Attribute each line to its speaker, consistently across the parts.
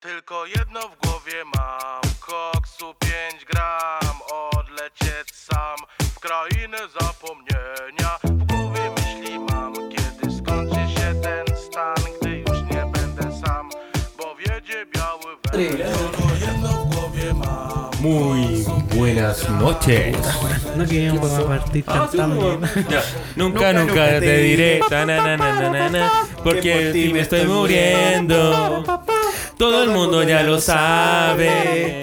Speaker 1: Tylko jedno w głowie mam Koksu 5 gram Odlecieć sam W krainę zapomnienia W głowie myśli mam Kiedy skończy się ten stan Gdy już nie będę sam Bo wiedzie biały węgiel Tylko jedno w głowie mam
Speaker 2: Muy buenas noches.
Speaker 3: No que íbamos a partir cantando.
Speaker 2: Nunca, nunca te diré. ta, na, na, na, na, na, na,
Speaker 3: Que
Speaker 2: porque
Speaker 3: por
Speaker 2: si me estoy muriendo. Todo el mundo ya lo sabe.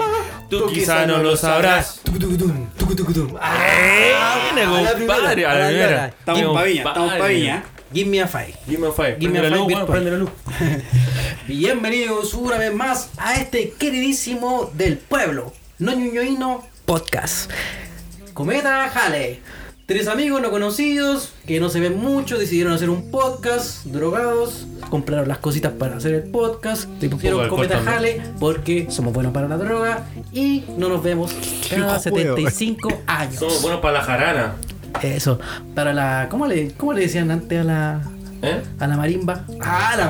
Speaker 2: Tú quizá no lo sabrás.
Speaker 3: Tucutucutum, tucutucutum. Ah,
Speaker 2: ¡Eh!
Speaker 3: la primera,
Speaker 2: compadre! A
Speaker 3: a
Speaker 2: la
Speaker 3: la
Speaker 2: primera.
Speaker 3: primera.
Speaker 4: Estamos en Paviña, estamos ¿eh? en Paviña.
Speaker 3: Give me a five.
Speaker 2: Give me five.
Speaker 3: Give me
Speaker 2: Prende la
Speaker 3: a five
Speaker 2: luz, weón,
Speaker 3: virtual.
Speaker 2: prende la luz.
Speaker 3: Bienvenidos una vez más a este queridísimo del pueblo, No Ñuñoíno Podcast. Cometa Jale. Tres amigos no conocidos que no se ven mucho decidieron hacer un podcast, drogados, compraron las cositas para hacer el podcast, se pusieron
Speaker 2: pues, alcohol
Speaker 3: Cometa
Speaker 2: también.
Speaker 3: Jale porque somos buenos para la droga y no nos vemos cada 75 años.
Speaker 2: Somos buenos para la jarana.
Speaker 3: Eso, para la. ¿Cómo le, cómo le decían antes a la.
Speaker 2: ¿Eh?
Speaker 3: a la marimba? ¡Ah, la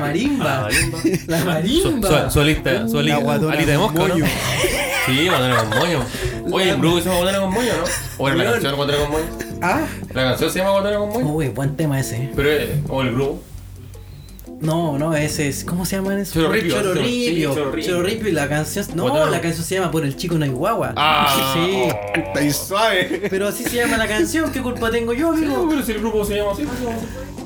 Speaker 2: Ah,
Speaker 3: marimba!
Speaker 2: marimba.
Speaker 3: la
Speaker 2: Su-
Speaker 3: marimba.
Speaker 2: su- Solista, solista.
Speaker 4: guatona
Speaker 2: Alita de
Speaker 4: con
Speaker 2: mosca, ¿no?
Speaker 4: moño.
Speaker 2: Sí, guatona con moño. Oye, en Bruce se llama guatona con moño, ¿no? O era la
Speaker 3: Weón.
Speaker 2: canción guatona con moño.
Speaker 3: ah,
Speaker 2: La canción se llama guatona con moño.
Speaker 3: uy, buen tema ese.
Speaker 2: Pero, eh, o el grupo.
Speaker 3: No, no, ese es. ¿Cómo se llama eso?
Speaker 2: Chororripio.
Speaker 3: Chororripio.
Speaker 2: Sí, Chororripio.
Speaker 3: Chororripio y la canción. No,
Speaker 2: Guatón.
Speaker 3: la canción se llama Por el chico no hay guagua.
Speaker 2: Ah.
Speaker 3: Sí.
Speaker 4: Está ahí suave.
Speaker 3: Pero así se llama la canción, ¿qué culpa tengo yo,
Speaker 2: No,
Speaker 3: amigo?
Speaker 2: pero si el grupo se llama así.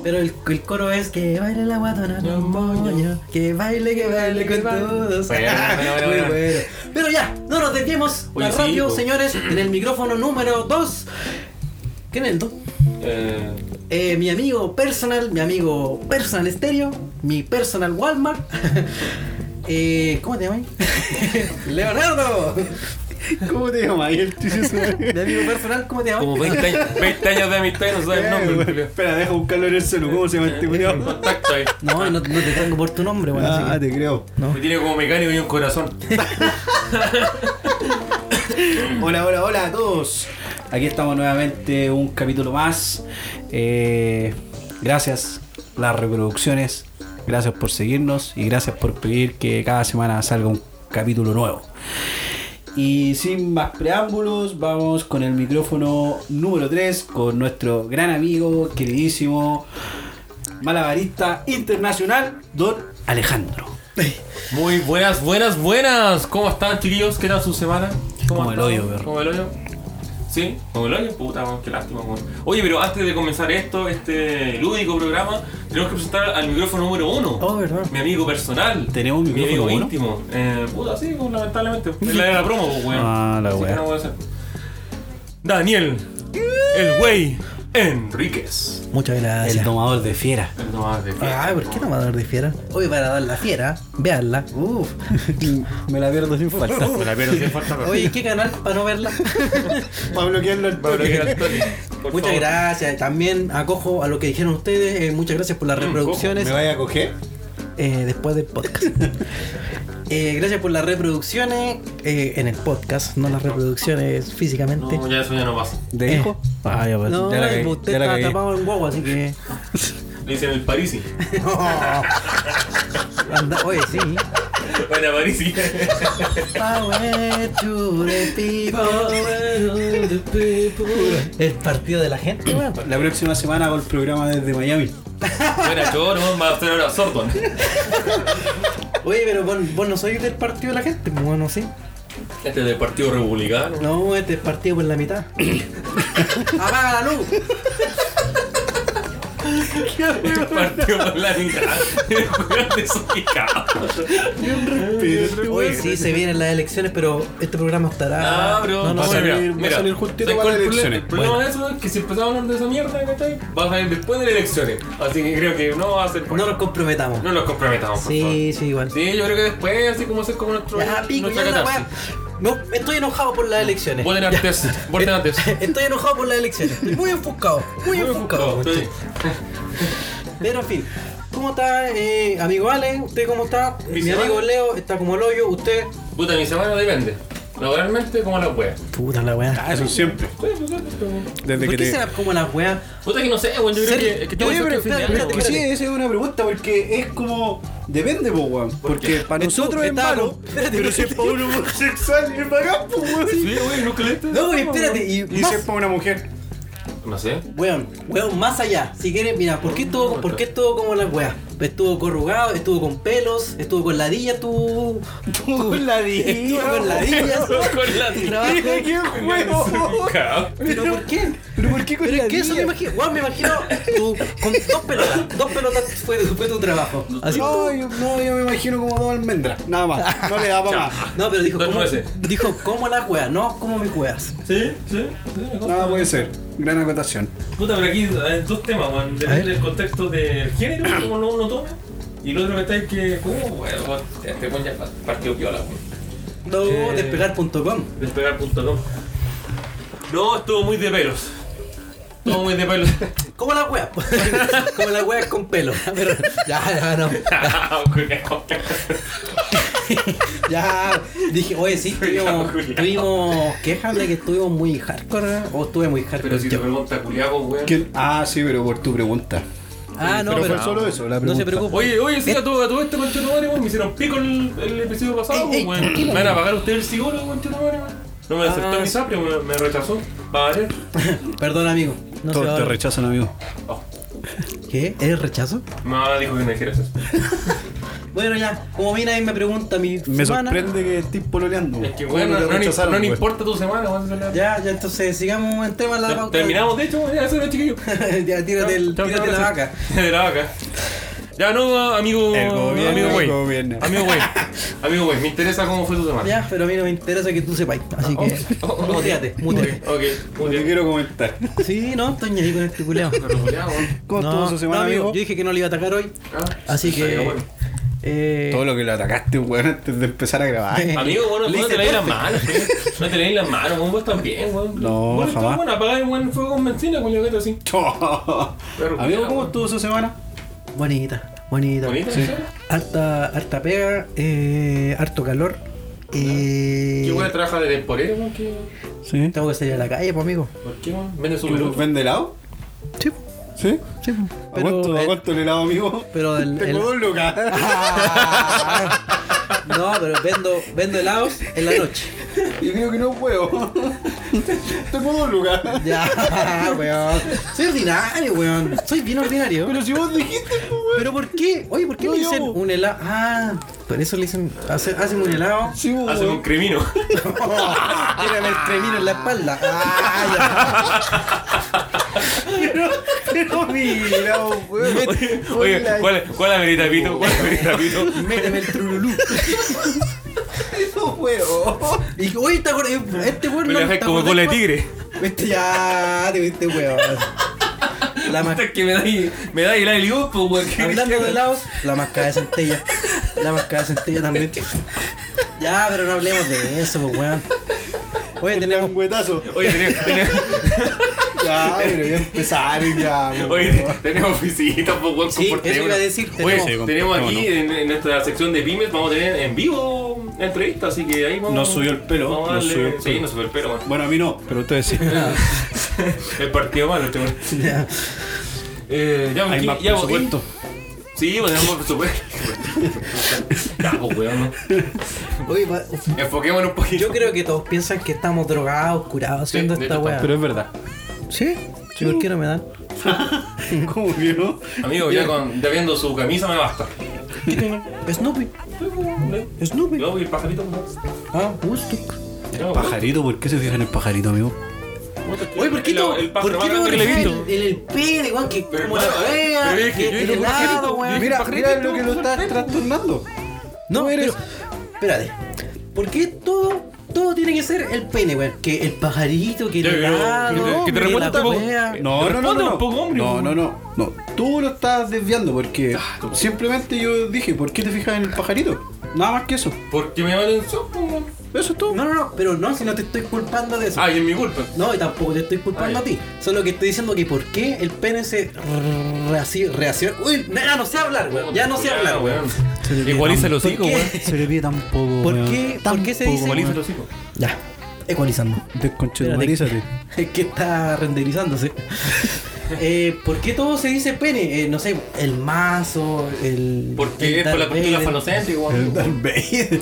Speaker 3: Pero el, el coro es que baile la guatona
Speaker 2: No,
Speaker 3: con moño, que baile, que baile con todos.
Speaker 2: Bueno, bueno, bueno.
Speaker 3: Muy bueno. Pero ya, no nos desviemos
Speaker 2: Oye,
Speaker 3: la
Speaker 2: sí,
Speaker 3: radio,
Speaker 2: po.
Speaker 3: señores, en el micrófono número 2. ¿Quién es el 2?
Speaker 2: Eh,
Speaker 3: Eh, mi amigo personal, mi amigo personal estéreo, mi personal Walmart. Eh, ¿Cómo te llamas? Leonardo.
Speaker 4: ¿Cómo te llamas? Ahí el tuyo suave.
Speaker 3: Mi amigo personal, ¿cómo te llamas?
Speaker 2: como 20 años, 20 años de amistad y no sabes el nombre, Julio.
Speaker 4: Espera, deja buscarlo en el celu. ¿Cómo se llama este culiao?
Speaker 2: Eh, Contacto ahí.
Speaker 3: No, no, no te tengo por tu nombre, bueno,
Speaker 4: Ah,
Speaker 3: así que-
Speaker 4: te creo.
Speaker 2: Me tiene como mecánico y un corazón.
Speaker 4: Hola, hola, hola a todos. Aquí estamos nuevamente, un capítulo más. Eh, gracias las reproducciones, gracias por seguirnos y gracias por pedir que cada semana salga un capítulo nuevo. Y sin más preámbulos, vamos con el micrófono número 3 con nuestro gran amigo, queridísimo malabarista internacional, don Alejandro.
Speaker 2: Muy buenas, buenas, buenas. ¿Cómo están, chiquillos? ¿Qué tal su semana?
Speaker 4: Como
Speaker 2: han
Speaker 4: el hoyo,
Speaker 2: estado?
Speaker 4: perro.
Speaker 2: Como el hoyo. Sí, como el hoyo. Puta, man, qué lástima, man. Oye, pero antes de comenzar esto, este lúdico programa, tenemos que presentar al micrófono número uno.
Speaker 3: Oh, verdad.
Speaker 2: Mi amigo personal.
Speaker 4: ¿Tenemos un
Speaker 2: Mi amigo
Speaker 4: micrófono uno?
Speaker 2: íntimo. Eh, puta, sí, pues, lamentablemente. Es la de la promo, pues, weón.
Speaker 4: Ah, la
Speaker 2: Así que
Speaker 4: weá.
Speaker 2: no puede ser. Daniel. El güey. Enríquez.
Speaker 3: Muchas gracias.
Speaker 4: El domador de fiera.
Speaker 2: No más de
Speaker 3: Ah, ¿por qué no va a dar de fiera? Hoy para dar la fiera, veanla. Uf.
Speaker 4: Me la pierdo sin falta.
Speaker 2: Me la pierdo sin falta, pero-
Speaker 3: Oye, ¿qué canal para no verla?
Speaker 4: Para bloquearlo al
Speaker 2: Pablo, que era
Speaker 4: toque.
Speaker 2: el Tony. Por
Speaker 3: muchas
Speaker 2: favor.
Speaker 3: gracias. También acojo a lo que dijeron ustedes. eh, muchas gracias por las reproducciones.
Speaker 4: ¿Me vaya a coger?
Speaker 3: eh, después del podcast. Eh, gracias por las reproducciones eh, en el podcast, no las reproducciones físicamente.
Speaker 2: No, ya eso ya no pasa.
Speaker 4: ¿De
Speaker 3: Eh.
Speaker 4: hijo? Ah, ya, pues,
Speaker 3: No, eh,
Speaker 4: ya la cagué,
Speaker 3: usted
Speaker 4: ya la
Speaker 3: está
Speaker 4: cagué.
Speaker 3: tapado en guagua, así que.
Speaker 2: Le dicen el Parisi.
Speaker 3: No. Anda, oye, sí.
Speaker 2: Bueno, Parisi.
Speaker 3: Power to the people. El partido de la gente, weón.
Speaker 4: La próxima semana hago el programa desde Miami.
Speaker 2: Buena choro, vamos a hacer ahora Sordon.
Speaker 3: Oye, pero vos, vos no sois del partido de la gente, pues, bueno, sí.
Speaker 2: Este es del Partido Republicano.
Speaker 3: No, este es partido por la mitad. ¡Apaga la luz!
Speaker 2: El Partido por la mitad. El weón desubicado.
Speaker 3: Hoy sí se vienen las elecciones, pero este programa estará.
Speaker 2: Ah, bro.
Speaker 3: No, no,
Speaker 2: o sea,
Speaker 3: va a
Speaker 2: mira,
Speaker 3: salir- va a
Speaker 2: mira, ¿sabes
Speaker 3: salir justito.
Speaker 4: para
Speaker 2: cuál
Speaker 4: las
Speaker 2: es el problema?
Speaker 4: elecciones?
Speaker 2: El problema de eso es que si empezamos a hablar de esa mierda, ¿cachai? Va a salir después de las elecciones. Así que creo que no va a ser por
Speaker 3: No nos comprometamos.
Speaker 2: No nos comprometamos, por favor.
Speaker 3: Sí, sí, igual.
Speaker 2: Sí, yo creo que después, así como hacer como nuestro.
Speaker 3: Ya, pico,
Speaker 2: nuestra
Speaker 3: ya la
Speaker 2: catarsis.
Speaker 3: weá. No, estoy enojado por las elecciones.
Speaker 2: Voten
Speaker 3: Ya.
Speaker 2: antes. Voten antes.
Speaker 3: Estoy enojado por las elecciones. Estoy muy enfocado. Muy,
Speaker 2: Muy
Speaker 3: enfocado.
Speaker 2: enfocado, sí.
Speaker 3: Pero en fin. ¿Cómo está, eh, amigo Ale? ¿Usted cómo está? Eh, Mi
Speaker 2: semana?
Speaker 3: amigo Leo está como el hoyo. ¿Usted?
Speaker 2: Puta, mi semana depende. Laboralmente, como las weas.
Speaker 3: Puta la weá.
Speaker 4: Ah, eso siempre. Desde
Speaker 3: ¿Por
Speaker 4: que
Speaker 3: qué
Speaker 4: te-
Speaker 3: será como las weas?
Speaker 2: Puta que no sé, weón. Yo creo
Speaker 3: Serio,
Speaker 2: que. que
Speaker 3: yo
Speaker 2: todo eso
Speaker 3: creo
Speaker 2: es
Speaker 3: que-
Speaker 2: fin de
Speaker 3: pero-
Speaker 2: año,
Speaker 3: pero-
Speaker 2: weón.
Speaker 4: Pues Sí, esa es una pregunta porque es como. Depende, po, weón. Porque para nosotros es
Speaker 3: estaba
Speaker 4: malo,
Speaker 3: con- espérate,
Speaker 4: pero si es para un homosexual es bacán, po, weón.
Speaker 2: Sí, weón, nunca leíste.
Speaker 3: No, güey, espérate. Y,
Speaker 4: Y
Speaker 3: más-
Speaker 4: si es para una mujer.
Speaker 2: No sé.
Speaker 3: Weón, weón, más allá. Si quieres, mira, ¿por qué estuvo, ¿por qué estuvo como las weas? Estuvo corrugado, estuvo con pelos, estuvo con ladilla, tu.
Speaker 4: Con la
Speaker 3: Estuvo con ladillas.
Speaker 2: Con la
Speaker 3: tu trabajo.
Speaker 4: Mira qué juego.
Speaker 3: Pero ¿por qué?
Speaker 4: ¿Pero por qué con
Speaker 3: Pero
Speaker 4: la
Speaker 3: es que eso me imagino, weón, me imagino tu- con dos pelotas, dos pelotas fue, fue tu trabajo. Así
Speaker 4: No,
Speaker 3: tú.
Speaker 4: yo, no, yo me imagino como dos almendras. Nada más. No le da para más.
Speaker 3: No, pero dijo,
Speaker 2: Dos
Speaker 3: ¿cómo,
Speaker 2: nueces.
Speaker 3: dijo, como las weas, no como mis weas.
Speaker 2: Sí, sí. sí, me consta.
Speaker 4: Nada puede ser. Gran acotación.
Speaker 2: Puta, pero aquí hay dos temas, weón. Depende del contexto del género, como no uno toma. Y el otro que está es que, ¿cómo, weón? weón, Este weón ya pa- partió piola, weón.
Speaker 3: No,
Speaker 2: Eh.
Speaker 3: despegar.com.
Speaker 2: Despegar.com. No, estuvo muy de pelos. Estuvo muy de pelos.
Speaker 3: Como las weas. como las weas con pelo. Pero, ya, ya, no. Ya, dije, oye, sí, tuvimos, tuvimos quejas de que estuvimos muy hardcore, ¿eh? o estuve muy hardcore.
Speaker 2: pero si te
Speaker 3: yo.
Speaker 2: pregunta culiaco, weón.
Speaker 4: ¿Quién? Ah, sí, pero por tu pregunta.
Speaker 3: ah, no,
Speaker 4: pero
Speaker 3: pero,
Speaker 4: fue solo eso, la
Speaker 3: no se
Speaker 4: pregunta.
Speaker 3: preocupe.
Speaker 2: Oye, oye,
Speaker 3: Eh.
Speaker 2: sí, a todo, a todo este concha de madre, weón. Me hicieron pico el, el episodio pasado,
Speaker 3: Ey, ey,
Speaker 2: weón.
Speaker 3: Eh,
Speaker 2: Me
Speaker 3: tranquilo,
Speaker 2: van a
Speaker 3: weón.
Speaker 2: pagar ustedes el psicólogo, concha de madre, weón. No me aceptó
Speaker 3: Ah,
Speaker 2: mi
Speaker 3: sí.
Speaker 2: sapre, me, me rechazó. Va a ver.
Speaker 3: Perdón, amigo. No se
Speaker 5: Todos
Speaker 4: este
Speaker 3: va
Speaker 5: te
Speaker 3: a-
Speaker 5: rechazan, amigo.
Speaker 3: ¿Qué? ¿Eres rechazo?
Speaker 2: Mamá dijo que no dijeras eso.
Speaker 3: Uh, Bueno, ya, como viene ahí me pregunta mi
Speaker 5: Me
Speaker 3: semana.
Speaker 5: sorprende que estés pololeando.
Speaker 2: Es que,
Speaker 4: ¿Cómo
Speaker 2: weón, no,
Speaker 4: te
Speaker 2: no,
Speaker 4: rechazaron, pues.
Speaker 2: no, no
Speaker 4: weón?
Speaker 2: importa tu semana, weón. esa es la-
Speaker 3: Ya, ya, entonces sigamos en tema de la
Speaker 2: Ter-
Speaker 3: pauta.
Speaker 2: Terminamos, de hecho, weón. Ya, eso era, chiquillo.
Speaker 3: ya, tírate, el,
Speaker 2: Chao, chao,
Speaker 3: tírate la
Speaker 2: chao.
Speaker 3: vaca.
Speaker 2: De la vaca. Ya no, amigo.
Speaker 4: El gobierno,
Speaker 2: amigo
Speaker 4: el
Speaker 2: güey.
Speaker 4: gobierno.
Speaker 2: Amigo güey. Amigo güey, me interesa cómo fue tu semana.
Speaker 3: Ya, pero a mí no me interesa que tú sepáis, así que.
Speaker 2: Oh, oh, oh,
Speaker 3: Muteate, muteate.
Speaker 2: Ok,
Speaker 4: Lo que quiero comentar.
Speaker 3: Sí, no, estoy ahí con este culeado.
Speaker 4: ¿Cómo
Speaker 3: no,
Speaker 4: estuvo su semana,
Speaker 3: no,
Speaker 4: amigo?
Speaker 3: Yo dije que no le iba a atacar hoy, así que. eh,
Speaker 4: Todo lo que lo atacaste, weón, antes de empezar a grabar.
Speaker 2: Amigo, bueno,
Speaker 3: Le
Speaker 2: no
Speaker 3: hice
Speaker 2: te leí las
Speaker 3: perfect.
Speaker 2: manos. No te leí las manos, weón, vos también, weón.
Speaker 4: No,
Speaker 2: Vos estás,
Speaker 4: jamás.
Speaker 2: Bueno, apagar el buen fuego con benzina, con la así. Pero,
Speaker 4: amigo, ¿cómo
Speaker 2: weón.
Speaker 4: estuvo su semana?
Speaker 3: Bonita, bonita.
Speaker 2: Bonita,
Speaker 4: Sí.
Speaker 2: ¿sabes?
Speaker 3: Harta, harta pega, eh, harto calor. Eh,
Speaker 2: Qué buena trabaja de temporero, weón. que-
Speaker 4: Sí.
Speaker 3: tengo que salir a la calle, pues amigo.
Speaker 2: ¿Por qué, weón? Vende su
Speaker 4: ¿Los vende helado?
Speaker 3: Sí,
Speaker 4: ¿Sí?
Speaker 3: sí.
Speaker 4: ¿A
Speaker 3: Pero,
Speaker 4: cuánto, a
Speaker 3: eh,
Speaker 4: cuánto el helado, amigo?
Speaker 3: pero el-
Speaker 4: Tengo
Speaker 3: el-
Speaker 4: dos lucas.
Speaker 3: Ah, no, pero vendo, vendo helados en la noche.
Speaker 4: Yo creo que no puedo. Tengo dos lucas.
Speaker 3: Ya, weón. Soy ordinario, weón. Soy bien ordinario.
Speaker 4: Pero si vos dijiste, pues, weón.
Speaker 3: Pero ¿por qué? Oye, ¿por qué
Speaker 4: No,
Speaker 3: le dicen
Speaker 4: yo-
Speaker 3: un helado? Ah, por eso le dicen, hace- hacen un helado.
Speaker 4: Sí, pues,
Speaker 2: Hace un
Speaker 4: weón.
Speaker 2: cremino.
Speaker 3: Tírame el cremino en la espalda. Ah,
Speaker 4: Pero, pero mi helado, weón.
Speaker 2: Oye, ¿cuál, cuál amerita pito? ¿Cuál amerita pito?
Speaker 3: ya. Méteme el trululú.
Speaker 4: Eso, weón.
Speaker 3: Y oye, está gordo. Este weón
Speaker 2: Me la
Speaker 3: no
Speaker 2: dejáis
Speaker 3: está
Speaker 2: como
Speaker 3: gordo.
Speaker 2: cola de tigre.
Speaker 3: Viste, ya, te viste, weón. La ma-
Speaker 2: Puta, que me da y- me da y la helio, pues, weón. ¿Qué-
Speaker 3: Hablando
Speaker 2: qué-
Speaker 3: de helados, la máscara de centella. La máscara de centella también. Ya, pero no hablemos de eso, pues, weón. Oye, tenemos.
Speaker 4: Cuetazo.
Speaker 2: Oye, tenemos, tenemos,
Speaker 4: Ya, pero ya empezaron ya, weón.
Speaker 2: oye, tenemos visitas, pues, weón,
Speaker 3: Sí,
Speaker 2: comportémonos.
Speaker 3: eso iba a decir,
Speaker 2: Oye,
Speaker 3: tenemos-
Speaker 5: Sí,
Speaker 2: tenemos
Speaker 5: comportémonos.
Speaker 2: aquí en, en nuestra sección de pymes, vamos a tener en vivo entrevista, así que ahí vamos.
Speaker 5: Nos subió el pelo,
Speaker 2: Vamos a
Speaker 5: nos
Speaker 2: darle-
Speaker 5: subió el
Speaker 2: Sí,
Speaker 5: pelo.
Speaker 2: nos subió el pelo, weón.
Speaker 5: Bueno, a mí no, pero ustedes sí.
Speaker 2: El partido malo, este weón.
Speaker 3: Ya.
Speaker 2: Eh, ya,
Speaker 5: Hay
Speaker 2: aquí-
Speaker 5: más
Speaker 2: ya,
Speaker 5: presupuesto.
Speaker 2: y- Sí, bueno, tenemos presupuesto. ya, pues, weón. ¿no?
Speaker 3: Oye, pa-
Speaker 2: Enfoquémonos un poquito.
Speaker 3: yo creo que todos piensan que estamos drogados, curados
Speaker 2: Sí,
Speaker 3: haciendo
Speaker 2: de
Speaker 3: esta
Speaker 2: hecho,
Speaker 3: weá.
Speaker 5: Pero es verdad.
Speaker 3: ¿Sí? ¿Y por qué no me dan?
Speaker 4: ¿Cómo que no?
Speaker 2: Amigo, ya, con, ya viendo su camisa me basta.
Speaker 3: ¿Qué tiene? Snoopy. Snoopy.
Speaker 2: Yo y el pajarito, pues,
Speaker 3: Ah, gusto.
Speaker 2: no, pues.
Speaker 5: Pajarito, ¿por qué se fijan en el pajarito, amigo?
Speaker 3: Oye, ¿por qué
Speaker 2: El-
Speaker 3: todo?
Speaker 2: el pájaro
Speaker 3: ¿Por
Speaker 2: más
Speaker 3: qué todo
Speaker 2: grande que le he
Speaker 3: el,
Speaker 2: visto.
Speaker 3: el, el pene, weón? Que
Speaker 2: Pero
Speaker 3: como la
Speaker 2: hermano,
Speaker 3: wea.
Speaker 2: pero es que yo
Speaker 3: El
Speaker 2: dije, ¿por qué
Speaker 3: helado,
Speaker 2: no?
Speaker 3: weón.
Speaker 4: Mira, mira lo que lo estás trastornando.
Speaker 3: No, eres. espérate. ¿Por qué todo, todo tiene que ser el pene, weón? Que el pajarito, que el
Speaker 2: Ya, ya, ya,
Speaker 3: helado,
Speaker 2: que te- que te
Speaker 3: que
Speaker 2: responda
Speaker 3: la
Speaker 2: este poco.
Speaker 3: wea.
Speaker 4: No, no, no,
Speaker 2: Responde
Speaker 4: no,
Speaker 2: un poco,
Speaker 4: no.
Speaker 2: hombre.
Speaker 4: No, no, no, no. Tú lo estás desviando porque simplemente yo dije, ¿por qué te fijas en el pajarito? Nada más que eso.
Speaker 2: ¿Por qué me llaman en sopo, weón?
Speaker 4: Eso es todo.
Speaker 3: No, no, no, pero no, si no te estoy culpando de eso.
Speaker 2: Ah, y es mi culpa.
Speaker 3: No, y tampoco te estoy culpando
Speaker 2: Ah,
Speaker 3: a ti. Solo que estoy diciendo que por
Speaker 2: pues
Speaker 3: qué el pene se reacciona. Uy, ya no sé hablar, weón. Ya no sé hablar, weón.
Speaker 2: Igualiza el hocico,
Speaker 3: qué?
Speaker 2: weón.
Speaker 4: Se le pide tan poco.
Speaker 3: ¿Por
Speaker 4: weón.
Speaker 3: qué,
Speaker 4: Tan
Speaker 3: ¿por qué se
Speaker 4: poco,
Speaker 3: dice?
Speaker 2: Igualiza el hocico.
Speaker 3: Ya, ecualizando.
Speaker 4: Desconchetumarízate.
Speaker 3: Es que está renderizándose. Eh, ¿Por qué todo se dice pene? Eh, no sé, el mazo, el. el
Speaker 2: Porque es por la
Speaker 3: Darth
Speaker 2: cultura
Speaker 3: Vader.
Speaker 2: falocéntrica,
Speaker 4: El
Speaker 2: weón.
Speaker 4: Darth Vader.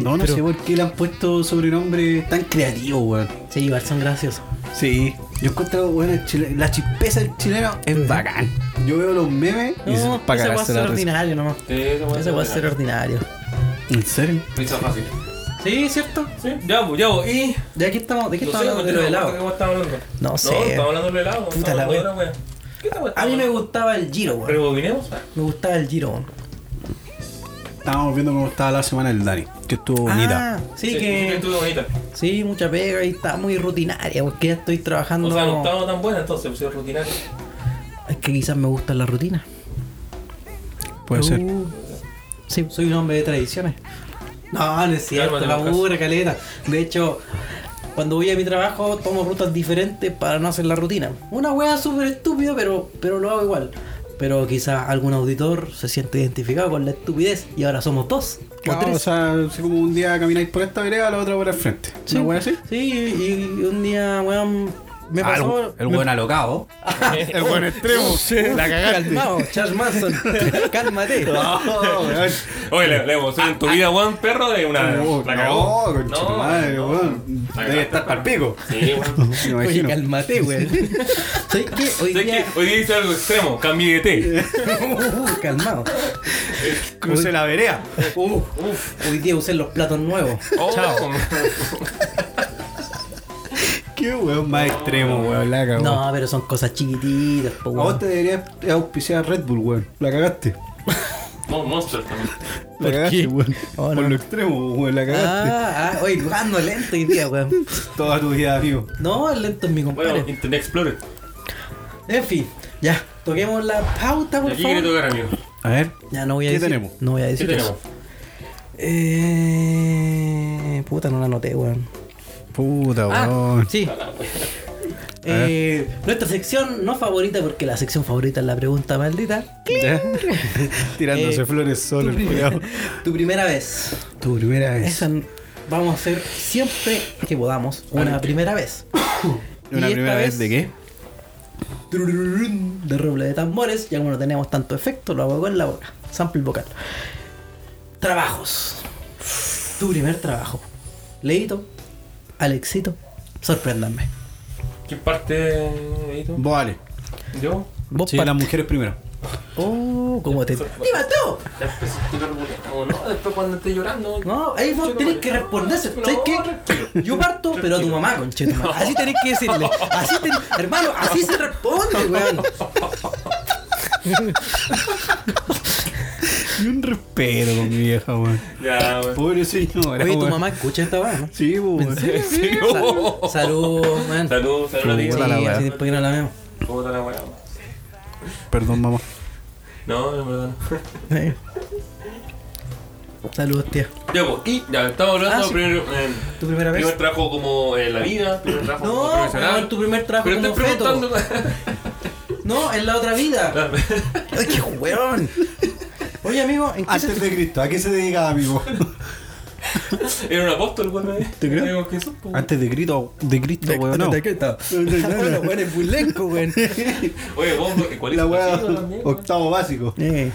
Speaker 4: No, no sé por qué le han puesto sobrenombre tan creativo, weón.
Speaker 3: Sí, igual son graciosos.
Speaker 4: Sí. Yo encuentro, weón, el chile- la chispeza del chileno es bacán. Yo veo los memes y
Speaker 3: No,
Speaker 4: es para
Speaker 3: ese va a
Speaker 4: cagarse
Speaker 3: ser
Speaker 4: la risa.
Speaker 3: ordinario nomás. Ese va a ser ordinario.
Speaker 4: ¿En serio?
Speaker 2: Risa fácil.
Speaker 3: Sí, ¿cierto?
Speaker 2: Sí, ya, pues, ya, pues, y.
Speaker 3: ¿De qué estamos, de qué
Speaker 2: No
Speaker 3: estamos
Speaker 2: sé,
Speaker 3: hablando?
Speaker 2: ¿de
Speaker 3: De lo
Speaker 2: qué
Speaker 3: del helado.
Speaker 2: estamos hablando?
Speaker 3: No
Speaker 2: No,
Speaker 3: sé.
Speaker 2: estamos hablando del helado.
Speaker 3: Puta la
Speaker 2: estamos hablando de otra wea. ¿Qué estamos-
Speaker 3: A mí me gustaba el giro, weón.
Speaker 2: ¿Rebobinemos?
Speaker 3: Me gustaba el giro, weón.
Speaker 4: Estábamos viendo cómo estaba la semana del Dani, que estuvo bonita.
Speaker 3: Ah, sí, que.
Speaker 2: Estuvo bonita.
Speaker 3: Sí, mucha pega y está muy rutinaria porque ya estoy trabajando.
Speaker 2: O sea, no estaba tan buena entonces, pues es rutinario.
Speaker 3: Es que quizás me gusta la rutina.
Speaker 4: Puede ser.
Speaker 3: Uh, Sí, soy un hombre de tradiciones. No, no es cierto,
Speaker 2: Cálmate,
Speaker 3: la
Speaker 2: Lucas.
Speaker 3: burra, caleta. De hecho, cuando voy a mi trabajo tomo rutas diferentes para no hacer la rutina. Una wea súper estúpida, pero, pero lo hago igual. Pero quizás algún auditor se siente identificado con la estupidez y ahora somos dos. o
Speaker 6: Claro,
Speaker 3: tres.
Speaker 6: o sea, así como un día camináis por esta vereda, la otra por el frente.
Speaker 3: Sí.
Speaker 6: ¿No voy a decir?
Speaker 3: Sí, y y un día, weón, me
Speaker 4: Ah, el-
Speaker 3: pasó.
Speaker 4: el weón alocado.
Speaker 6: El buen extremo. La cagaste.
Speaker 3: Calmao, Charles Manson, cálmate.
Speaker 6: Ah,
Speaker 2: Oye, la, la emoción en tu vida, weón, perro, de una.
Speaker 6: No,
Speaker 2: la cagó.
Speaker 6: no, concha tu madre,
Speaker 2: no.
Speaker 6: weón.
Speaker 2: La
Speaker 6: Debe
Speaker 2: cagaste, perro.
Speaker 6: estar pal pico.
Speaker 2: Sí, weón.
Speaker 6: Me
Speaker 3: Oye,
Speaker 6: imagino.
Speaker 3: cálmate, weón. ¿Sabes qué?
Speaker 2: Sé
Speaker 3: Hoy
Speaker 2: que
Speaker 3: día.
Speaker 2: hoy día hice algo extremo, cambié de té.
Speaker 3: Uh, calmado.
Speaker 6: Cruce la vereda.
Speaker 3: Uh,
Speaker 2: Uf,
Speaker 3: hoy día usé los platos nuevos.
Speaker 2: oh, chao.
Speaker 6: Qué weón más extremo, weón. La cagó.
Speaker 3: No, pero son cosas chiquititas, po,
Speaker 6: A vos
Speaker 3: weón.
Speaker 6: te deberías auspiciar Red Bull, weón. La cagaste.
Speaker 2: Monster también.
Speaker 6: La cagaste, weón.
Speaker 3: Oh, no.
Speaker 6: Por lo extremo, weón. La cagaste.
Speaker 3: Ah, ah, oye, jugando lento hoy día, weón.
Speaker 6: Toda tu vida, amigo.
Speaker 3: No, el lento es mi
Speaker 2: Bueno,
Speaker 3: compadre.
Speaker 2: Internet Explorer.
Speaker 3: En fin, ya, toquemos la pauta,
Speaker 2: ¿Y
Speaker 3: por
Speaker 2: aquí quiere
Speaker 3: favor.
Speaker 2: tocar, amigo?
Speaker 4: A ver.
Speaker 3: Ya no voy a
Speaker 6: ¿Qué
Speaker 3: decir.
Speaker 6: tenemos?
Speaker 3: No voy a
Speaker 2: ¿Qué
Speaker 3: decir
Speaker 2: tenemos?
Speaker 3: eso. Eh. Puta, no la anoté, weón.
Speaker 4: Puta,
Speaker 3: Ah,
Speaker 4: weón.
Speaker 3: sí. Eh, nuestra sección no favorita, porque la sección favorita es la pregunta maldita.
Speaker 4: Ya.
Speaker 6: Tirándose
Speaker 3: Eh,
Speaker 6: flores solo, el culiao.
Speaker 3: Tu primera vez.
Speaker 4: Tu primera vez.
Speaker 3: Esa n- vamos a hacer siempre que podamos una primera vez. Y
Speaker 4: ¿Una
Speaker 3: esta
Speaker 4: primera vez de qué?
Speaker 3: De roble de tambores, ya como no tenemos tanto efecto, lo hago con la boca. Sample vocal. Trabajos. Tu primer trabajo. Leito, Alexito, sorpréndanme.
Speaker 2: ¿Qué parte, Edito?
Speaker 4: Vale.
Speaker 2: ¿Yo?
Speaker 3: Vos
Speaker 4: Sí,
Speaker 3: pa-
Speaker 4: las mujeres primero.
Speaker 3: Oh, cómo te. ¡Dime tú!
Speaker 2: Ya pues, empecé a tirar bullying, Oh, ¿no? Después cuando esté llorando.
Speaker 3: No, ahí vos tenés que responder.
Speaker 2: No,
Speaker 3: ¿Sabes qué?
Speaker 2: tranquilo.
Speaker 3: Yo parto, pero a tu mamá, conchetumadre. Así tenés que decirle. Así tenés- hermano, así se responde, weón.
Speaker 4: Y un respeto con mi vieja, weón.
Speaker 2: Ya, weón.
Speaker 4: Pobre señora,
Speaker 3: Oye, tu
Speaker 4: weón.
Speaker 3: mamá escucha esta weá, ¿no?
Speaker 4: Sí, weón.
Speaker 2: Sí,
Speaker 3: Sa- Salud, man.
Speaker 2: Salud, salud a ti.
Speaker 3: Sí,
Speaker 4: Puta la weá.
Speaker 3: así después que no la vemos.
Speaker 2: Puta la weá. weón.
Speaker 4: Perdón, mamá.
Speaker 2: No, en verdad no.
Speaker 3: Sí. Saludos, tía.
Speaker 2: Ya, pues, y ya, estamos hablando
Speaker 3: Ah,
Speaker 2: de
Speaker 3: sí.
Speaker 2: primer, eh,
Speaker 3: ¿Tu primera vez?
Speaker 2: primer trabajo como en la vida, primer trabajo como
Speaker 3: No,
Speaker 2: profesional.
Speaker 3: no, tu primer trabajo
Speaker 2: Pero
Speaker 3: como
Speaker 2: estoy preguntando.
Speaker 3: feto. No, en la otra vida. Ay, qué weón. Oye, amigo, ¿en qué se
Speaker 6: Antes de Cristo, ¿a qué se dedicaba, amigo?
Speaker 2: Era un apóstol, weón. ¿eh?
Speaker 4: ¿Te creo?
Speaker 2: Digo, ¿qué sos, po?
Speaker 4: Antes de Cristo, de Cristo, weón. No.
Speaker 3: está? Bueno, bueno, es burlesco, weón. Ah.
Speaker 2: Oye, vos, ¿cuál
Speaker 3: Pues,
Speaker 2: es
Speaker 6: La
Speaker 2: tu
Speaker 6: weá,
Speaker 2: apellido también, weón?
Speaker 6: octavo básico.
Speaker 3: Eh,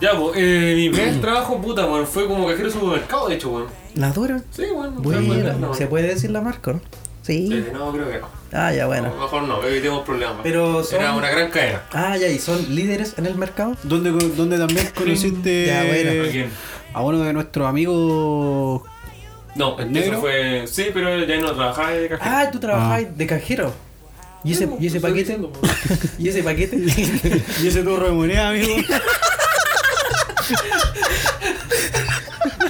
Speaker 2: Ya, pues, eh, mi primer trabajo, puta, weón, fue como cajero de supermercado, de hecho, weón.
Speaker 3: ¿La dura?
Speaker 2: Sí, weón. no sé, weón,
Speaker 3: Bueno,
Speaker 2: no.
Speaker 3: ¿se puede decir la marca, no? Sí.
Speaker 2: Eh, no, creo que no.
Speaker 3: Ah, ya,
Speaker 2: A
Speaker 3: bueno.
Speaker 2: lo mejor no, evitemos problemas.
Speaker 3: Pero son-
Speaker 2: Era una gran cadena.
Speaker 3: Ah, ya, ¿y son líderes en el mercado?
Speaker 4: ¿Dónde, dónde también conociste
Speaker 3: Ya, bueno.
Speaker 2: ¿A quién?
Speaker 4: a uno de nuestros amigos?
Speaker 2: No, el
Speaker 4: ¿Negro?
Speaker 2: negro fue. Sí, pero ya no trabajaba de cajero.
Speaker 3: Ah, tú trabajabas de cajero. ¿Y ese, y ese paquete? ¿Y ese paquete?
Speaker 4: ¿Y ese turro de moneda, amigo?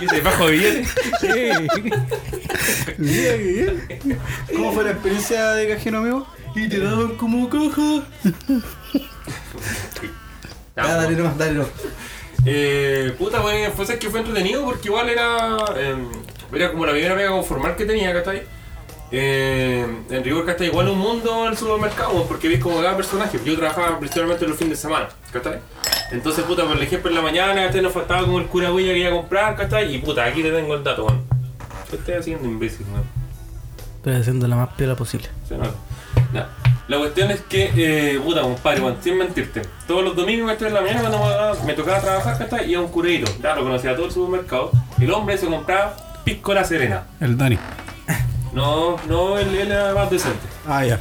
Speaker 2: Y se bajo billete.
Speaker 6: Mira qué bien. ¿Cómo fue la experiencia de cajero, amigo?
Speaker 3: y te daban como caja.
Speaker 2: Ya,
Speaker 3: Ah,
Speaker 2: pues.
Speaker 3: dale nomás, dale nomás.
Speaker 2: Eh, puta, bueno, fue, ser que fue entretenido porque igual era, eh, era como la primera pega como formal que tenía, ¿cachai? Eh, en rigor, ¿cachai? Igual un mundo en el supermercado, porque ves como cada personaje. Yo trabajaba principalmente los fines de semana, ¿cachai? Entonces, puta, por ejemplo, en la mañana este nos faltaba como el cura Guilla que iba a comprar, ¿cachai? Y puta, aquí te tengo el dato, weón. ¿Qué estás haciendo, imbécil, weón?
Speaker 3: Estoy haciendo la más piola posible.
Speaker 2: Se nota. Ya. La cuestión es que, eh, puta, compadre, weón, sin mentirte, todos los domingos a las 3 de la mañana cuando me tocaba- me tocaba trabajar, ¿cachai? Iba a un curadito, ya lo conocía todo el supermercado. El hombre se compraba pisco la serena.
Speaker 4: El Dani.
Speaker 2: No, no, él, él era más decente.
Speaker 4: Ah, ya.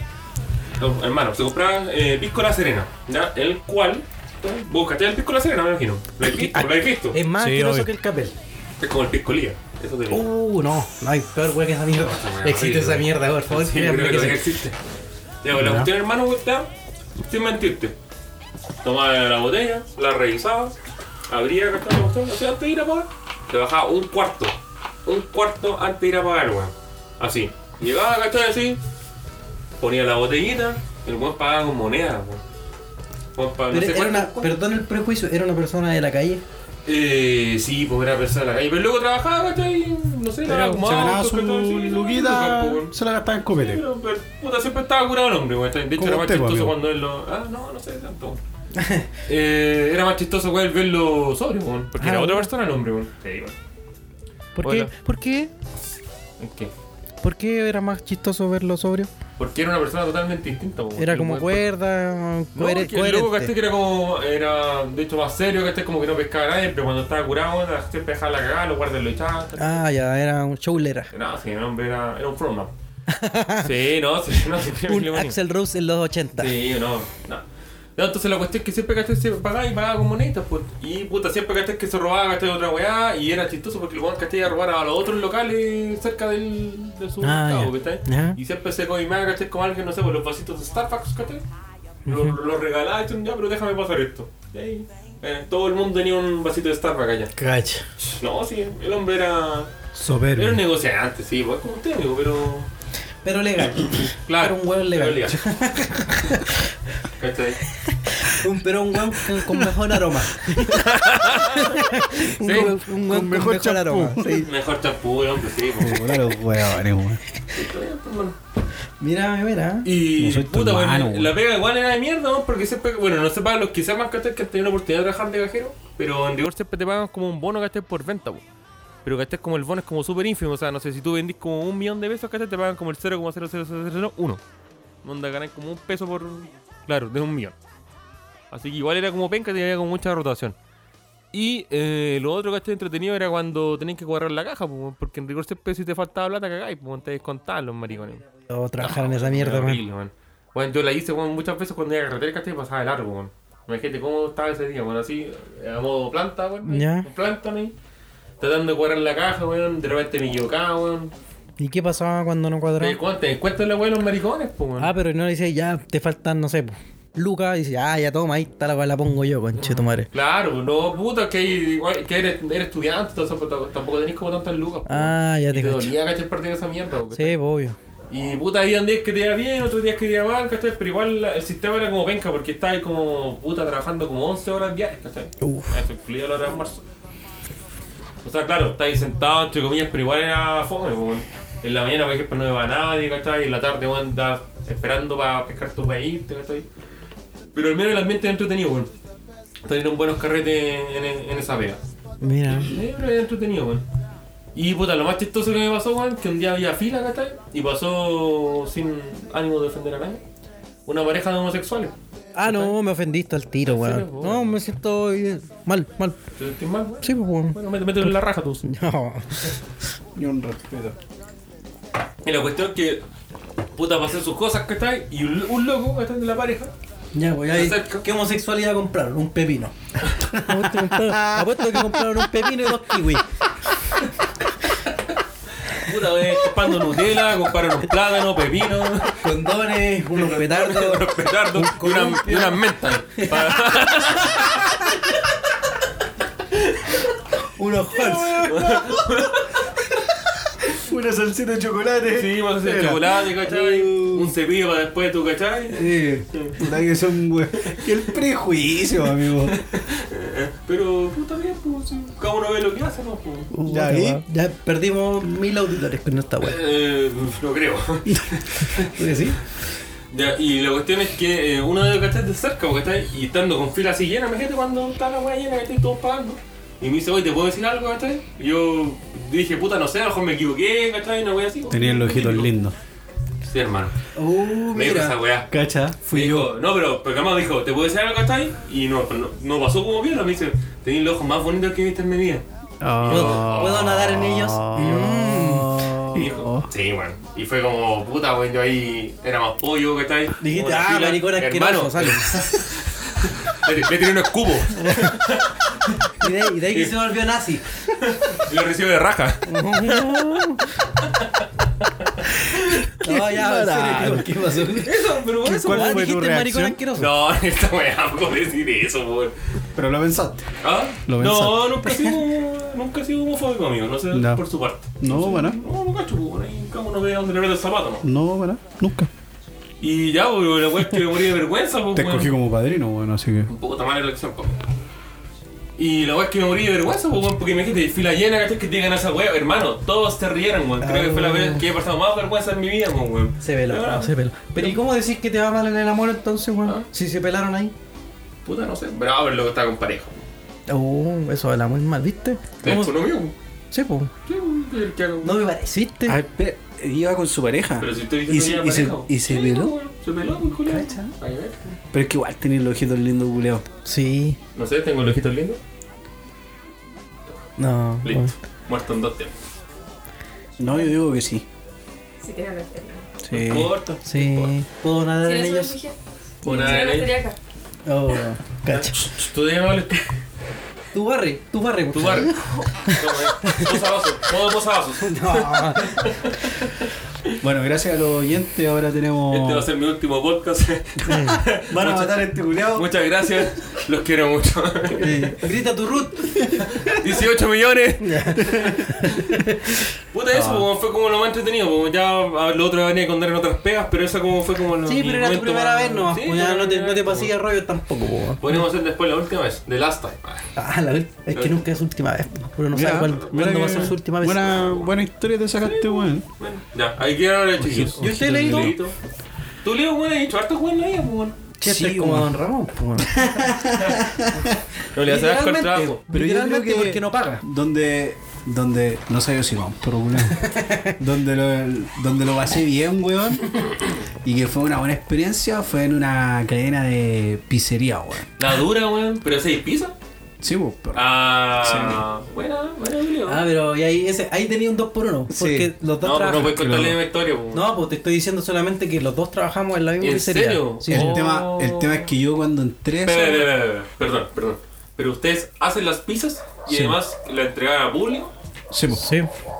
Speaker 2: No, hermano, se compraba eh, pisco la serena, ¿ya? El cual, vos cachaste el pisco la serena, me imagino. Lo he visto, lo he visto.
Speaker 3: Es más
Speaker 4: Sí,
Speaker 3: asqueroso
Speaker 4: obvio.
Speaker 3: que el capel.
Speaker 2: Es como el pisco lía. Eso te digo.
Speaker 3: Uh, no, no hay peor wea que esa mierda.
Speaker 2: weá
Speaker 3: Existe
Speaker 2: horrible,
Speaker 3: esa
Speaker 2: weón.
Speaker 3: mierda, por favor.
Speaker 2: Sí,
Speaker 3: créanme
Speaker 2: creo que
Speaker 3: Oh, que
Speaker 2: todavía
Speaker 3: sí.
Speaker 2: existe. Ya, pues, la cuestión, hermano, pues, está, sin mentirte. Tomaba la botella, la revisaba, abría, ¿cachai? la cuestión, o sea, antes de ir a pagar, te bajaba un cuarto. Un cuarto antes de ir a pagar, weón. Así. Llegaba, ¿cachai? Así, ponía la botellita, el weón pagaba con monedas, weón. Weón pagaba- no
Speaker 3: Pero
Speaker 2: sé
Speaker 3: era una,
Speaker 2: cuánto-
Speaker 3: perdón el prejuicio, era una persona de la calle.
Speaker 2: Eh, sí, pues era persona de la calle. Pero luego trabajaba, ¿cachai? No sé,
Speaker 4: Pero
Speaker 2: como
Speaker 4: se
Speaker 6: ganaba su luquita, se la gastaba en copete.
Speaker 2: Pero, pero, puta, siempre estaba curado el hombre, güey. De hecho,
Speaker 6: Como
Speaker 2: era más
Speaker 6: usted,
Speaker 2: chistoso
Speaker 3: pues,
Speaker 6: amigo.
Speaker 2: cuando él lo. Ah, no, no sé tanto. eh, era más chistoso, güey, el verlo sobrio, güey. Porque
Speaker 3: Ah,
Speaker 2: era otra
Speaker 3: bueno.
Speaker 2: persona el hombre, güey. Sí, güey.
Speaker 3: ¿Por
Speaker 2: Hola.
Speaker 3: qué? ¿Por qué?
Speaker 2: ¿Qué?
Speaker 3: ¿Por qué era más chistoso verlo sobrio?
Speaker 2: Porque era una persona totalmente distinta, güey.
Speaker 3: Era
Speaker 2: El
Speaker 3: como
Speaker 2: güey-
Speaker 3: cuerda,
Speaker 2: No,
Speaker 3: cohere-
Speaker 2: que el loco, ¿cachai?
Speaker 3: coherente.
Speaker 2: Que era como. Era, de hecho, más serio, ¿cachai? Como que no pescaba a nadie, pero cuando estaba curado, siempre dejaba la cagada, los guardias lo echaban. ¿cachai?
Speaker 3: Ah, ya, era un showlera.
Speaker 2: No, sí, el hombre era, era un frontman. sí, no, sí, no, sí,
Speaker 3: Un
Speaker 2: Leonino.
Speaker 3: Axel Rose en los 80.
Speaker 2: Sí, no, no. No, entonces la cuestión es que siempre gasté, siempre pagaba y pagaba con monedas, pues. Y puta, siempre gasté que se robaba, gasté otra weá, y era chistoso porque el weón gasté a robar a los otros locales cerca del, del supermercado,
Speaker 3: Ah, ya.
Speaker 2: ¿cachai?
Speaker 3: Ajá.
Speaker 2: Y siempre se coimaba, gasté como alguien, no sé, por los vasitos de Starbucks, gasté. Los los regalaba y decían, ya, pero déjame pasar esto. Y ahí, eh, todo el mundo tenía un vasito de Starbucks allá.
Speaker 3: Cacha.
Speaker 2: No, sí, el hombre era. Era un
Speaker 4: Soberbio.
Speaker 2: negociante, sí, pues como usted, amigo, pero.
Speaker 3: Pero legal.
Speaker 2: Claro.
Speaker 3: Era un hueón legal.
Speaker 2: Era ¿Cachai?
Speaker 3: Un, pero un weón con, con mejor aroma. un
Speaker 2: Sí,
Speaker 3: weón un weón con mejor,
Speaker 6: mejor champú.
Speaker 3: aroma. sí.
Speaker 2: Mejor champú, el hombre, sí. pues.
Speaker 4: Puta los huevones, weón.
Speaker 3: Mira, mira.
Speaker 2: Y
Speaker 4: No soy tu
Speaker 2: puta, bueno,
Speaker 4: hermano, weón.
Speaker 2: la pega igual era de mierda, ¿no? Porque siempre, bueno, no se pagan los quizás más ¿cachai? que han tenido la oportunidad de trabajar de cajero, pero en rigor siempre te pagan como un bono gasté por venta, weón. Pero gasté como el bono es como súper ínfimo, o sea, no sé, si tú vendís como un millón de pesos, gasté te pagan como el 0,00001. Onda ganáis como un peso por, claro, de un millón. Así que igual era como penca, tenía como mucha rotación. Y eh, lo otro que estoy entretenido era cuando tenías que cuadrar la caja, po, porque en rigor siempre si te faltaba plata cagáis, pues te descontaban los maricones.
Speaker 3: O trabajar en esa mierda,
Speaker 2: Era
Speaker 3: man.
Speaker 2: horrible, man. Bueno, yo la hice weón, muchas veces cuando iba a carretera ¿cachai? pasaba de largo, weón. Imagínate cómo estaba ese día, weón, así, eh, a modo planta, weón. ahí,
Speaker 3: Ya.
Speaker 2: un Plantón ahí. Tratando de cuadrar la caja, weón. De repente me equivocaba, weón.
Speaker 3: ¿Y qué pasaba cuando no
Speaker 2: ¿Te
Speaker 3: cuadraba?
Speaker 2: das cuenta? ¿Te das cuenta de la weá de los maricones, po, weón?
Speaker 3: Ah, pero no le dice, ya, te faltan, no sé, po. Luca dice, ah, ya toma, ahí está la cual la pongo yo, conche tu madre.
Speaker 2: Claro, no, puta, que, igual- que eres, eres estudiante, entonces pues, tampoco- tampoco tenés como tantas lucas, po.
Speaker 3: Ah, ya
Speaker 2: Y te
Speaker 3: te cacho.
Speaker 2: dolía, cachai, perder esa mierda, weón.
Speaker 3: Sí, po, obvio.
Speaker 2: Y puta, había días que te iba bien, otros días que te iba mal, ¿cachai? Pero igual la- el sistema era como penca, porque estaba ahí como puta trabajando como 11 horas diarias, ¿cachai?
Speaker 3: Uf.
Speaker 2: Eso incluía la hora de almuerzo. O sea, claro, estáis sentado entre comillas, pero igual era fome, po, weón. En la mañana, por ejemplo, no iba nadie, ¿cachai? Y en la tarde, weón, andás esperando para pescar tu país, ¿cachai? Pero al menos el ambiente era entretenido, weón. Salieron buenos carretes en, en- en esa pega.
Speaker 3: Mira.
Speaker 2: Eh, pero era entretenido, weón. Y puta, lo más chistoso que me pasó, weón, que un día había fila, ¿cachai? Y pasó sin ánimo de ofender a nadie. Una pareja de homosexuales.
Speaker 3: Ah, no, me ofendiste al tiro,
Speaker 2: serio,
Speaker 3: weón.
Speaker 2: po,
Speaker 3: No,
Speaker 2: weón?
Speaker 3: me siento eh, mal, mal.
Speaker 2: ¿Te sentís mal, weón?
Speaker 3: Sí, pues, weón.
Speaker 2: Bueno, mete- mételo en la raja tú.
Speaker 3: No.
Speaker 6: Ni un respeto.
Speaker 2: Y la cuestión es que, puta, pasé sus cosas, ¿cachai? Y un, un loco, ¿cachai? De la pareja.
Speaker 3: Ya, voy ahí.
Speaker 2: Exacto.
Speaker 3: ¿Qué homosexualidad compraron? Un pepino. Apuesto que compraron- Apuesto que compraron un pepino y dos kiwis.
Speaker 2: Puta, weón, chupando Nutella, compraron un plátano, pepino,
Speaker 3: Condones, unos petardos.
Speaker 2: unos petardos y una, y unas mentas. Para-
Speaker 3: unos hearts.
Speaker 6: Una salsita de chocolate.
Speaker 2: Sí, vas a hacer
Speaker 6: Era.
Speaker 2: chocolate, ¿cachai? Un cepillo para después tú, ¿cachai?
Speaker 6: Sí, puta que son we- que el prejuicio, amigo.
Speaker 2: Pero puta bien, pues sí. cada uno ve lo que hace, ¿no? Pues.
Speaker 3: Uh,
Speaker 6: Ya,
Speaker 3: qué
Speaker 6: ¿y?
Speaker 3: guay. ya perdimos mil auditores con esta weá.
Speaker 2: Eh, no creo.
Speaker 3: ¿Tú que sí?
Speaker 2: Ya, y la cuestión es que eh, uno debe cachar de cerca, porque está y estando con fila así llena, imagínate cuando está la weá llena que estoy todos pagando. Y me dice, oye, ¿te puedo decir algo, cachai? Y Yo dije, puta, no sé, a lo mejor me equivoqué, cachai, una weá así. pues".
Speaker 4: Tenía los ojitos lindos.
Speaker 2: Sí, hermano.
Speaker 3: Uh,
Speaker 2: Me dijo esa
Speaker 3: mira.
Speaker 2: weá.
Speaker 4: Cacha,
Speaker 2: Me
Speaker 4: fui yo.
Speaker 2: dijo, No, pero Pergamao dijo, ¿te puedo decir algo, cachai? Y no, pues no, no pasó como viola, me dice, tenés los ojos más bonitos que he visto en mi vida.
Speaker 3: ¿Puedo, puedo nadar en ellos?
Speaker 4: Ah.
Speaker 2: Y
Speaker 4: Oh.
Speaker 2: dijo, sí, bueno. Y fue como, puta, weón, yo ahí era más pollo, cachai.
Speaker 3: Dijiste,
Speaker 2: Una
Speaker 3: ah,
Speaker 2: fila.
Speaker 3: maricón asqueroso,
Speaker 2: Hermano,
Speaker 3: sale.
Speaker 2: le, le tiré un escupo.
Speaker 3: Y de, y de ahí que se volvió nazi.
Speaker 2: Y lo recibe de raja.
Speaker 3: No, ya, en serio,
Speaker 4: barato.
Speaker 3: ¿qué pasó?
Speaker 2: Eso, pero
Speaker 4: ¿Qué-
Speaker 2: eso,
Speaker 4: cuál
Speaker 3: Ah,
Speaker 4: fue tu
Speaker 3: dijiste maricón
Speaker 4: reacción?
Speaker 3: asqueroso.
Speaker 2: No, esta weá, ¿cómo decir eso, weón?
Speaker 4: Pero lo pensaste.
Speaker 2: ¿Ah?
Speaker 4: Lo
Speaker 2: no, nunca he sido, nunca he sido homofóbico, amigo, no sé
Speaker 4: No.
Speaker 2: por su parte.
Speaker 4: No, bueno.
Speaker 2: No, no cacho, pues, weón, ahí cada uno ve a dónde le aprieta el zapato, ¿no?
Speaker 4: No, bueno, nunca.
Speaker 2: Y ya, pues, weón, la weá es que me morí de vergüenza, pues,
Speaker 4: Te escogí
Speaker 2: weón.
Speaker 4: como padrino, bueno, así que.
Speaker 2: Un poco tan mala elección, pues. Y la weá es que me morí de vergüenza, pues, weón, porque me dijiste fila llena, ¿cachai? Que digan esa weá, hermano, todos te rieron, weón. Creo que fue
Speaker 4: Ah.
Speaker 2: la vez que he pasado más vergüenza en mi vida, pues, weón.
Speaker 3: Se peló,
Speaker 2: Pero,
Speaker 3: no, se peló. Pero ¿y cómo decís que te va mal en el amor entonces, weón?
Speaker 2: Ah.
Speaker 3: Si se pelaron ahí.
Speaker 2: Puta, no sé, pero a ver lo que está con pareja.
Speaker 3: Uh, eso habla muy mal, ¿viste?
Speaker 2: Es uno mío, weón.
Speaker 3: Sí, pues.
Speaker 2: Sí, weón, ¿qué- qué hago?
Speaker 3: No me pareciste.
Speaker 4: Ay, pe- iba con su pareja.
Speaker 2: Pero si estoy
Speaker 4: y se,
Speaker 2: diciendo
Speaker 4: y se,
Speaker 2: peló
Speaker 4: y se veló.
Speaker 2: Se peló, pues, culiao.
Speaker 3: Cacha.
Speaker 2: Ay, ve.
Speaker 4: Pero es que igual tenía los ojitos lindos, culeo.
Speaker 3: Sí.
Speaker 2: No sé, tengo los ojitos lindos.
Speaker 3: No.
Speaker 2: Listo.
Speaker 3: bueno.
Speaker 2: Muerto en dos temas.
Speaker 4: No, yo digo que sí.
Speaker 7: Si tienen los temas.
Speaker 4: Sí.
Speaker 2: No importa.
Speaker 3: Sí. ¿Puedo nadar
Speaker 7: Si
Speaker 3: en
Speaker 7: no se
Speaker 3: ellos?
Speaker 7: refugia,
Speaker 2: Una
Speaker 7: si no, no
Speaker 2: de
Speaker 7: estaría acá.
Speaker 3: Oh, cacho.
Speaker 2: Tú te llamas
Speaker 3: Tu barre, tu barre, por
Speaker 2: tu
Speaker 3: favor.
Speaker 2: bar. Posavasos. Modo posavasos.
Speaker 4: Bueno, gracias a los oyentes, ahora
Speaker 3: Oh.
Speaker 2: Este va a
Speaker 4: tenemos.
Speaker 2: ser mi último podcast.
Speaker 4: Van a matar a este culeo.
Speaker 2: Muchas gracias. Los quiero mucho.
Speaker 3: Eh, grita tu root.
Speaker 2: 18 millones. Puta
Speaker 3: Ah.
Speaker 2: eso, como fue como lo más entretenido. Como ya a lo otro venía a contar en otras pegas, pero esa como fue como lo
Speaker 3: Sí, pero
Speaker 2: mi
Speaker 3: era tu
Speaker 2: momento
Speaker 3: primera
Speaker 2: más-
Speaker 3: vez nomás.
Speaker 2: Sí,
Speaker 3: pues, ya
Speaker 2: la
Speaker 3: no te,
Speaker 2: primera
Speaker 3: no te
Speaker 2: vez,
Speaker 3: pasillas rollo tampoco, po, weón.
Speaker 2: como- Podríamos hacer después la última vez, The Last Time. Ah.
Speaker 3: Ah, la verdad. Es que nunca es su última vez. po. Uno no sabe cuál- cuándo va a ser su última vez.
Speaker 4: Buena, buena historia te sacaste, weón.
Speaker 2: Bueno, ya, ahí quedaron los chiquillos.
Speaker 4: ¿Y usted, Leito?
Speaker 2: Leito. Tú, Leo, weón, has hecho harto weón en la vida, weón.
Speaker 3: Chester
Speaker 4: Sí,
Speaker 3: como
Speaker 4: weón.
Speaker 3: Don Ramón, po, weón.
Speaker 2: No le hace asco el
Speaker 3: Literalmente,
Speaker 2: trabajo.
Speaker 4: Pero yo creo
Speaker 3: Literalmente
Speaker 4: que
Speaker 3: porque no paga.
Speaker 4: Donde, donde, no sé yo si vamos, pero weón. donde, lo, donde lo pasé bien, weón. Y que fue una buena experiencia, fue en una cadena de pizzería, weón.
Speaker 2: La dura, weón. Pero seis pizza.
Speaker 4: Sí, weón. pero-
Speaker 2: Ah, buena, buena, Leo.
Speaker 3: Ah, pero y ahí, ese, ahí tenía un 2 por 1
Speaker 4: Sí.
Speaker 3: Porque los
Speaker 2: No,
Speaker 3: dos
Speaker 2: pero no
Speaker 3: trabajan.
Speaker 2: puedes contarle
Speaker 4: Claro.
Speaker 2: mi historia, weón.
Speaker 3: No, pues te estoy diciendo solamente que los dos trabajamos en la misma
Speaker 2: ¿En
Speaker 3: pizzería.
Speaker 2: serio?
Speaker 3: Sí.
Speaker 4: el,
Speaker 2: Oh.
Speaker 4: tema, el tema es que yo cuando entré.
Speaker 2: Espera,
Speaker 4: ¿sabes?
Speaker 2: espera, espera, espera. Perdón, perdón. Pero ustedes hacen las pizzas y
Speaker 4: Sí.
Speaker 2: además la entregan a público.
Speaker 4: Sí, pues. po.
Speaker 3: Sí.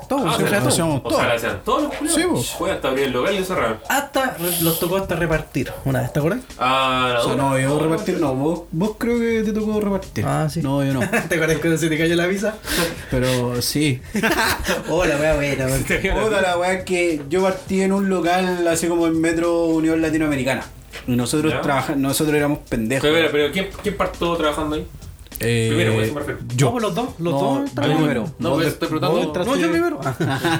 Speaker 4: Todo,
Speaker 2: Ah,
Speaker 4: sí,
Speaker 2: pero
Speaker 4: lo hacemos
Speaker 2: O
Speaker 4: todo.
Speaker 2: sea, la hacen todos los culiados.
Speaker 4: Sí, vos.
Speaker 2: Fue hasta abrir el local y cerrar.
Speaker 3: Hasta los tocó hasta repartir una vez, ¿te acuerdas?
Speaker 2: Ah, la
Speaker 4: O sea,
Speaker 2: dura.
Speaker 4: no, yo repartir no, vos, vos creo que te tocó repartir.
Speaker 3: Ah, sí.
Speaker 4: No, yo no.
Speaker 3: ¿Te acuerdas cuando se te cayó la visa?
Speaker 4: Pero sí.
Speaker 3: Hola, wea, buena, weón.
Speaker 4: Puta la weá que yo partí en un local así como en Metro Unión Latinoamericana. Y nosotros
Speaker 2: Ya.
Speaker 4: trabaja- nosotros éramos pendejos.
Speaker 2: Pero, pero, pero ¿quién, ¿quién partió trabajando ahí?
Speaker 4: Eh,
Speaker 2: Primero, por eso me refiero.
Speaker 3: No, pues los dos, los
Speaker 4: no,
Speaker 3: dos
Speaker 4: yo
Speaker 3: trabajan.
Speaker 4: primero.
Speaker 2: No,
Speaker 4: Vos
Speaker 2: pues,
Speaker 4: de-
Speaker 2: estoy preguntando-
Speaker 4: vos entraste-
Speaker 3: No, yo primero. Ah,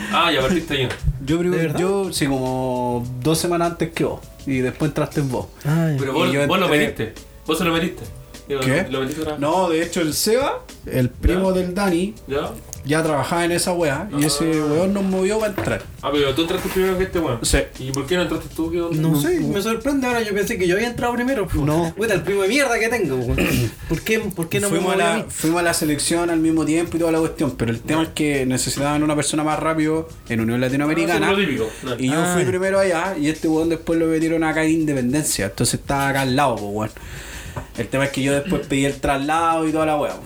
Speaker 2: Ah, ya partiste yo.
Speaker 4: Yo
Speaker 3: ¿De
Speaker 4: primero,
Speaker 3: verdad?
Speaker 4: yo sí como dos semanas antes que vos. Y después entraste vos.
Speaker 3: ay.
Speaker 2: Pero vos,
Speaker 4: Y yo
Speaker 2: vos lo
Speaker 4: entré-
Speaker 2: metiste. Vos se lo metiste. Yo,
Speaker 4: ¿Qué?
Speaker 2: Lo metiste otra vez.
Speaker 4: No, de hecho el Seba, el primo del Dani,
Speaker 2: ¿Ya?
Speaker 4: ya trabajaba en esa weá. Y ese weón nos movió para entrar.
Speaker 2: Ah, pero tú entraste primero que este weón.
Speaker 4: Sí.
Speaker 2: ¿Y por qué no entraste tú? ¿Qué onda?
Speaker 3: No, sé, me sorprende ahora, yo pensé que yo había entrado primero. pues.
Speaker 4: No.
Speaker 3: Puta, el primo de mierda que tengo. pues. ¿Por qué, por qué no
Speaker 4: fuimos,
Speaker 3: me
Speaker 4: a
Speaker 3: movió a
Speaker 4: la,
Speaker 3: mí?
Speaker 4: fuimos a la selección al mismo tiempo y toda la cuestión, pero el tema es que necesitaban una persona más rápido en Unión Latinoamericana.
Speaker 2: Ah, sí, lo típico. Dale.
Speaker 4: y yo
Speaker 3: Ah.
Speaker 4: fui primero allá y este weón después lo metieron acá en Independencia, entonces estaba acá al lado, pues weón. El tema es que yo después pedí el traslado y toda la weón.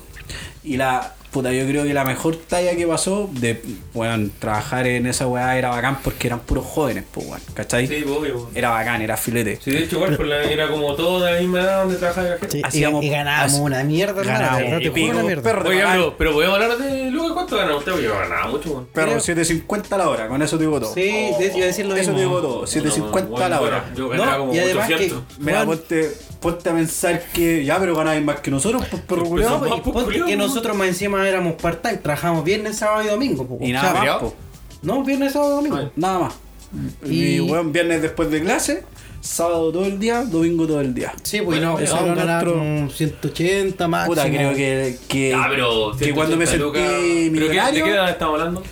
Speaker 4: Y la puta, yo creo que la mejor talla que pasó de, weón, trabajar en esa weá era bacán porque eran puros jóvenes, pues weón, ¿cachai?
Speaker 2: Sí, pues, obvio.
Speaker 3: eh,
Speaker 4: Era bacán, era filete.
Speaker 2: Sí, de hecho, igual, pues, la- era como todo de la misma edad donde trabajaba la gente.
Speaker 3: Sí, y-
Speaker 4: hacíamos-
Speaker 3: y, ganábamos
Speaker 4: hace-
Speaker 3: una mierda, hermano,
Speaker 4: ganábamos
Speaker 3: de verdad, te juro
Speaker 4: pico,
Speaker 3: una mierda.
Speaker 4: perro de
Speaker 2: Oye,
Speaker 4: bacán.
Speaker 2: pero, pero voy a hablar de Lucas, ¿cuánto gana usted? Porque yo ganaba mucho, weón.
Speaker 4: Perro,
Speaker 3: Creo-
Speaker 4: 7.50 la hora, con eso te digo todo.
Speaker 3: Sí, de- yo iba a decir lo
Speaker 4: Eso
Speaker 3: mismo.
Speaker 4: te digo todo,
Speaker 2: Bueno,
Speaker 4: 7.50 la hora.
Speaker 2: Yo
Speaker 3: No,
Speaker 2: ganaba como
Speaker 3: y además que-
Speaker 2: 800.
Speaker 4: Mira,
Speaker 3: Juan-
Speaker 4: ponte, ponte a pensar que ya, pero ganáis más que nosotros, pues perro
Speaker 2: Pues
Speaker 4: culiao.
Speaker 2: son
Speaker 3: No,
Speaker 2: más
Speaker 3: y ponte
Speaker 2: culiao,
Speaker 3: que
Speaker 2: ¿no?
Speaker 3: nosotros más encima éramos part-time, trabajamos viernes, sábado y domingo. pues. po.
Speaker 4: Y
Speaker 3: O
Speaker 4: nada
Speaker 3: sea,
Speaker 4: más, pues.
Speaker 2: ¿ya?
Speaker 4: po.
Speaker 3: No, viernes, sábado y domingo.
Speaker 2: Ay.
Speaker 4: nada más.
Speaker 3: Y-
Speaker 4: Y, weón, viernes después de clase,
Speaker 6: sábado todo el día, domingo todo el día.
Speaker 3: Sí, pues y no,
Speaker 6: Ese
Speaker 3: vamos a
Speaker 6: era
Speaker 3: ganar
Speaker 6: nuestro-
Speaker 3: un 180 máximo.
Speaker 4: Puta, creo que. que
Speaker 2: Ah, pero.
Speaker 4: que cuando me
Speaker 2: 180 lucas- ¿Pero
Speaker 4: sentí
Speaker 2: qué, ¿De
Speaker 4: millonario-
Speaker 2: qué edad estamos hablando?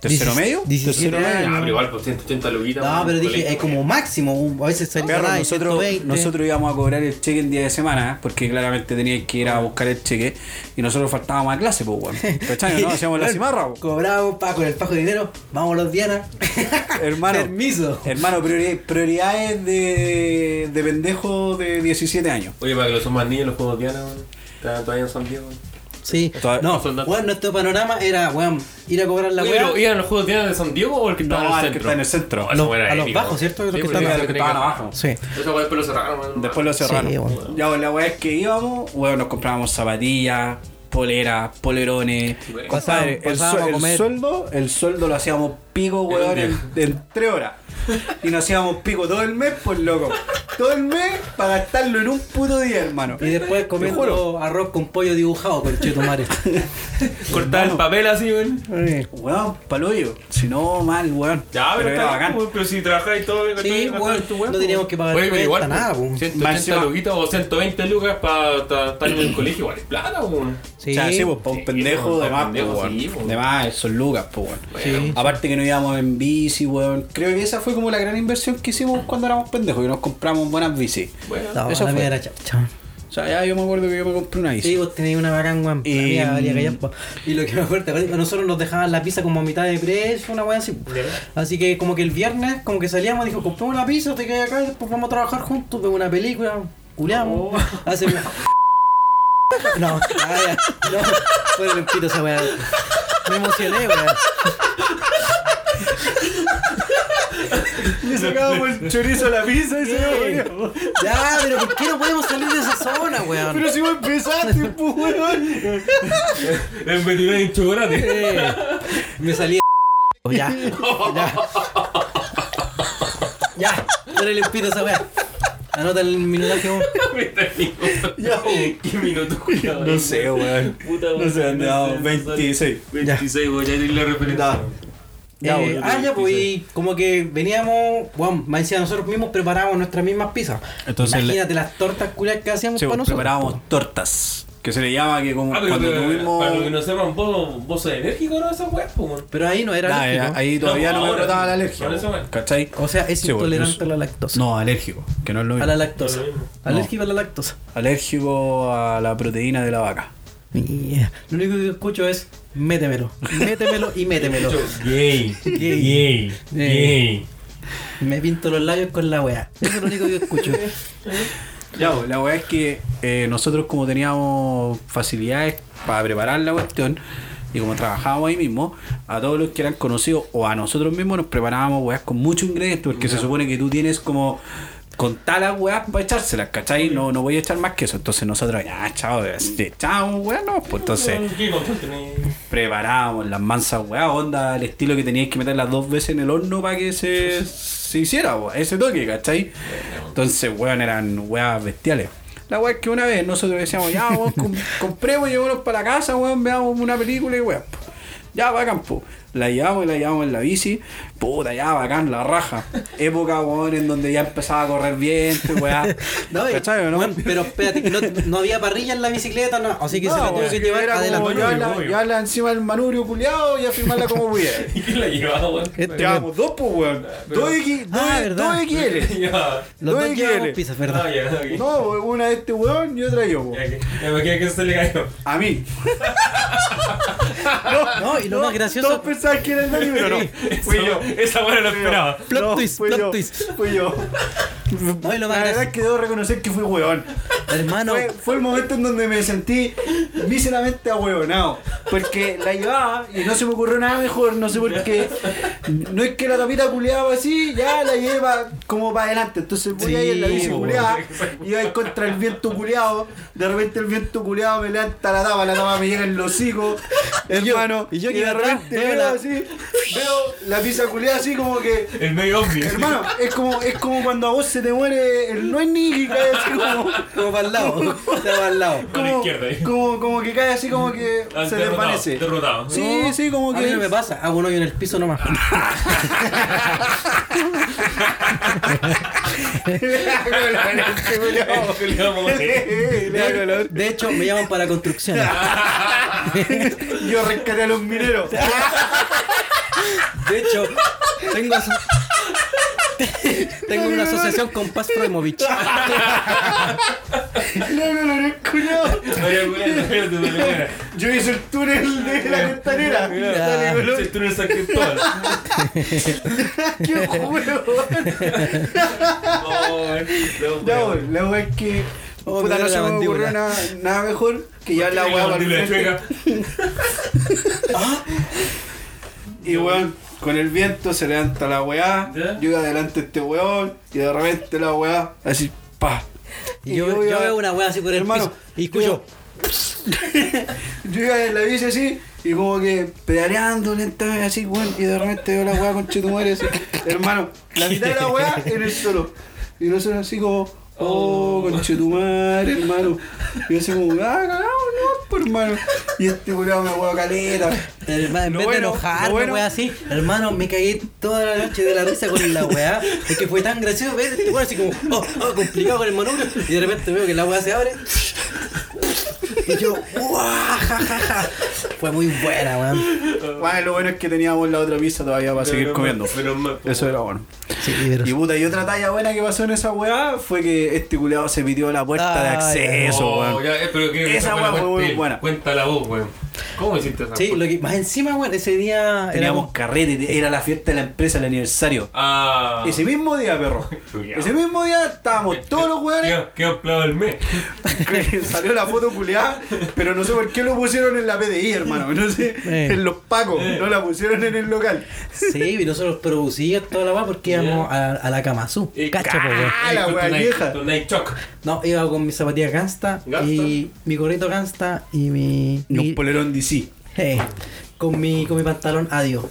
Speaker 4: ¿Tercero medio?
Speaker 3: 17
Speaker 4: Tercero medio.
Speaker 2: Ah, pero
Speaker 3: años.
Speaker 2: igual por 180 luquitas.
Speaker 3: No,
Speaker 2: un
Speaker 3: pero dije,
Speaker 2: colegio.
Speaker 3: es como máximo. un- A veces salía
Speaker 4: Perro,
Speaker 3: ganada y
Speaker 4: nosotros,
Speaker 3: 120.
Speaker 4: nosotros íbamos a cobrar el cheque el día de semana, ¿eh? porque claramente teníais que ir a buscar el cheque y nosotros faltábamos a clase, pues, weón. ¿Cachai? ¿No? Hacíamos la
Speaker 3: Bueno,
Speaker 4: cimarra, pues. po.
Speaker 3: Cobramos pa, con el pajo de dinero. Vámonos, Diana.
Speaker 4: Hermano,
Speaker 3: Permiso.
Speaker 4: hermano priori- prioridades de, de pendejo de 17 años.
Speaker 2: Oye, para que los son más niños los juegos Diana, weón. Está Todavía en San Diego. weón.
Speaker 3: Sí.
Speaker 4: Toda-
Speaker 3: No,
Speaker 2: son datos.
Speaker 3: weón, nuestro panorama era, weón, ir a cobrar la
Speaker 2: Oye,
Speaker 3: weá.
Speaker 2: pero ¿iban los juegos Diana de San Diego o el que estaba
Speaker 4: No,
Speaker 2: en
Speaker 4: al
Speaker 2: el
Speaker 4: que
Speaker 2: centro?
Speaker 4: está en el centro.
Speaker 2: No,
Speaker 4: Ah,
Speaker 2: eso
Speaker 3: Los-
Speaker 2: era
Speaker 3: a los
Speaker 2: épico.
Speaker 3: bajos, ¿cierto? Los
Speaker 2: Sí,
Speaker 3: que
Speaker 2: porque
Speaker 3: están-
Speaker 2: era
Speaker 4: Los que estaban abajo.
Speaker 3: Sí.
Speaker 2: Esa weá después lo cerraron, weón.
Speaker 4: Después lo cerraron.
Speaker 3: bueno.
Speaker 4: Ya, pues, la weá es que íbamos, weón, nos comprábamos zapatillas, poleras, polerones.
Speaker 2: Bueno.
Speaker 4: Compadre, el,
Speaker 3: Pasábamos
Speaker 4: suel-
Speaker 3: a
Speaker 4: el
Speaker 3: comer.
Speaker 4: sueldo, el sueldo lo hacíamos pico, weón,
Speaker 2: día.
Speaker 4: en, en tres horas. Y nos hacíamos pico todo el mes, pues loco. Todo el mes para gastarlo en un puto día, hermano.
Speaker 3: Y después comiendo arroz con pollo dibujado, conchetumare.
Speaker 2: Cortar el papel así, weón.
Speaker 4: Weón, paloyo. Si no, mal, weón.
Speaker 2: Ya, pero,
Speaker 4: era
Speaker 2: está
Speaker 4: bacán.
Speaker 2: bien, pues. weón, pero si trabajáis todo, weón,
Speaker 3: Sí,
Speaker 2: gastáis-
Speaker 3: weón,
Speaker 2: gastáis tu weón,
Speaker 3: no
Speaker 2: weón.
Speaker 3: teníamos que pagar
Speaker 2: Oye, pero
Speaker 3: cuenta,
Speaker 2: igual,
Speaker 3: nada,
Speaker 2: po.
Speaker 3: po.
Speaker 2: 180
Speaker 4: Máxima-
Speaker 2: luquitas o 120 lucas para estar en el colegio, igual es plata, weón.
Speaker 4: O
Speaker 3: Sí.
Speaker 4: sea, sí, pues, para un
Speaker 2: Sí,
Speaker 4: pendejo
Speaker 2: pues,
Speaker 4: de
Speaker 2: pa'
Speaker 4: más,
Speaker 2: un
Speaker 4: pues,
Speaker 2: pendejo,
Speaker 4: weón.
Speaker 2: sí, pues.
Speaker 4: De más, son lucas, pues, weón.
Speaker 3: Sí.
Speaker 4: Aparte que no íbamos en bici, weón. Creo que esa fue como la gran inversión que hicimos cuando éramos pendejos, que nos compramos buenas bici.
Speaker 2: Bueno,
Speaker 3: No,
Speaker 4: Eso
Speaker 3: la
Speaker 4: fue.
Speaker 3: mía era chapa.
Speaker 4: O sea, ya yo me acuerdo que yo me compré una bici.
Speaker 3: Sí, vos tenías una bacán, weón. La
Speaker 4: Y-
Speaker 3: mía valía callampa. Y lo que me acuerdo, a nosotros nos dejaban la pizza como a mitad de precio, una weá así. Así que como que el viernes, como que salíamos, dijo, compremos una pizza, te quedas acá y después vamos a trabajar juntos, vemos una película, culeamos.
Speaker 4: Oh.
Speaker 3: Hacemos... No, ah, ya, no, fue el pito esa weá. Me emocioné, weón.
Speaker 4: Le sacábamos el chorizo a la pizza y se lo poníamos.
Speaker 3: Ya, pero ¿por qué no podemos salir de esa zona, weón?
Speaker 4: Pero si vos empezaste, pues, weón.
Speaker 2: en vez de ir en chocolate.
Speaker 3: Eh, me salí de- Oh, ya. Ya. Ya. Dale el pito a esa weá. Anota el minutaje. vos.
Speaker 2: ¿Qué minuto, culiao,
Speaker 4: No
Speaker 2: eh,
Speaker 4: sé, weón.
Speaker 2: Puta,
Speaker 4: No
Speaker 2: weón,
Speaker 4: sé,
Speaker 2: no
Speaker 4: andábamos
Speaker 2: sé,
Speaker 4: 26.
Speaker 2: 26, weón, ya di la referencia.
Speaker 4: Ya. Ya,
Speaker 3: Eh,
Speaker 4: boludo,
Speaker 3: ah, ya, pues, y como que veníamos, weón, más encima nosotros mismos preparábamos nuestras mismas pizzas.
Speaker 4: Entonces,
Speaker 3: Imagínate las tortas culias que hacíamos
Speaker 4: Sí,
Speaker 3: para
Speaker 4: pues,
Speaker 3: nosotros.
Speaker 4: preparábamos tortas. Que se le llama que como
Speaker 2: Ah, pero,
Speaker 4: cuando
Speaker 2: pero, para lo que
Speaker 4: tuvimos.
Speaker 2: no sepan, vos, vos sos enérgico, ¿no? Esa weá, po, weón.
Speaker 3: Pero ahí no era
Speaker 4: Nah,
Speaker 3: alérgico.
Speaker 4: eh, ahí todavía
Speaker 2: No,
Speaker 4: no, me
Speaker 2: ahora
Speaker 4: trataba
Speaker 2: sí.
Speaker 4: la alergia.
Speaker 2: Por eso,
Speaker 4: weón,
Speaker 2: weón.
Speaker 4: ¿Cachai?
Speaker 3: O sea, es
Speaker 4: Sí, pues,
Speaker 3: intolerante
Speaker 4: yo-
Speaker 3: a la lactosa.
Speaker 4: No, alérgico, que no es lo
Speaker 3: A la
Speaker 4: mismo.
Speaker 3: lactosa.
Speaker 2: No es lo mismo.
Speaker 3: Alérgico a la lactosa.
Speaker 4: Alérgico a la proteína de la vaca.
Speaker 3: Mira, Lo único que escucho es métemelo. Métemelo y métemelo.
Speaker 2: Gay,
Speaker 3: Gay.
Speaker 2: gay,
Speaker 3: gay. Me pinto los labios con la weá. Eso es lo único que escucho.
Speaker 4: Ya, pues, la weá es que eh, nosotros como teníamos facilidades para preparar la cuestión y como trabajábamos ahí mismo, a todos los que eran conocidos o a nosotros mismos nos preparábamos weas con muchos ingredientes porque se supone que tú tienes como con talas weas para echárselas, ¿cachai? No, no voy a echar más que eso. Entonces nosotros, ya, chao, este, chao, weá, no, pues entonces
Speaker 2: Ah, ¿Qué control tenés?
Speaker 4: preparábamos las mansas weá, onda, el estilo que teníais que meterlas dos veces en el horno para que se, se hiciera, weá, ese toque, ¿cachai? Entonces, weón, eran weas bestiales. La weá es que una vez nosotros decíamos, ya, weón, com- compremos, llevémonos para la casa, weón, veamos una película y weón. po. Ya, bacán, po. La llevamos y la llevamos en la bici. Puta, ya, bacán, la raja. Época, weón, en donde ya empezaba a correr viento, weá.
Speaker 3: No, y-
Speaker 4: ¿Cachai o no?
Speaker 3: weón, pero espérate, que no, no había parrilla en la bicicleta, no, así que se la
Speaker 4: No,
Speaker 3: tuvo que
Speaker 4: weón,
Speaker 3: llevar
Speaker 4: era como
Speaker 3: adelante.
Speaker 4: llevarla-
Speaker 2: Obvio.
Speaker 4: llevarla encima del manurio culiado y afirmarla como pudiera.
Speaker 2: ¿Y quién la llevaba, weón?
Speaker 3: Este-
Speaker 4: Llevamos dos, pues, weón. Dos, X, dos, e-
Speaker 3: Ah,
Speaker 4: dos
Speaker 3: verdad.
Speaker 4: XL.
Speaker 2: Ya.
Speaker 3: Los
Speaker 4: No
Speaker 3: dos llevábamos
Speaker 4: hay quienes.
Speaker 3: pizzas,
Speaker 2: Ah,
Speaker 3: ¿verdad?
Speaker 2: ya, ok.
Speaker 4: No, una de este weón y otra yo, po.
Speaker 2: Ya, que- ya me queda que se le cayó.
Speaker 4: A mí.
Speaker 3: No, y lo más
Speaker 4: Todos
Speaker 3: gracioso,
Speaker 4: pensaban que era el Dani, pero no.
Speaker 2: Fui yo, esa weá no la esperaba.
Speaker 3: plot
Speaker 4: No,
Speaker 3: twist,
Speaker 4: fui
Speaker 3: plot
Speaker 4: yo,
Speaker 3: twist.
Speaker 4: Fui yo.
Speaker 3: No, y lo
Speaker 4: La
Speaker 3: más
Speaker 4: verdad
Speaker 3: gracioso,
Speaker 4: es que debo reconocer que fui weón.
Speaker 3: hermano,
Speaker 4: Fue, fue el momento en donde me sentí míseramente ahueonado. Porque la llevaba y no se me ocurrió nada mejor, no sé por qué. No es que la tapita culeaba así, ya la lleva como para adelante. Entonces voy
Speaker 3: Sí,
Speaker 4: ahí en la bici
Speaker 3: po.
Speaker 4: culeada, iba ahí contra el viento culeado. De repente el viento culeado me levanta la tapa, la tapa me llega en los hocico, hermano.
Speaker 3: y yo que
Speaker 4: de
Speaker 3: iba atrás,
Speaker 4: repente
Speaker 3: veo
Speaker 4: veo
Speaker 3: la-
Speaker 4: así, veo la pizza culiada así como que.
Speaker 2: El medio ovni.
Speaker 4: Hermano, es como, es como cuando a vos se te muere el no es ni y cae así como.
Speaker 3: Como para el lado. Está para el lado.
Speaker 2: Con la
Speaker 4: Como,
Speaker 2: izquierda eh. ahí.
Speaker 4: como, como que cae así como que
Speaker 2: Ah,
Speaker 4: se
Speaker 2: derrotado,
Speaker 4: desvanece.
Speaker 2: derrotado.
Speaker 4: Sí, sí, como
Speaker 3: A mí
Speaker 4: que.
Speaker 3: no me pasa, hago un hoyo en el piso nomás.
Speaker 4: Le da color.
Speaker 3: De hecho, me llaman para construcción.
Speaker 4: Yo rescaté a los mineros.
Speaker 3: De hecho, tengo, aso- tengo una asociación con Paz Proemovich.
Speaker 4: Le da color, culiao. Yo hice el túnel de la costanera. Dale color.
Speaker 2: Tú no sabes qué tal.
Speaker 4: ¡Qué juego! Ya,
Speaker 2: No,
Speaker 4: weón, la weá es que.
Speaker 3: Oh,
Speaker 4: puta,
Speaker 3: me duele
Speaker 4: no se
Speaker 3: la
Speaker 4: me
Speaker 3: mandíbula.
Speaker 4: ocurrió nada, nada mejor que ya la weá para el
Speaker 2: mandíbula
Speaker 4: frente.
Speaker 2: chueca.
Speaker 4: Y weón, con el viento se levanta la weá.
Speaker 2: ¿Ya?
Speaker 4: Yo iba adelante este weón. Y de repente la weá, así, pa.
Speaker 3: Y yo, yo
Speaker 4: iba-
Speaker 3: veo una wea así por el
Speaker 4: Hermano,
Speaker 3: piso y escucho.
Speaker 4: Yo iba en la bici así. Y como que pedaleando lentamente así, weón. Y de repente veo la weá con chetumare así. Hermano, la mitad de la weá en el suelo. Y nosotros así como, oh, con chetumare, hermano. Y yo así como, ah, cagado, no, pues, hermano. Y este weón me huevo caleta.
Speaker 3: Hermano, en vez
Speaker 4: Lo
Speaker 3: de
Speaker 4: bueno,
Speaker 3: enojarme,
Speaker 4: lo bueno.
Speaker 3: wea así, hermano, me caí toda la noche de la risa con la wea. Es que fue tan gracioso ver este wea así como, oh, oh, complicado con el manubrio. Y de repente veo que la wea se abre. Y yo, ¡guau! Ja, ja, ja. Fue muy buena, weón.
Speaker 4: Bueno, lo bueno es que teníamos la otra pizza todavía para seguir
Speaker 2: Menos
Speaker 4: comiendo.
Speaker 2: mal, menos mal, po.
Speaker 4: Eso era bueno.
Speaker 3: Sí, pero.
Speaker 4: Y puta, y otra talla buena que pasó en esa weá fue que este culeado se pidió la puerta de
Speaker 3: Ay,
Speaker 4: acceso,
Speaker 2: Oh,
Speaker 4: weón.
Speaker 2: ya, eh, pero creo que
Speaker 4: Esa weá
Speaker 2: buena,
Speaker 4: fue muy
Speaker 2: cuenta-
Speaker 4: buena.
Speaker 2: Cuéntala vos, weón. ¿Cómo hiciste esa
Speaker 3: Sí,
Speaker 2: weá?
Speaker 3: lo que, más encima, weón, ese día.
Speaker 4: pues. Teníamos carrete, era la fiesta de la empresa, el aniversario.
Speaker 2: Ah.
Speaker 4: Ese mismo día, perro.
Speaker 2: Culiao.
Speaker 4: Ese mismo día estábamos todos los weones.
Speaker 2: Qué- Qué empleado el mes.
Speaker 4: Salió la foto culeada, pero no sé por qué lo pusieron en la PDI, hermano. No sé,
Speaker 3: Eh.
Speaker 4: en los pacos, no la pusieron en el local.
Speaker 3: Sí, y nosotros producíamos toda la weá porque íbamos a, a la Kamazú.
Speaker 2: Eh,
Speaker 3: Cacha, po, weón.
Speaker 4: Ah, la
Speaker 2: Con tu
Speaker 4: weá
Speaker 2: Nike-
Speaker 4: vieja.
Speaker 2: tu Nike Shock.
Speaker 3: No, iba con mis zapatillas Gangsta,
Speaker 2: Gangsta.
Speaker 3: y mi gorrito Gangsta y mi.
Speaker 4: Y
Speaker 3: mi-
Speaker 4: un polerón DC.
Speaker 3: eh, con mi con mi pantalón adiós.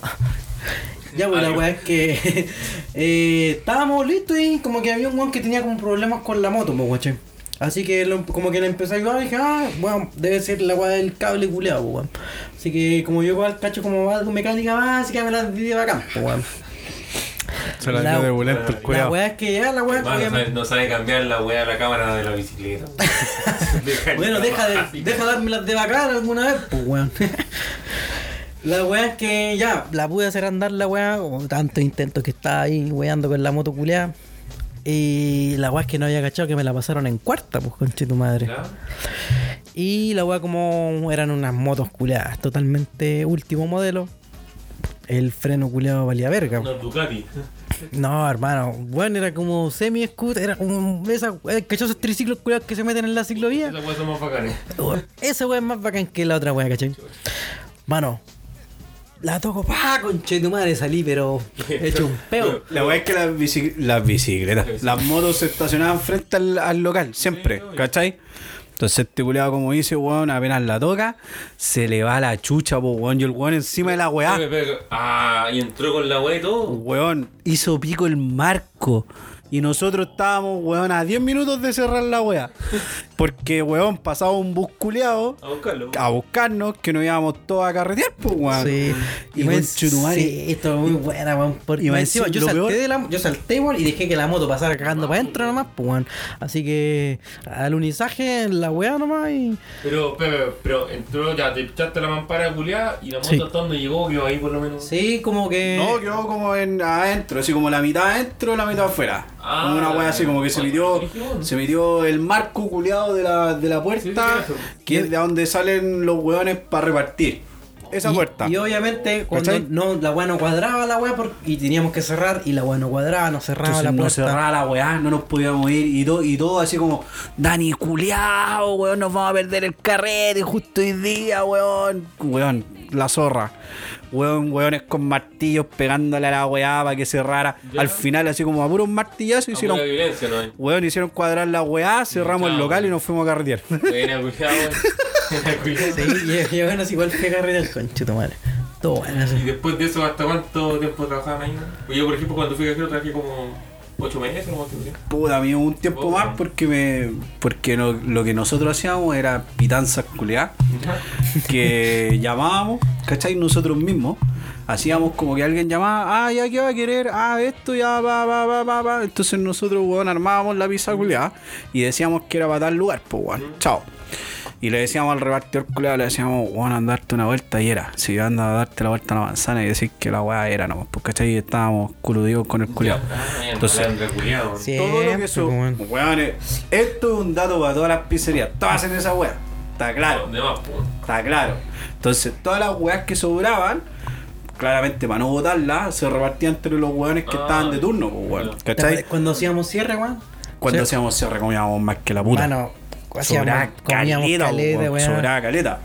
Speaker 3: Ya, pues la
Speaker 2: Adiós.
Speaker 3: weá es que eh, estábamos listos y como que había un weón que tenía como problemas con la moto, pues, guache. Así que lo- como que le empecé a ayudar y dije, ah, bueno, debe ser la weá del cable culeado, pues, weón. Así que como yo igual cacho como algo mecánica básica, me la di bacán, pues, weón.
Speaker 4: Se
Speaker 3: la dio de
Speaker 2: volento el
Speaker 3: La weá es que ya, la weá es que
Speaker 2: Hermano,
Speaker 3: ya
Speaker 2: no
Speaker 3: me-
Speaker 2: sabe- no sabe cambiar la weá de la cámara de la bicicleta. Deja el
Speaker 3: Bueno, deja
Speaker 2: trabajo.
Speaker 3: de, deja darme las de bacán alguna vez, pues, weón. La weá es que ya, la pude hacer andar la weá, como tantos intentos que estaba ahí weando con la moto culeada. Y la weá es que no había cachado que me la pasaron en cuarta, pues, conche tu madre.
Speaker 2: ¿Ya?
Speaker 3: Y la weá como eran unas motos culeadas, totalmente último modelo. El freno culeado valía verga. pues.
Speaker 2: No, Ducati.
Speaker 3: No, hermano, bueno, era como semi-scooter, era como esas, ¿cachai? esos triciclos culeados que se meten en la ciclovía.
Speaker 2: Esas weas son más bacanes.
Speaker 3: Esa weá es más bacán que la otra weá, ¿cachai? Mano, la toco, pa, conche tu madre, salí, pero he hecho un peo.
Speaker 4: La weá es que las, bici- las bicicletas, las motos se estacionaban frente al, al local, siempre, ¿cachai? Entonces este culiado, como dice, weón, apenas la toca, se le va la chucha, po, weón, y el weón encima de la
Speaker 2: Ah,
Speaker 4: weá,
Speaker 2: y entró con la weá y todo.
Speaker 4: Pues, weón, hizo pico el marco. Y nosotros estábamos, weón, a 10 minutos de cerrar la weá. Porque, weón, pasaba un bus culiado
Speaker 2: A buscarlo.
Speaker 4: a buscarnos, que nos íbamos todos a carretear, pues, weón.
Speaker 3: Sí.
Speaker 4: Y,
Speaker 3: más-
Speaker 4: weón, chutumare,
Speaker 3: Sí, esto es muy buena, weón. Porque
Speaker 4: y más
Speaker 3: más encima, yo
Speaker 4: encima, lo
Speaker 3: salté,
Speaker 4: peor-
Speaker 3: de la, yo salté, weón, y dejé que la moto pasara cagando para adentro nomás, pues, weón. Así que al unizaje, la weá nomás y.
Speaker 2: Pero, pero, pero entró, ya te echaste la mampara culiada y la moto
Speaker 3: Sí.
Speaker 2: hasta donde llegó, que ahí por lo menos.
Speaker 3: Sí, como que.
Speaker 4: No, quedó como en adentro, así como la mitad adentro y la mitad afuera.
Speaker 2: Ah.
Speaker 4: Como una wea así, como que se metió, se metió el marco culeado de la, de la
Speaker 2: Sí,
Speaker 4: puerta,
Speaker 2: sí,
Speaker 4: que es de donde salen los hueones para repartir. Esa
Speaker 3: y,
Speaker 4: puerta.
Speaker 3: y obviamente, cuando
Speaker 4: ¿Cachai?
Speaker 3: no, la weá no cuadraba la weá por- y teníamos que cerrar, y la weá no cuadraba, no cerraba
Speaker 4: Entonces
Speaker 3: la
Speaker 4: no
Speaker 3: puerta.
Speaker 4: cerraba la weá, no nos podíamos ir y todo, y todo así como, Dani culeado, weón, nos vamos a perder el carrete justo hoy día, weón. Weón, la zorra. Weón, weones con martillos pegándole a la weá para que cerrara.
Speaker 2: Ya.
Speaker 4: Al final, así como a puros martillazos
Speaker 2: Hicieron.
Speaker 4: hicieron
Speaker 2: Pura violencia, ¿no?
Speaker 4: Weón, hicieron cuadrar la weá, cerramos el
Speaker 2: chao.
Speaker 4: local y nos fuimos a carretear.
Speaker 2: Buena culiada, weón. Buena culiada.
Speaker 3: Sí, y, y bueno, es igual que carrera el conche, tu madre. Todo bueno.
Speaker 2: Y después de eso, ¿hasta cuánto tiempo trabajaban ahí? no? Yo, por ejemplo, cuando fui cajero trabajé como 8 meses, como
Speaker 4: Puta, a mí hubo un tiempo más porque me porque lo, lo que nosotros hacíamos era pitanzas culeadas que llamábamos, ¿cachai? Nosotros mismos hacíamos como que alguien llamaba, ah, ya que va a querer, ah, esto ya va, va, va, va, va. Entonces nosotros, weón, armábamos la pizza culeada y decíamos que era para tal lugar, pues, weón, chao. Y le decíamos al repartidor culeado, le decíamos, weón, anda a darte una vuelta y era. Si anda a darte la vuelta a la manzana y decir que la weá era nomás, pues, ¿cachai? Y estábamos coludidos con el culeado.
Speaker 2: Ah,
Speaker 4: Entonces,
Speaker 2: Entonces,
Speaker 4: todo lo
Speaker 7: Siempre,
Speaker 3: pues,
Speaker 4: que
Speaker 7: pues,
Speaker 4: su...
Speaker 7: weón.
Speaker 4: Weón, eh, esto es un dato para todas las pizzerías. Todas hacen esa weá. Está claro,
Speaker 2: de más, pues.
Speaker 4: está claro. Entonces, todas las weas que sobraban, claramente para no botarlas, se repartían entre los weones que
Speaker 2: Ah,
Speaker 4: estaban de turno, pues, weón.
Speaker 2: claro.
Speaker 3: ¿Te acuerdas
Speaker 4: ¿Cachai?
Speaker 3: Cuando hacíamos cierre, weón.
Speaker 4: Cuando
Speaker 7: Sí.
Speaker 4: hacíamos cierre comíamos más que la puta.
Speaker 7: Mano,
Speaker 4: Sobraba
Speaker 7: hacíamos, comíamos
Speaker 4: caleta, pues,
Speaker 7: caleta,
Speaker 4: weón,
Speaker 7: weón.
Speaker 4: sobraba caleta.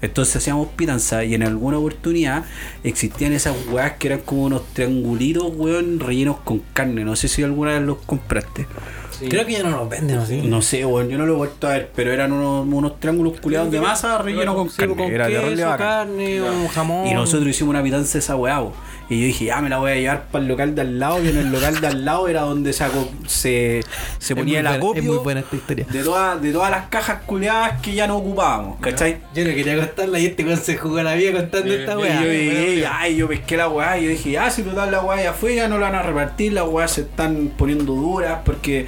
Speaker 4: Entonces hacíamos pitanza y en alguna oportunidad existían esas weas que eran como unos triangulitos, weón, rellenos con carne. No sé si alguna vez los compraste.
Speaker 3: Creo que ya no nos venden, ¿o sí?
Speaker 4: No sé, weón, yo no lo he vuelto a ver, pero eran unos, unos triángulos culeados de masa rellenos con carne. era terrible
Speaker 7: Queso,
Speaker 4: bacán.
Speaker 7: carne, un jamón.
Speaker 4: Y nosotros hicimos una pitanza de esa weá, bo. Y yo dije, ya me la voy a llevar para el local de al lado. Y en el local de al lado era donde se, aco- se, se
Speaker 7: Es muy
Speaker 4: ponía el
Speaker 7: buena-
Speaker 4: acopio
Speaker 7: Es muy buena esta historia.
Speaker 4: de, todas de todas las cajas culeadas que ya no ocupábamos, ¿cachai?
Speaker 3: Yo no quería contarla y este weón se jugó la vida contando
Speaker 2: Bien,
Speaker 3: esta
Speaker 2: bien,
Speaker 4: Y yo
Speaker 3: weá.
Speaker 4: llegué, y, ay, yo pesqué la weá y yo dije, ah, si total la weá ya fue, ya no la van a repartir, las weá se están poniendo duras porque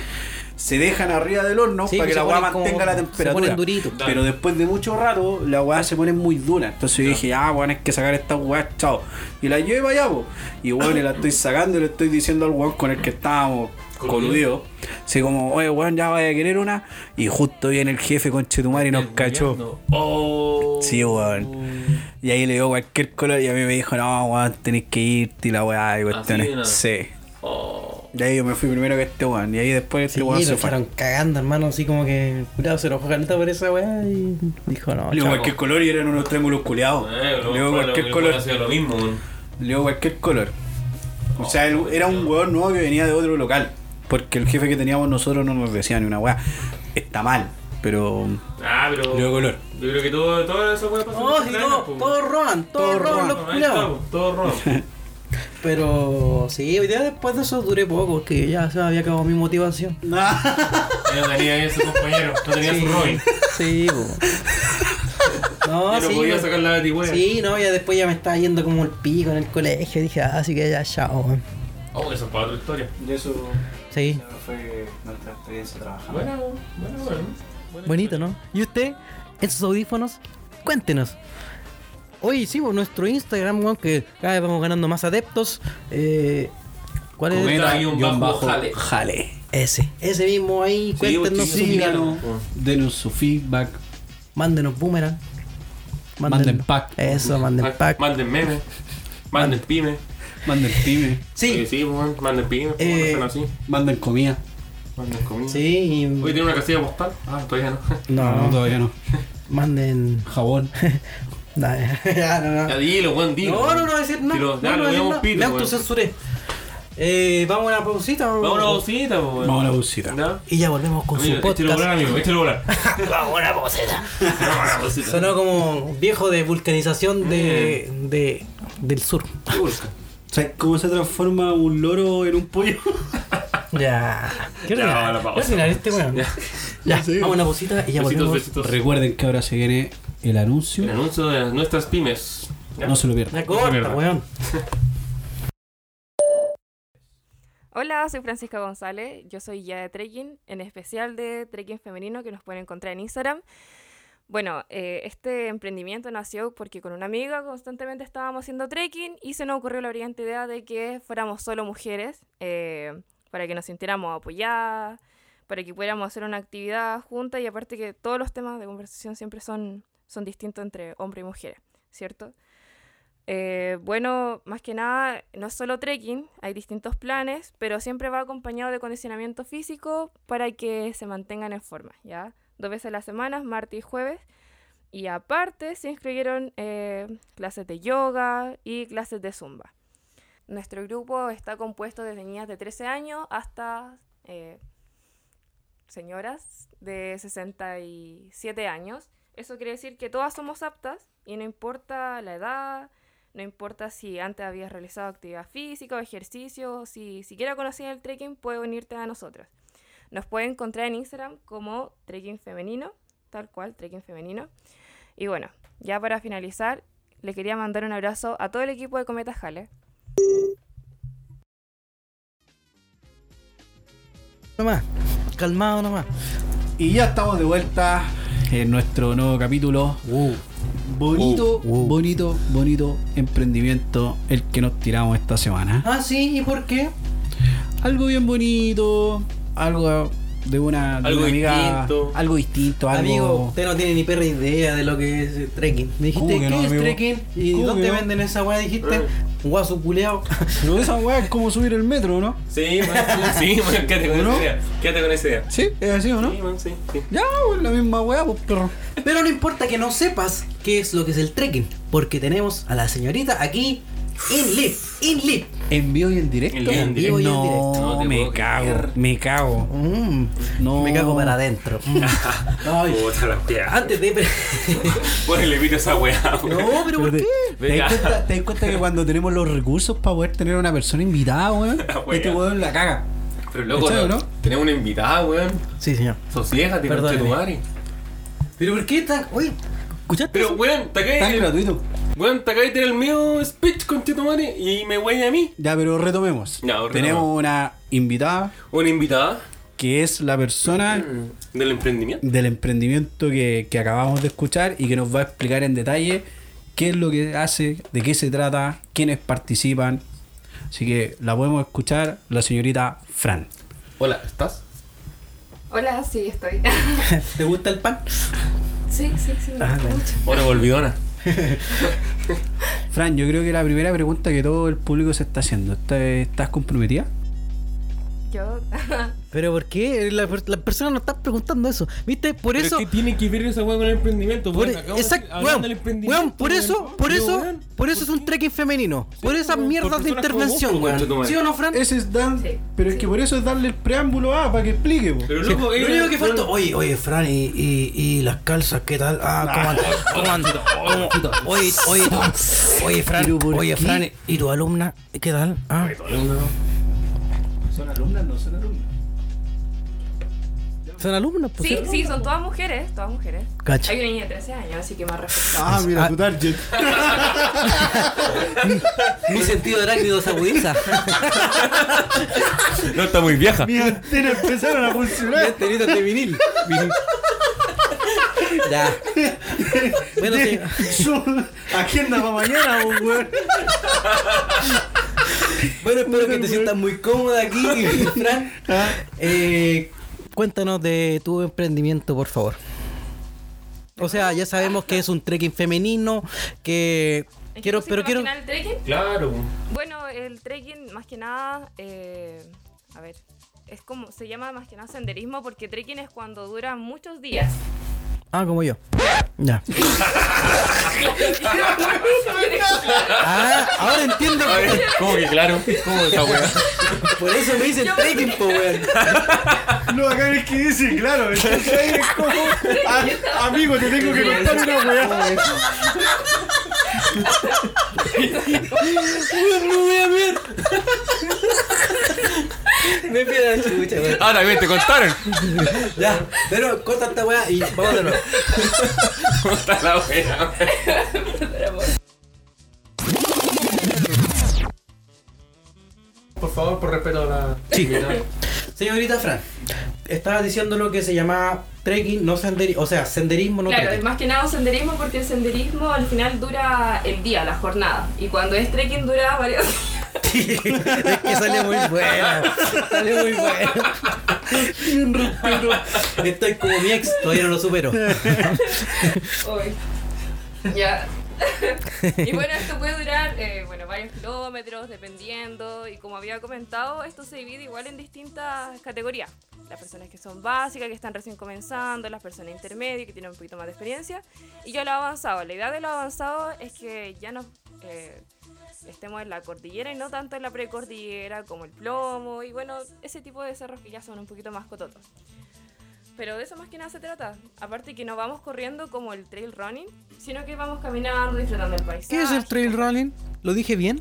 Speaker 4: se dejan arriba del horno
Speaker 7: Sí,
Speaker 4: para
Speaker 7: pues se
Speaker 4: que la weá
Speaker 7: ponen como-
Speaker 4: mantenga la
Speaker 7: se
Speaker 4: temperatura.
Speaker 7: ponen duritos.
Speaker 4: Pero después de mucho rato, la weá se pone muy dura. Entonces yo dije, ah, weón, hay que sacar esta weá, chao. Y la llevo allá, po. Y bueno, y la estoy sacando y le estoy diciendo al weón con el que estábamos coludidos. Así como, oye, weón, ya vaya a querer una. Y justo viene el jefe con Chetumar y nos cachó.
Speaker 2: Oh.
Speaker 4: Sí, weón. Y ahí le dio cualquier color y a mí me dijo, no, weón, tenés que irte y la weá y cuestiones.
Speaker 2: de nada.
Speaker 4: sí.
Speaker 2: Oh.
Speaker 4: Y ahí yo me fui primero que este weón. Y ahí después este
Speaker 7: Sí,
Speaker 4: weón se
Speaker 7: lo
Speaker 4: fue.
Speaker 7: fueron cagando, hermano, así como que el curado se enojó caleta por esa weá y dijo no.
Speaker 4: Le dio
Speaker 7: chao.
Speaker 4: cualquier color y eran unos triángulos culeados.
Speaker 2: Eh,
Speaker 4: le dio
Speaker 2: lo-
Speaker 4: cualquier
Speaker 2: lo-
Speaker 4: color.
Speaker 2: lo- hacía lo mismo, weón.
Speaker 4: Le dio cualquier color. O sea, él- era un weón nuevo que venía de otro local. Porque el jefe que teníamos nosotros no nos decía ni una weá. Está mal, pero.
Speaker 2: Ah, pero.
Speaker 4: Le dio color.
Speaker 2: Yo creo que todo, todo eso puede pasar. este
Speaker 3: No, si no, todos roban, todos roban los culiados.
Speaker 2: Todo roban.
Speaker 3: Pero sí, hoy día después de eso duré poco porque ya se me había acabado mi motivación.
Speaker 2: Yo no tenía ahí a su compañero, no tenía su Robin.
Speaker 3: Sí, po. No,
Speaker 2: Yo no
Speaker 3: sí.
Speaker 2: podía
Speaker 3: po.
Speaker 2: sacar la batihueá.
Speaker 3: Sí, no, ya después ya me estaba yendo como el pico en el colegio. Dije, ah, así que ya, chao, weón.
Speaker 2: Oh, eso es para otra historia.
Speaker 6: Y eso
Speaker 3: Sí.
Speaker 6: fue nuestra experiencia trabajando.
Speaker 2: Bueno, bueno, bueno. Buena
Speaker 3: Bonito,
Speaker 2: historia.
Speaker 3: ¿no? ¿Y usted? ¿En sus audífonos? Cuéntenos. Hoy sí, por nuestro Instagram, weón, que cada vez vamos ganando más adeptos. Eh, ¿Cuál es
Speaker 2: Comenta
Speaker 4: Cometa,
Speaker 2: ahí un
Speaker 4: guión
Speaker 2: bajo, jale.
Speaker 4: jale.
Speaker 3: ese? Ese mismo ahí, cuéntenos sus mierdas.
Speaker 4: síganos, denos su feedback.
Speaker 3: Mándenos boomerang.
Speaker 4: Manden pack.
Speaker 3: Eso, manden
Speaker 2: Ma-
Speaker 3: pack.
Speaker 2: Ah, Manden memes, manden pymes.
Speaker 4: Manden pyme,
Speaker 2: Eh,
Speaker 3: Sí,
Speaker 2: Sí, weón, manden pymes,
Speaker 3: Eh,
Speaker 2: no sean así.
Speaker 4: manden comida.
Speaker 2: Manden comida.
Speaker 3: sí.
Speaker 2: Hoy tiene una casilla postal. Ah, todavía no.
Speaker 4: No,
Speaker 3: No,
Speaker 4: todavía no.
Speaker 3: manden.
Speaker 4: Jabón.
Speaker 3: Nah, ya, no, no.
Speaker 2: Ya dilo, weón, dilo.
Speaker 3: No, no, no, decir nada.
Speaker 2: Dilo,
Speaker 3: no,
Speaker 2: ya,
Speaker 3: no,
Speaker 2: lo
Speaker 3: decir
Speaker 2: veamos
Speaker 3: nada.
Speaker 2: pito,
Speaker 3: Me
Speaker 2: weón.
Speaker 3: autocensuré. Eh, vamos a una pausita.
Speaker 2: Vamos a una bolsita, po, weón.
Speaker 4: Vamos a la bolsita.
Speaker 2: ¿No?
Speaker 3: Y ya volvemos con
Speaker 2: Amigo,
Speaker 3: su
Speaker 2: échalo a volar,
Speaker 3: podcast.
Speaker 2: amigo, échalo a volar.
Speaker 3: Vamos a una pausita.
Speaker 2: Vamos a la bolsita.
Speaker 3: Sonó como viejo de vulcanización de, de, del sur.
Speaker 4: ¿Sabes cómo se transforma un loro en un pollo?
Speaker 3: Ya. ¿Qué
Speaker 2: Ya, vamos a la
Speaker 3: ordinario?
Speaker 2: pausa.
Speaker 3: ¿Qué ordinario este weón? Ya, vamos a una pausita y ya
Speaker 2: Besitos,
Speaker 3: volvemos.
Speaker 2: besitos.
Speaker 4: Recuerden que ahora se viene el
Speaker 2: El
Speaker 4: anuncio.
Speaker 2: anuncio de nuestras pymes. ¿Ya?
Speaker 4: No se lo pierdan.
Speaker 3: La corta,
Speaker 2: Mierda.
Speaker 3: weón.
Speaker 8: Hola, soy Francisca González, yo soy guía de trekking, en especial de trekking femenino que nos pueden encontrar en Instagram. Bueno, eh, este emprendimiento nació porque con una amiga constantemente estábamos haciendo trekking y se nos ocurrió la brillante idea de que fuéramos solo mujeres eh, para que nos sintiéramos apoyadas, para que pudiéramos hacer una actividad juntas y aparte que todos los temas de conversación siempre son, son distintos entre hombre y mujeres, ¿cierto? Eh, bueno, más que nada, no es solo trekking, hay distintos planes, pero siempre va acompañado de condicionamiento físico para que se mantengan en forma, ¿ya? Dos veces a la semana, martes y jueves. Y aparte se inscribieron eh, clases de yoga y clases de zumba. Nuestro grupo está compuesto desde niñas de 13 años hasta eh, señoras de 67 años. Eso quiere decir que todas somos aptas y no importa la edad, No importa si antes habías realizado actividad física o ejercicio, o si siquiera conocías el trekking, puedes unirte a nosotros. Nos pueden encontrar en Instagram como trekking femenino, tal cual, trekking femenino. Y bueno, ya para finalizar, le quería mandar un abrazo a todo el equipo de Cometa Jale.
Speaker 7: Nomás, calmado nomás.
Speaker 4: Y ya estamos de vuelta en nuestro nuevo capítulo. Bonito,
Speaker 7: Uh, uh.
Speaker 4: bonito, bonito emprendimiento el que nos tiramos esta semana.
Speaker 3: Ah, sí, ¿y por qué?
Speaker 4: Algo bien bonito, algo de una, de
Speaker 2: Algo
Speaker 4: una amiga-
Speaker 2: distinto.
Speaker 4: algo distinto, algo
Speaker 3: Amigo, usted no tiene ni perra idea de lo que es eh, trekking. Me
Speaker 4: ¿Cómo
Speaker 3: dijiste,
Speaker 4: que
Speaker 3: ¿qué
Speaker 4: no,
Speaker 3: es
Speaker 4: amigo?
Speaker 3: trekking? ¿Y
Speaker 4: ¿Cómo
Speaker 3: dónde
Speaker 4: que no?
Speaker 3: venden esa weá?
Speaker 7: Eh.
Speaker 3: Dijiste, guaso culeado.
Speaker 4: Pero esa weá es como subir el metro, ¿no?
Speaker 2: Sí, man, sí, man, quédate con
Speaker 4: ¿No?
Speaker 2: esa idea. Quédate con esa idea.
Speaker 4: Sí, es así, ¿o no?
Speaker 2: Sí, man, sí, sí.
Speaker 4: Ya, pues, la misma weá, pues perro.
Speaker 3: Pero no importa que no sepas qué es lo que es el trekking, porque tenemos a la señorita aquí in live, in live.
Speaker 4: En vivo y en directo.
Speaker 2: En vivo y en
Speaker 3: directo.
Speaker 4: No,
Speaker 2: No te
Speaker 4: me
Speaker 2: puedo
Speaker 4: cago,
Speaker 2: creer.
Speaker 4: me cago.
Speaker 3: Mm,
Speaker 4: No. Ah,
Speaker 3: Me cago para adentro. Mm. Ay,
Speaker 2: Puta la wea.
Speaker 3: Antes de.
Speaker 2: Ponle pito a esa wea.
Speaker 3: no, pero ¿por qué?
Speaker 4: ¿Te das,
Speaker 2: Venga.
Speaker 4: cuenta, te das cuenta que cuando tenemos los recursos para poder tener a una persona invitada, weón?
Speaker 2: wea.
Speaker 4: Este weón la caga.
Speaker 2: Pero loco,
Speaker 4: ¿Cachai,
Speaker 2: no-
Speaker 4: no?
Speaker 2: tenemos una invitada, weón.
Speaker 3: Sí, señor.
Speaker 2: Sosiégate,
Speaker 3: Perdón,
Speaker 2: concha de tu
Speaker 3: amigo.
Speaker 2: madre.
Speaker 3: Pero ¿por qué tan.? Oye, ¿escuchaste?
Speaker 2: Pero
Speaker 3: eso?
Speaker 2: weón, te acabas
Speaker 4: Tan
Speaker 2: de-
Speaker 4: gratuito.
Speaker 2: Weón, te acabas de tirar el mío speech, concha de tu madre, y me wey a mí.
Speaker 4: Ya, pero retomemos.
Speaker 2: Ya, retomemos.
Speaker 4: Tenemos una invitada
Speaker 2: Una invitada
Speaker 4: que es la persona
Speaker 2: del emprendimiento.
Speaker 4: del emprendimiento que, que acabamos de escuchar y que nos va a explicar en detalle qué es lo que hace, de qué se trata, quiénes participan. Así que la podemos escuchar la señorita Fran.
Speaker 2: Hola, ¿estás?
Speaker 8: Hola, sí, estoy.
Speaker 3: ¿Te gusta el pan?
Speaker 8: sí, sí, sí.
Speaker 7: Ah,
Speaker 2: Hola, volvidona.
Speaker 4: Fran, yo creo que la primera pregunta que todo el público se está haciendo, ¿está- ¿estás comprometida?
Speaker 8: Yo.
Speaker 7: Pero ¿por qué? Las per- las personas nos están preguntando eso. ¿Viste? Por eso...
Speaker 2: ¿Qué tiene que ver esa weón con el emprendimiento?
Speaker 7: Por,
Speaker 3: e-
Speaker 2: weón? Acabo de
Speaker 7: exacto,
Speaker 2: decir- hablando
Speaker 7: weón,
Speaker 2: del emprendimiento,
Speaker 7: weón, por
Speaker 2: weón.
Speaker 7: eso, por
Speaker 2: Pero,
Speaker 7: eso,
Speaker 2: weón,
Speaker 7: por eso es un trekking femenino. por esas
Speaker 2: weón,
Speaker 7: mierdas
Speaker 2: por
Speaker 7: de
Speaker 2: personas como vos, pues,
Speaker 7: intervención,
Speaker 2: concha de tu
Speaker 7: weón.
Speaker 2: madre.
Speaker 7: ¿Sí o no, Fran?
Speaker 4: Ese es dan,
Speaker 8: Sí.
Speaker 4: pero es que por eso es darle el preámbulo A para que explique. po.
Speaker 2: Pero loco,
Speaker 3: Lo
Speaker 2: ella-
Speaker 3: único que faltó.
Speaker 2: weón,
Speaker 3: Oye, oye, Fran, y, y, y las calzas, ¿qué tal? Ah, ¿cómo andan? ¿Cómo andan? ¿Cómo- Oye, oye, tú- oye, Fran,
Speaker 4: Pero ¿por
Speaker 3: oye,
Speaker 4: qué?
Speaker 3: Fran, ¿y tu alumna? ¿Qué tal? Ah,
Speaker 4: ¿Son alumnas? No son alumnas.
Speaker 7: Son alumnos, pues.
Speaker 8: Sí, sí, son todas mujeres, todas mujeres.
Speaker 3: Cacha.
Speaker 8: Hay una niña de 13 años, así que más respeto.
Speaker 4: Ah, mira, tu target.
Speaker 3: mi sentido arácnido se agudiza.
Speaker 2: No está muy vieja.
Speaker 4: Mis antenas empezaron a funcionar.
Speaker 3: Tenido de vinil. Ya. Bueno, sí.
Speaker 4: Son- Agenda para mañana, po, weón.
Speaker 3: Bueno, espero que te sientas muy cómoda aquí, Fran.
Speaker 7: Eh, cuéntanos de tu emprendimiento, por favor. O sea, ya sabemos que es un trekking femenino, que
Speaker 8: ¿Es que
Speaker 7: quiero,
Speaker 8: tú sí
Speaker 7: pero
Speaker 8: te
Speaker 7: quiero.
Speaker 8: imaginas el trekking?
Speaker 2: Claro, weón.
Speaker 8: Bueno, el trekking más que nada, eh, a ver, es como, se llama más que nada senderismo porque trekking es cuando dura muchos días.
Speaker 7: Ah, como yo. Ya. Ah, ahora entiendo.
Speaker 2: A ver, ¿Cómo que claro? ¿Cómo esa weá?
Speaker 3: Por eso me dicen trekking, po, weón.
Speaker 4: No, acá es que dice, claro. entonces ahí es como, "Ah, amigo, te tengo que contar una weá.
Speaker 3: Me pide la chucha, weón.
Speaker 2: Ahora bien, te contaron.
Speaker 3: Ya, pero corta esta weá y vamos de nuevo.
Speaker 2: ¿Cómo está la wea? Por favor, por respeto a la.
Speaker 7: Sí.
Speaker 3: Señorita Fran, estabas diciendo lo que se llama trekking, no senderismo, o sea, senderismo no
Speaker 8: Claro, es
Speaker 3: trekking.
Speaker 8: más que nada un senderismo porque el senderismo al final dura el día, la jornada. Y cuando es trekking dura varios días.
Speaker 7: Es que sale muy bueno. Sale muy bueno.
Speaker 3: Estoy como mi ex, todavía no lo supero.
Speaker 8: Uy. Ya. y bueno, esto puede durar eh, bueno, varios kilómetros, dependiendo. Y como había comentado, esto se divide igual en distintas categorías. Las personas que son básicas, que están recién comenzando, las personas intermedias, que tienen un poquito más de experiencia. Y ya lo avanzado. La idea de lo avanzado es que ya nos eh, estemos en la cordillera y no tanto en la precordillera, como el plomo. Y bueno, ese tipo de cerros que ya son un poquito más cototos. Pero de eso más que nada se trata. Aparte que no vamos corriendo como el trail running, sino que vamos caminando, disfrutando del paisaje.
Speaker 7: ¿Qué es el trail running?
Speaker 3: ¿Lo dije bien?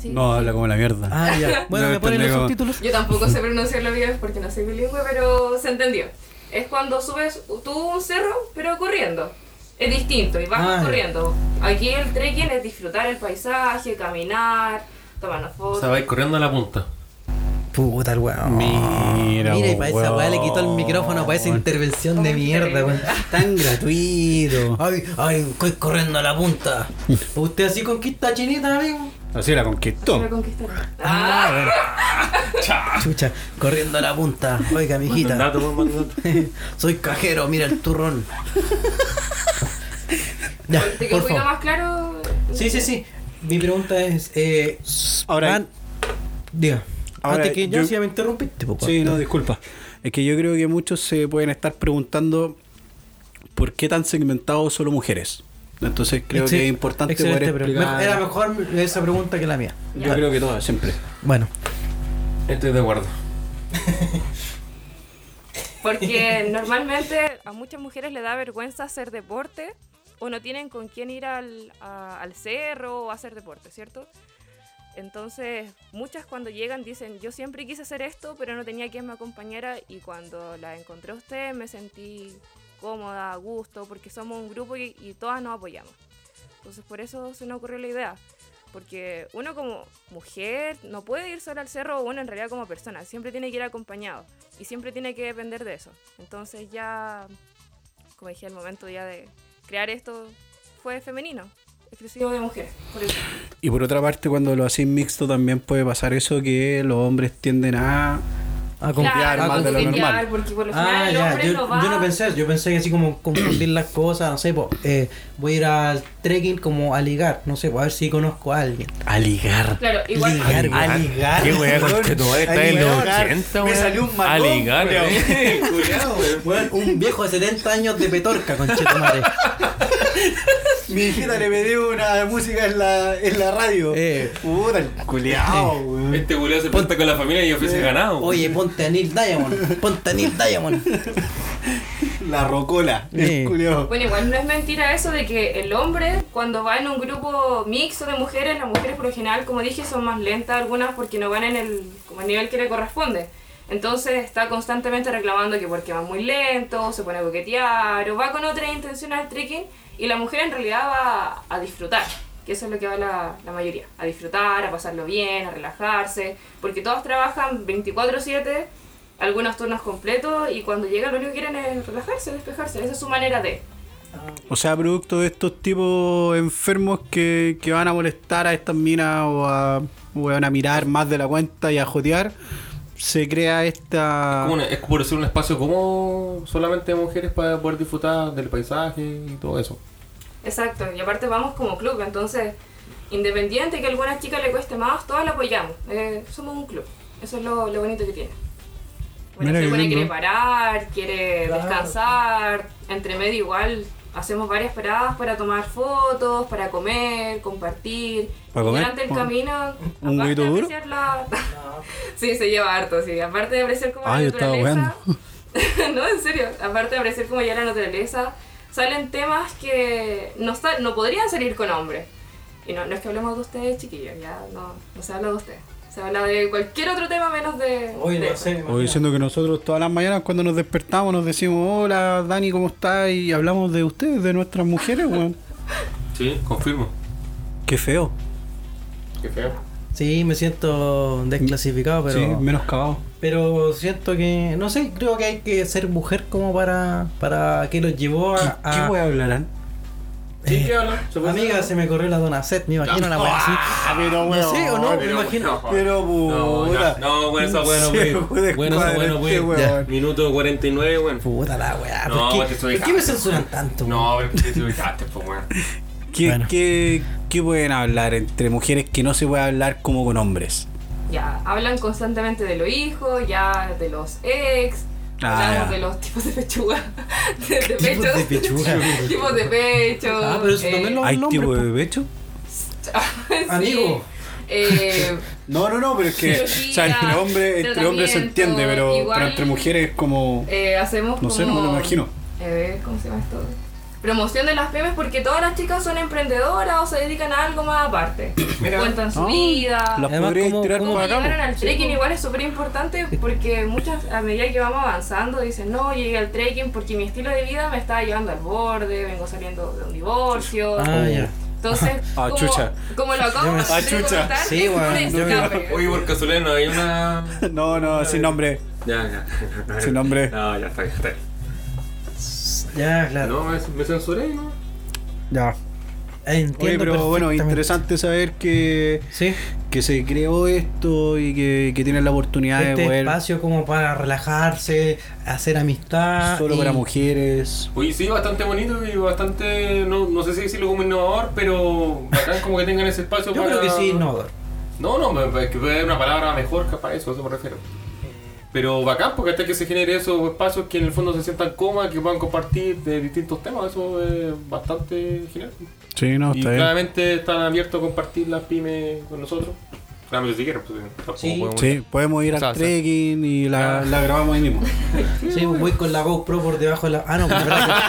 Speaker 8: Sí.
Speaker 4: No, habla como la mierda.
Speaker 3: Ah, ya. Bueno,
Speaker 4: No
Speaker 3: me ponen los
Speaker 4: entendí cómo-
Speaker 3: subtítulos.
Speaker 8: Yo tampoco sé pronunciarlo bien porque no soy bilingüe, pero se entendió. Es cuando subes tú un cerro, pero corriendo. Es distinto y vas
Speaker 3: Ah, ya.
Speaker 8: corriendo. Aquí el trekking es disfrutar el paisaje, caminar, tomarnos
Speaker 2: O
Speaker 8: fotos.
Speaker 2: sea, vais corriendo a la punta.
Speaker 3: Puta el weón.
Speaker 4: Mira,
Speaker 3: Mira, y
Speaker 4: po,
Speaker 3: para esa weá le quitó el
Speaker 4: weón.
Speaker 3: micrófono para esa intervención de mierda, weón. Tan gratuito. Ay, ay, estoy corriendo a la punta. Usted así conquista chinita, amigo.
Speaker 4: Así la conquistó.
Speaker 8: Para conquistar.
Speaker 3: Ah, Chucha, corriendo a la punta. Oiga, mijita.
Speaker 2: Mandato, weón, mandato.
Speaker 3: Soy cajero, mira el turrón. ya,
Speaker 8: Ah, ¿Te quedó
Speaker 3: por
Speaker 8: un poquito
Speaker 3: favor.
Speaker 8: más claro?
Speaker 3: Sí, sí, sí. Mi pregunta es, eh,
Speaker 4: Ahora-
Speaker 3: van- diga.
Speaker 4: Ahora,
Speaker 3: Antes que yo,
Speaker 4: yo-
Speaker 3: si ya me interrumpiste, po,
Speaker 4: Sí, no,
Speaker 3: cuarto.
Speaker 4: disculpa. Es que yo creo que muchos se pueden estar preguntando por qué tan segmentado solo mujeres. Entonces creo
Speaker 3: Excel-
Speaker 4: que es importante poder
Speaker 3: excelente pregunta.
Speaker 4: explicar.
Speaker 3: Era mejor esa pregunta que la mía.
Speaker 4: Yo creo que todas, siempre.
Speaker 3: Bueno,
Speaker 2: Estoy de acuerdo.
Speaker 8: Porque normalmente a muchas mujeres le da vergüenza hacer deporte o no tienen con quién ir al, a- al cerro o hacer deporte, ¿cierto? Entonces, muchas cuando llegan dicen, yo siempre quise hacer esto, pero no tenía quien me acompañara y cuando la encontré a usted me sentí cómoda, a gusto, porque somos un grupo y, y todas nos apoyamos. Entonces, por eso se nos ocurrió la idea. Porque uno como mujer no puede ir sola al cerro, o uno en realidad como persona, siempre tiene que ir acompañado y siempre tiene que depender de eso. Entonces ya, como dije, el momento ya de crear esto fue femenino, exclusivo de mujeres. por eso.
Speaker 4: Y por otra parte, cuando lo hacen mixto también puede pasar eso que los hombres tienden a...
Speaker 3: a con-
Speaker 4: Claro, más de lo
Speaker 8: coquetear,
Speaker 4: normal.
Speaker 8: porque por lo general
Speaker 3: Ah,
Speaker 8: el
Speaker 3: ya,
Speaker 8: hombre
Speaker 3: yo,
Speaker 8: no va.
Speaker 3: yo no pensé, yo pensé que así como confundir las cosas, no sé, po, eh, voy a ir al trekking como a ligar, no sé, po, a ver si conozco a alguien.
Speaker 4: A ligar.
Speaker 8: Claro, igual
Speaker 3: Ligar, weón. a ligar.
Speaker 2: Qué weá, con que tu madre está en los 80, weón.
Speaker 6: Me salió un
Speaker 2: A
Speaker 6: marrón,
Speaker 2: ligar, weón.
Speaker 3: Weón, un viejo de 70 años de petorca, conchetumare.
Speaker 6: Mi hijita le pidió una música en la, en la radio.
Speaker 3: Eh.
Speaker 6: Puta, el culiao, weón.
Speaker 2: Este culeo se pinta con la familia y ofrece ganado.
Speaker 3: Oye, ponte a Neil Diamond, ponte a Neil Diamond.
Speaker 6: La rocola,
Speaker 3: Eh.
Speaker 6: el culiao.
Speaker 8: Bueno, igual no es mentira eso de que el hombre, cuando va en un grupo mixto de mujeres, las mujeres por lo general, como dije, son más lentas algunas porque no van en el, como el nivel que le corresponde. Entonces está constantemente reclamando que porque va muy lento, se pone a coquetear o va con otras intenciones al trekking y la mujer en realidad va a disfrutar, que eso es lo que va la, la mayoría, a disfrutar, a pasarlo bien, a relajarse, porque todos trabajan 24/7, algunos turnos completos y cuando llegan lo único que quieren es relajarse, despejarse, esa es su manera de...
Speaker 4: O sea, producto de estos tipos enfermos que, que van a molestar a estas minas o a, o van a mirar más de la cuenta y a jotear, se crea esta...
Speaker 2: Como una- es por ser un espacio como solamente de mujeres para poder disfrutar del paisaje y todo eso.
Speaker 8: Exacto, y aparte vamos como club, entonces, independiente que a alguna chica le cueste más, todas la apoyamos. Eh, somos un club, eso es lo, lo bonito que tiene. Bueno,
Speaker 4: Mira
Speaker 8: se
Speaker 4: qué
Speaker 8: supone que
Speaker 4: lindo.
Speaker 8: quiere parar, quiere descansar, entre medio igual hacemos varias paradas para tomar fotos, para comer, compartir.
Speaker 4: ¿Para
Speaker 8: Y
Speaker 4: comer?
Speaker 8: Durante el
Speaker 4: ¿Un-
Speaker 8: camino,
Speaker 4: un
Speaker 8: aparte
Speaker 4: huevito
Speaker 8: de
Speaker 4: duro?
Speaker 8: apreciar la- sí, se lleva harto, sí. Aparte de apreciar como
Speaker 4: Ah,
Speaker 8: la
Speaker 4: yo estaba
Speaker 8: naturaleza. no, en serio. Aparte de apreciar como ya la naturaleza, salen temas que no, sa- no podrían salir con hombres. Y no, no es que hablemos de ustedes, chiquillos, ya no, no se habla de ustedes. Se habla de cualquier otro tema menos de. de eso.
Speaker 4: O diciendo que nosotros todas las mañanas cuando nos despertamos nos decimos, hola Dani, ¿cómo estás? Y hablamos de ustedes, de nuestras mujeres, weón.
Speaker 2: Sí, confirmo.
Speaker 4: Qué feo.
Speaker 2: Qué feo.
Speaker 3: Sí, me siento desclasificado, pero...
Speaker 4: Sí, menos cagado.
Speaker 3: Pero siento que, no sé, creo que hay que ser mujer como para, para que los llevó a...
Speaker 4: ¿Qué
Speaker 3: a- eh,
Speaker 4: weón hablarán?
Speaker 2: Sí, ¿qué habla? ¿Se puede
Speaker 3: Amiga,
Speaker 2: hacer?
Speaker 3: se me corrió la donacet, me imagino una weá así.
Speaker 4: ah,
Speaker 6: pero
Speaker 3: No sé, o no, me
Speaker 2: Pero,
Speaker 3: imagino.
Speaker 2: no,
Speaker 6: Pero
Speaker 2: No,
Speaker 6: puta.
Speaker 2: no, no, bueno, esa weá no,
Speaker 6: Se
Speaker 2: weón.
Speaker 6: fue de
Speaker 2: Bueno, esa weá no,
Speaker 6: cuadrante,
Speaker 2: weón.
Speaker 6: weón.
Speaker 2: Minuto 49, weón.
Speaker 3: Puta la weá.
Speaker 2: No,
Speaker 3: ¿por,
Speaker 2: que
Speaker 3: qué,
Speaker 2: soy
Speaker 3: por qué me censuran tanto?
Speaker 2: No, pero te ubicaste, pues, weón.
Speaker 4: ¿Qué,
Speaker 3: Bueno.
Speaker 4: qué- qué pueden hablar entre mujeres que no se puede hablar como con hombres?
Speaker 8: Ya hablan constantemente de los hijos, ya de los ex.
Speaker 4: Ah,
Speaker 8: hablamos
Speaker 4: ya.
Speaker 8: de los tipos de pechuga. De, de
Speaker 3: Tipos de
Speaker 8: pechos.
Speaker 3: pechuga.
Speaker 8: tipos de pecho.
Speaker 3: Ah, pero eso también lo-
Speaker 4: ¿Hay
Speaker 3: nombres,
Speaker 4: tipo
Speaker 3: po.
Speaker 4: de pecho?
Speaker 8: sí.
Speaker 3: Amigo.
Speaker 8: Eh,
Speaker 4: No, no, no, pero es que o sea, entre
Speaker 8: Cirugía,
Speaker 4: hombres, entre hombres se
Speaker 8: tratamiento,
Speaker 4: entiende, pero,
Speaker 8: igual-
Speaker 4: pero entre mujeres es como...
Speaker 8: eh, hacemos
Speaker 4: No sé, no me
Speaker 8: como-
Speaker 4: lo imagino.
Speaker 8: Eh, ¿Cómo se llama esto? Promoción de las pymes porque todas las chicas son emprendedoras o se dedican a algo más aparte.
Speaker 2: Mira.
Speaker 8: Cuentan su
Speaker 4: Ah,
Speaker 8: vida.
Speaker 4: Los
Speaker 3: Además,
Speaker 4: podríais
Speaker 3: como-
Speaker 4: tirar
Speaker 8: Cómo
Speaker 4: para acá,
Speaker 8: llegaron
Speaker 4: po.
Speaker 8: al trekking igual es súper importante porque muchas, a medida que vamos avanzando, dicen, no, llegué al trekking porque mi estilo de vida me estaba llevando al borde, vengo saliendo de un divorcio.
Speaker 3: Ah, ya.
Speaker 8: Entonces,
Speaker 4: Ah,
Speaker 8: como,
Speaker 4: chucha.
Speaker 8: como lo acabo de
Speaker 3: Ah,
Speaker 4: chucha.
Speaker 8: comentar,
Speaker 3: Sí,
Speaker 8: es un
Speaker 3: weón, yo me-
Speaker 8: escape.
Speaker 2: Oye, por casualidad no hay una.
Speaker 4: No, no, sin nombre.
Speaker 2: Ya, ya.
Speaker 4: Sin nombre.
Speaker 2: No, ya está, ya está.
Speaker 3: Ya, claro.
Speaker 2: No, me, me censuré, ¿no?
Speaker 3: Ya. Eh, Entiendo.
Speaker 4: Oye, pero bueno,
Speaker 3: perfectamente.
Speaker 4: interesante saber que,
Speaker 3: Sí,
Speaker 4: que se creó esto y que, que tienen la oportunidad de
Speaker 3: este
Speaker 4: poder
Speaker 3: espacio como para relajarse, hacer amistad.
Speaker 4: solo
Speaker 3: y-
Speaker 4: para mujeres.
Speaker 2: Oye, sí, bastante bonito y bastante. No, no sé si decirlo como innovador, pero bacán como que tengan ese espacio
Speaker 3: Yo
Speaker 2: para.
Speaker 3: creo que sí, innovador.
Speaker 2: No, no, me- me- que puede haber una palabra mejor capaz para eso, a eso me refiero. Pero bacán, porque hasta que se genere esos espacios que en el fondo se sientan cómodas, que puedan compartir de distintos temas, eso es bastante genial.
Speaker 4: Sí, no,
Speaker 2: y claramente están abiertos a compartir las pymes con nosotros. Claramente si quieren, pues tampoco
Speaker 3: Sí.
Speaker 2: podemos-
Speaker 4: Sí, podemos ir
Speaker 2: O sea,
Speaker 4: al
Speaker 2: sí.
Speaker 4: trekking y la,
Speaker 2: Ah.
Speaker 4: la grabamos ahí mismo.
Speaker 3: Sí, voy con la GoPro por debajo de la. Ah, no, pues, verdad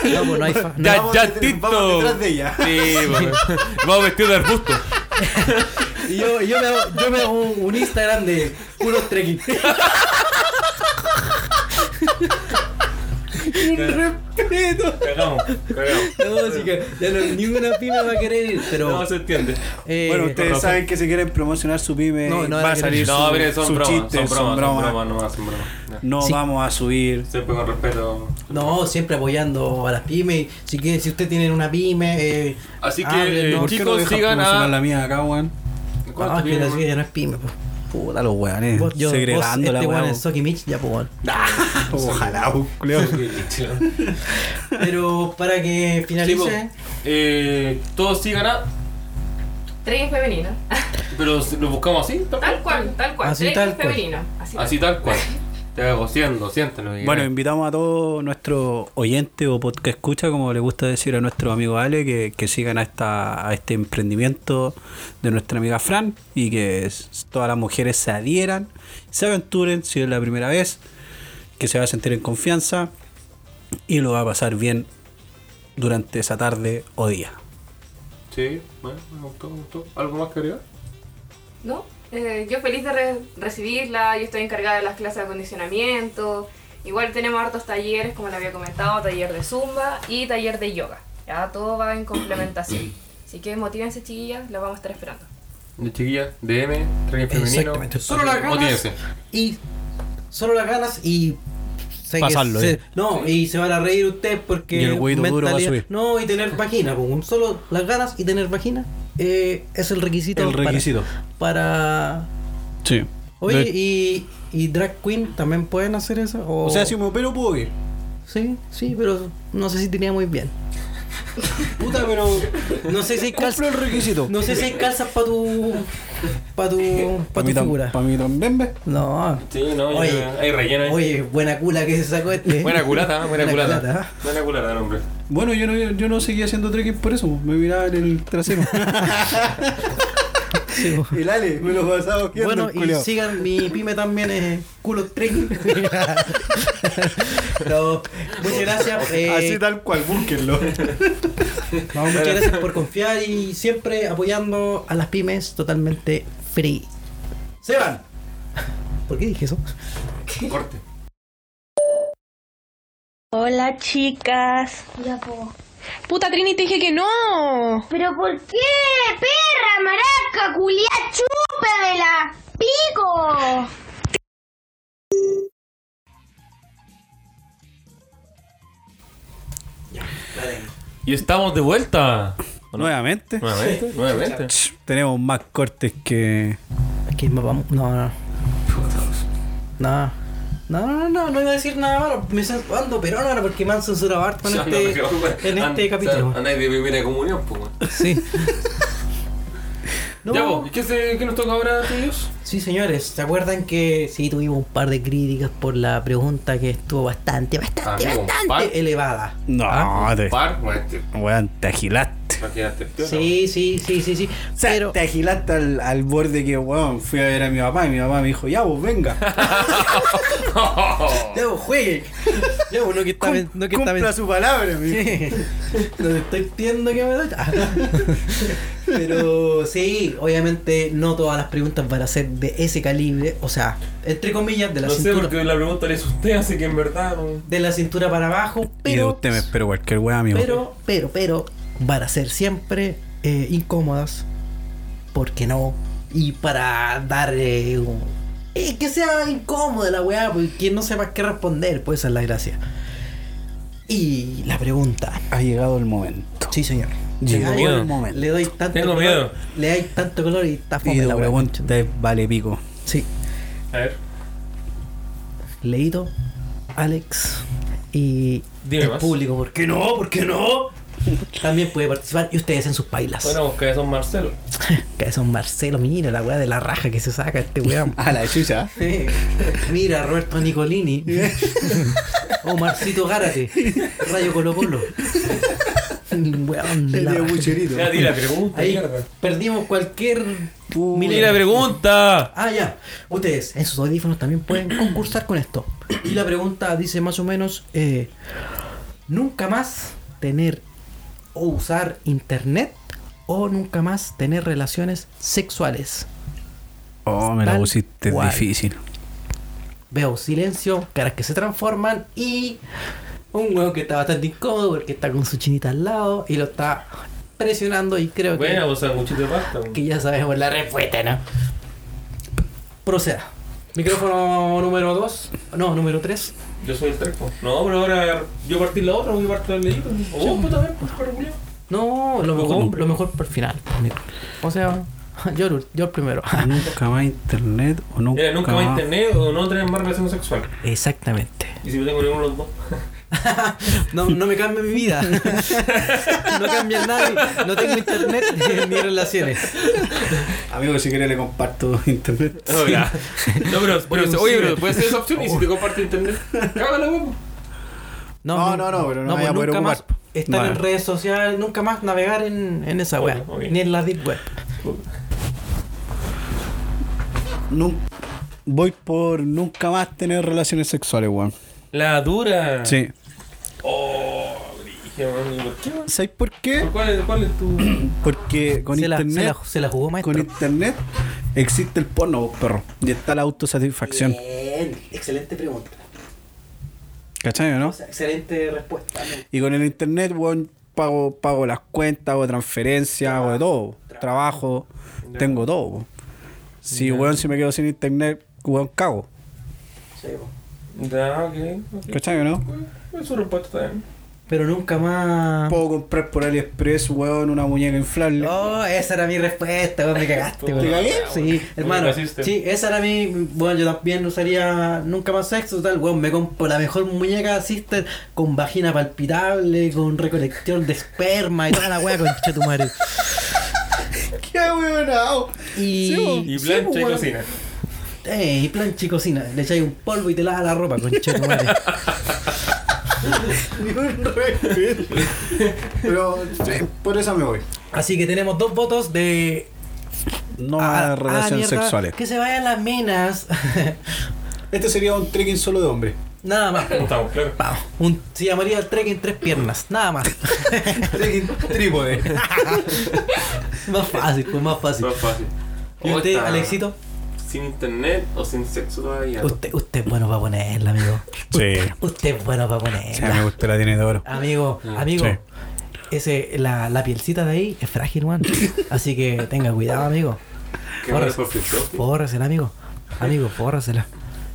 Speaker 3: que- no, pues no hay fa- no hay-
Speaker 2: Ya, ya,
Speaker 4: detrás-
Speaker 2: Tito.
Speaker 4: vamos detrás de ella.
Speaker 2: Sí, bueno. Vamos vestido de arbusto.
Speaker 3: Y yo, yo, me hago, yo me hago un un Instagram de puros trekking.
Speaker 4: Respeto.
Speaker 2: Cagamos, cagamos.
Speaker 3: No, así que ya no, ninguna pyme va a querer ir, pero.
Speaker 2: No se entiende.
Speaker 3: eh,
Speaker 4: Bueno, ustedes
Speaker 2: Rafa.
Speaker 4: saben que si quieren promocionar su pyme,
Speaker 3: No, no,
Speaker 4: va
Speaker 3: era
Speaker 4: a
Speaker 3: que-
Speaker 4: salir
Speaker 2: No,
Speaker 4: su,
Speaker 2: pero son
Speaker 4: su
Speaker 2: bromas,
Speaker 4: chiste,
Speaker 2: son bromas, son
Speaker 4: broma.
Speaker 2: bromas, no, son bromas. Ya.
Speaker 4: No
Speaker 3: Sí.
Speaker 4: vamos a subir.
Speaker 2: Siempre con respeto.
Speaker 3: No, siempre apoyando a las pymes. Si, quieren, si usted tiene una pyme. Eh,
Speaker 2: Así que,
Speaker 3: hablen,
Speaker 2: eh,
Speaker 3: no,
Speaker 4: ¿Por qué no
Speaker 2: Chicos,
Speaker 4: dejas
Speaker 2: sigan a-
Speaker 4: promocionar la mía acá, weón?
Speaker 2: ¿Cuál
Speaker 3: no,
Speaker 2: es
Speaker 3: es
Speaker 2: tu
Speaker 3: que la
Speaker 2: opinión?
Speaker 3: suya ya no es pyme. Pues.
Speaker 4: Puta los weones.
Speaker 3: Vos, yo, vos,
Speaker 4: segregando la
Speaker 3: este weón
Speaker 4: Eh, weón.
Speaker 3: es Soki Mitch, ya pues bueno.
Speaker 4: Ojalá, weón, culiao.
Speaker 3: Pero para que finalice.
Speaker 2: pues, Eh, todos sigan a,
Speaker 8: Trekking femenino.
Speaker 2: pero si- lo buscamos así, tal
Speaker 8: Tal cual, tal cual.
Speaker 3: Así,
Speaker 8: trekking
Speaker 3: tal cual. Ah,
Speaker 8: femenino. Así,
Speaker 2: Así tal cual. Te hago siendo, siéntelo.
Speaker 4: Bueno,
Speaker 2: y-
Speaker 4: invitamos a todos nuestros oyentes o podcast escucha, como le gusta decir a nuestro amigo Ale, que, que sigan a, esta, a este emprendimiento de nuestra amiga Fran y que s- todas las mujeres se adhieran, se aventuren si es la primera vez, que se va a sentir en confianza y lo va a pasar bien durante esa tarde o día.
Speaker 2: Sí, bueno, me gustó, me gustó. ¿Algo más que agregar?
Speaker 8: ¿no? Eh, yo feliz de re- recibirla, yo estoy encargada de las clases de acondicionamiento. Igual tenemos hartos talleres, como le había comentado, taller de zumba y taller de yoga. Ya todo va en complementación. Así que motívense, chiquillas, los vamos a estar esperando.
Speaker 2: De chiquilla, DM, tren femenino.
Speaker 3: Exactamente. Solo las ganas.
Speaker 2: Motívense.
Speaker 3: Y. Solo las ganas y. sé que
Speaker 4: Pasarlo,
Speaker 3: se-
Speaker 4: eh.
Speaker 3: No, y se van a reír ustedes porque.
Speaker 4: Y el güey duro va a subir.
Speaker 3: No, y tener vagina. pues, weón. Solo las ganas y tener vagina eh, es el requisito.
Speaker 4: El
Speaker 3: para-
Speaker 4: requisito.
Speaker 3: Para.
Speaker 4: Sí.
Speaker 3: Oye, y, y drag queen también pueden hacer eso. O,
Speaker 4: O sea, si me opero puedo ir.
Speaker 3: sí, sí, pero no sé si tenía muy bien.
Speaker 4: Puta, pero
Speaker 3: No sé si hay
Speaker 4: cumplo
Speaker 3: calzas,
Speaker 4: el requisito.
Speaker 3: no sé si hay calzas para tu, para tu,
Speaker 4: Pa'
Speaker 3: para tu
Speaker 4: tam-
Speaker 3: figura.
Speaker 4: pa' mí también, ¿ves?
Speaker 3: No.
Speaker 2: Sí, no, ya-
Speaker 3: Oye.
Speaker 2: hay relleno ¿eh? ahí.
Speaker 3: Oye, buena cula que se sacó este.
Speaker 2: Buena culata, ¿eh? buena,
Speaker 3: Buena
Speaker 2: culata.
Speaker 3: culata,
Speaker 2: Buena culata, el hombre.
Speaker 4: Bueno, yo no, yo no seguía haciendo trekking por eso, me miraba en el trasero.
Speaker 6: El Ale, me lo pasaba viendo
Speaker 3: Bueno,
Speaker 6: el
Speaker 3: y
Speaker 6: culiao.
Speaker 3: sigan mi pyme también es culo trekking. Pero, muchas gracias. eh,
Speaker 4: Así tal cual, búsquenlo.
Speaker 3: no, muchas gracias por confiar y siempre apoyando a las pymes totalmente free. Se van. ¿Por qué dije eso?
Speaker 2: Corte.
Speaker 9: Hola chicas.
Speaker 10: Ya, po.
Speaker 9: Puta Trini, te dije que no.
Speaker 10: ¿Pero por qué? ¡Perra, maraca, culiá, chúpemela! ¡Pico!
Speaker 2: Y estamos de vuelta. ¿O no?
Speaker 4: Nuevamente.
Speaker 3: ¿Eh?
Speaker 2: Nuevamente, ¿Eh? nuevamente.
Speaker 4: Ch, Tenemos más cortes que.
Speaker 3: Aquí nos vamos. No, no. No. No, no, no, no iba a decir nada malo. Me están jugando pero ahora porque me han censurado harto en
Speaker 2: Ya,
Speaker 3: este,
Speaker 2: no, pero-
Speaker 3: en este
Speaker 2: An-
Speaker 3: capítulo.
Speaker 2: o sea, Andáis de primera comunión, pues. weón.
Speaker 3: Sí.
Speaker 2: Ya,
Speaker 3: No,
Speaker 2: vos, ¿y qué, se- qué nos toca ahora, tíos?
Speaker 3: sí, señores, ¿se acuerdan que sí tuvimos un par de críticas por la pregunta que estuvo bastante, bastante,
Speaker 2: Amigo, un Ah, par.
Speaker 3: bastante elevada?
Speaker 4: No, te,
Speaker 2: Par, bueno, este-
Speaker 4: weón, te agilaste.
Speaker 2: Imagínate.
Speaker 3: Sí, sí, sí, sí, sí.
Speaker 4: O sea,
Speaker 3: Pero
Speaker 4: te agilaste al, al borde que, weón, fui a ver a mi papá y mi papá me dijo, ya vos, venga.
Speaker 3: Ya, vos, juegue. Ya, vos, no que está, ven- no que está
Speaker 4: Cumpla
Speaker 3: ven-
Speaker 4: su palabra, mi hijo.
Speaker 3: Sí. No te estoy pidiendo que me doy. Ah. Pero sí, obviamente no todas las preguntas van a ser de ese calibre, o sea, entre comillas, de la
Speaker 2: No sé,
Speaker 3: cintura.
Speaker 2: porque la pregunta le hizo usted, así que en verdad. no-
Speaker 3: De la cintura para abajo, pero.
Speaker 4: Y de usted me espero cualquier weá, amigo.
Speaker 3: Pero, pero, pero, van a ser siempre eh, incómodas. ¿Por qué no? Y para dar. eh, un- eh, que sea incómoda la weá, porque no sepa qué responder, pues esa es la gracia. Y la pregunta.
Speaker 4: ha llegado el momento.
Speaker 3: Sí, señor.
Speaker 4: Llegó
Speaker 3: Le doy-
Speaker 4: el momento.
Speaker 3: Le doy tanto
Speaker 2: Tengo
Speaker 3: color.
Speaker 2: miedo.
Speaker 3: Le doy tanto color y está fome
Speaker 4: Y
Speaker 3: la
Speaker 4: la
Speaker 3: weá.
Speaker 4: pregunta es, vale pico.
Speaker 3: Sí.
Speaker 2: A ver,
Speaker 3: Leído, Alex y
Speaker 2: Dime
Speaker 3: el
Speaker 2: más.
Speaker 3: público. ¿Por qué no? ¿Por qué no? También puede participar y ustedes en sus bailas.
Speaker 2: podríamos caer a San Marcelo.
Speaker 3: Que son Marcelo, mira la weá de la raja que se saca este weón.
Speaker 4: A la chucha.
Speaker 3: mira, Roberto Nicolini. o Marcito Gárate. Rayo Colo Colo. Weón de la raja.
Speaker 2: Ya, di la pregunta.
Speaker 3: Ahí
Speaker 2: mierda.
Speaker 3: perdimos cualquier.
Speaker 2: ¡Di la pregunta!
Speaker 3: Ah, ya. Ustedes en sus audífonos también pueden concursar con esto. Y la pregunta dice más o menos: eh, ¿Nunca más tener o usar internet? ¿O nunca más tener relaciones sexuales?
Speaker 4: Oh, me la
Speaker 3: Tal
Speaker 4: pusiste
Speaker 3: cual.
Speaker 4: difícil.
Speaker 3: Veo silencio, caras que se transforman y un huevo que está bastante incómodo porque está con su chinita al lado y lo está presionando y creo que,
Speaker 2: Bueno, vos sanguchito de pasta.
Speaker 3: que ya sabemos la respuesta, ¿no? Proceda. Micrófono número 2, no, número 3.
Speaker 2: Yo soy el treco. No, pero ahora yo partí la otra, voy a partir el dedito. O vos, pues, también, pues, perro culiao.
Speaker 3: No, lo mejor,
Speaker 2: Hombre.
Speaker 3: lo mejor por el final. O sea, yo, el ul- yo el primero.
Speaker 4: Nunca más internet o nunca,
Speaker 2: Mira, nunca más internet o no tener más relación sexual.
Speaker 3: Exactamente.
Speaker 2: Y si no tengo ninguno de los dos.
Speaker 3: No, no me cambia mi vida. No cambia nada. No tengo internet ni relaciones.
Speaker 4: Amigo, si quieres le comparto internet.
Speaker 2: Hola. No, pero, pero se- oye, pero puede ser esa opción y si te comparte internet, cágala, weón.
Speaker 4: No, no, no, pero no vaya
Speaker 3: pues
Speaker 4: a poder
Speaker 3: nunca más
Speaker 4: ocupar.
Speaker 3: Estar
Speaker 4: Vale.
Speaker 3: en redes sociales, nunca más navegar en, en esa web,
Speaker 2: Bueno, ok.
Speaker 3: ni en la deep web.
Speaker 4: Nun- Voy por nunca más tener relaciones sexuales, weón.
Speaker 2: La dura.
Speaker 4: Sí.
Speaker 2: Oh, brígido, weón. ¿Y ¿Por qué, weón?
Speaker 4: ¿Sabes por qué?
Speaker 2: ¿Por ¿Cuál es, cuál es tu...?
Speaker 4: Porque con
Speaker 3: se, la, se,
Speaker 4: internet,
Speaker 3: la, se la jugó maestro.
Speaker 4: con internet existe el porno, perro. Y está la autosatisfacción.
Speaker 3: Bien, excelente pregunta.
Speaker 4: ¿Cachai o no?
Speaker 3: O sea, excelente respuesta. ¿no?
Speaker 4: Y con el internet, weón, pago, pago las cuentas, hago transferencias, hago de todo. Trabajo, tengo todo. weón. Si, weón, si me quedo sin internet, weón, cago.
Speaker 3: Sí, po.
Speaker 2: Ya, ok. ok.
Speaker 4: ¿Cachai o no?
Speaker 2: Es un respuesta también.
Speaker 3: Pero nunca
Speaker 2: Ah.
Speaker 3: más.
Speaker 4: Puedo comprar por AliExpress, weón, una muñeca inflable.
Speaker 3: Oh, esa era mi respuesta, weón, me cagaste, weón.
Speaker 2: ¿Te cagué?
Speaker 3: Sí, hermano.
Speaker 2: cagaste.
Speaker 3: Sí, esa era mi. Bueno, yo también usaría nunca más sexo, tal, weón. Me compro la mejor muñeca sister con vagina palpitable, con recolección de esperma y toda la weá con tu madre.
Speaker 4: ¡Qué weonao!
Speaker 3: Y.
Speaker 2: Y plancha y cocina.
Speaker 3: Ey, plancha y cocina. Le echáis un polvo y te lavas la ropa, concha de tu madre.
Speaker 4: Pero sí, por eso me voy.
Speaker 3: Así que tenemos dos votos de.
Speaker 4: No
Speaker 3: Ah,
Speaker 4: a,
Speaker 3: ah,
Speaker 4: relaciones
Speaker 3: mierda,
Speaker 4: sexuales.
Speaker 3: Que se vayan las minas.
Speaker 4: Este sería un trekking solo de hombre.
Speaker 3: Nada más.
Speaker 2: No estamos claros.
Speaker 3: Vamos, un, se llamaría el trek en tres piernas, nada más.
Speaker 4: trekking trípode.
Speaker 3: más fácil, pues más fácil.
Speaker 2: fácil.
Speaker 3: ¿Y usted, Alexito?
Speaker 2: ¿Sin internet o sin sexo todavía?
Speaker 3: Usted, usted es bueno para ponerla, amigo.
Speaker 4: Sí.
Speaker 3: Usted es bueno para
Speaker 4: Sí, me
Speaker 3: ponerla.
Speaker 4: gusta la tiene de oro.
Speaker 3: Amigo, amigo.
Speaker 4: Sí.
Speaker 3: Ese, la, la pielcita de ahí es frágil, man. Así que tenga cuidado, amigo.
Speaker 2: ¿Qué
Speaker 3: Ahora-
Speaker 2: vale por flip-flop?
Speaker 3: Pórrasela, amigo. Amigo, pórrasela.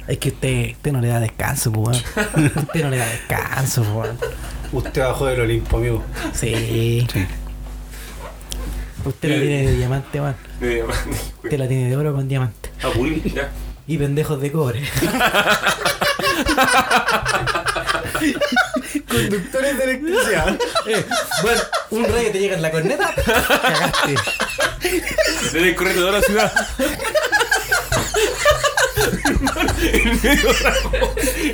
Speaker 3: Es que usted, usted no le da descanso, pues, weón. Usted no le da descanso, pues, weón.
Speaker 4: Usted bajó del Olimpo, amigo.
Speaker 3: Sí. Usted la tiene de diamante, man.
Speaker 2: Eh,
Speaker 3: Usted la tiene de oro con diamante.
Speaker 2: A pulir, Ah, ya.
Speaker 3: Y pendejos de cobre.
Speaker 4: Conductores de electricidad.
Speaker 3: bueno, Eh, un rayo te llega en la corneta. Cagaste.
Speaker 2: Desde el corredor de la ciudad. el medio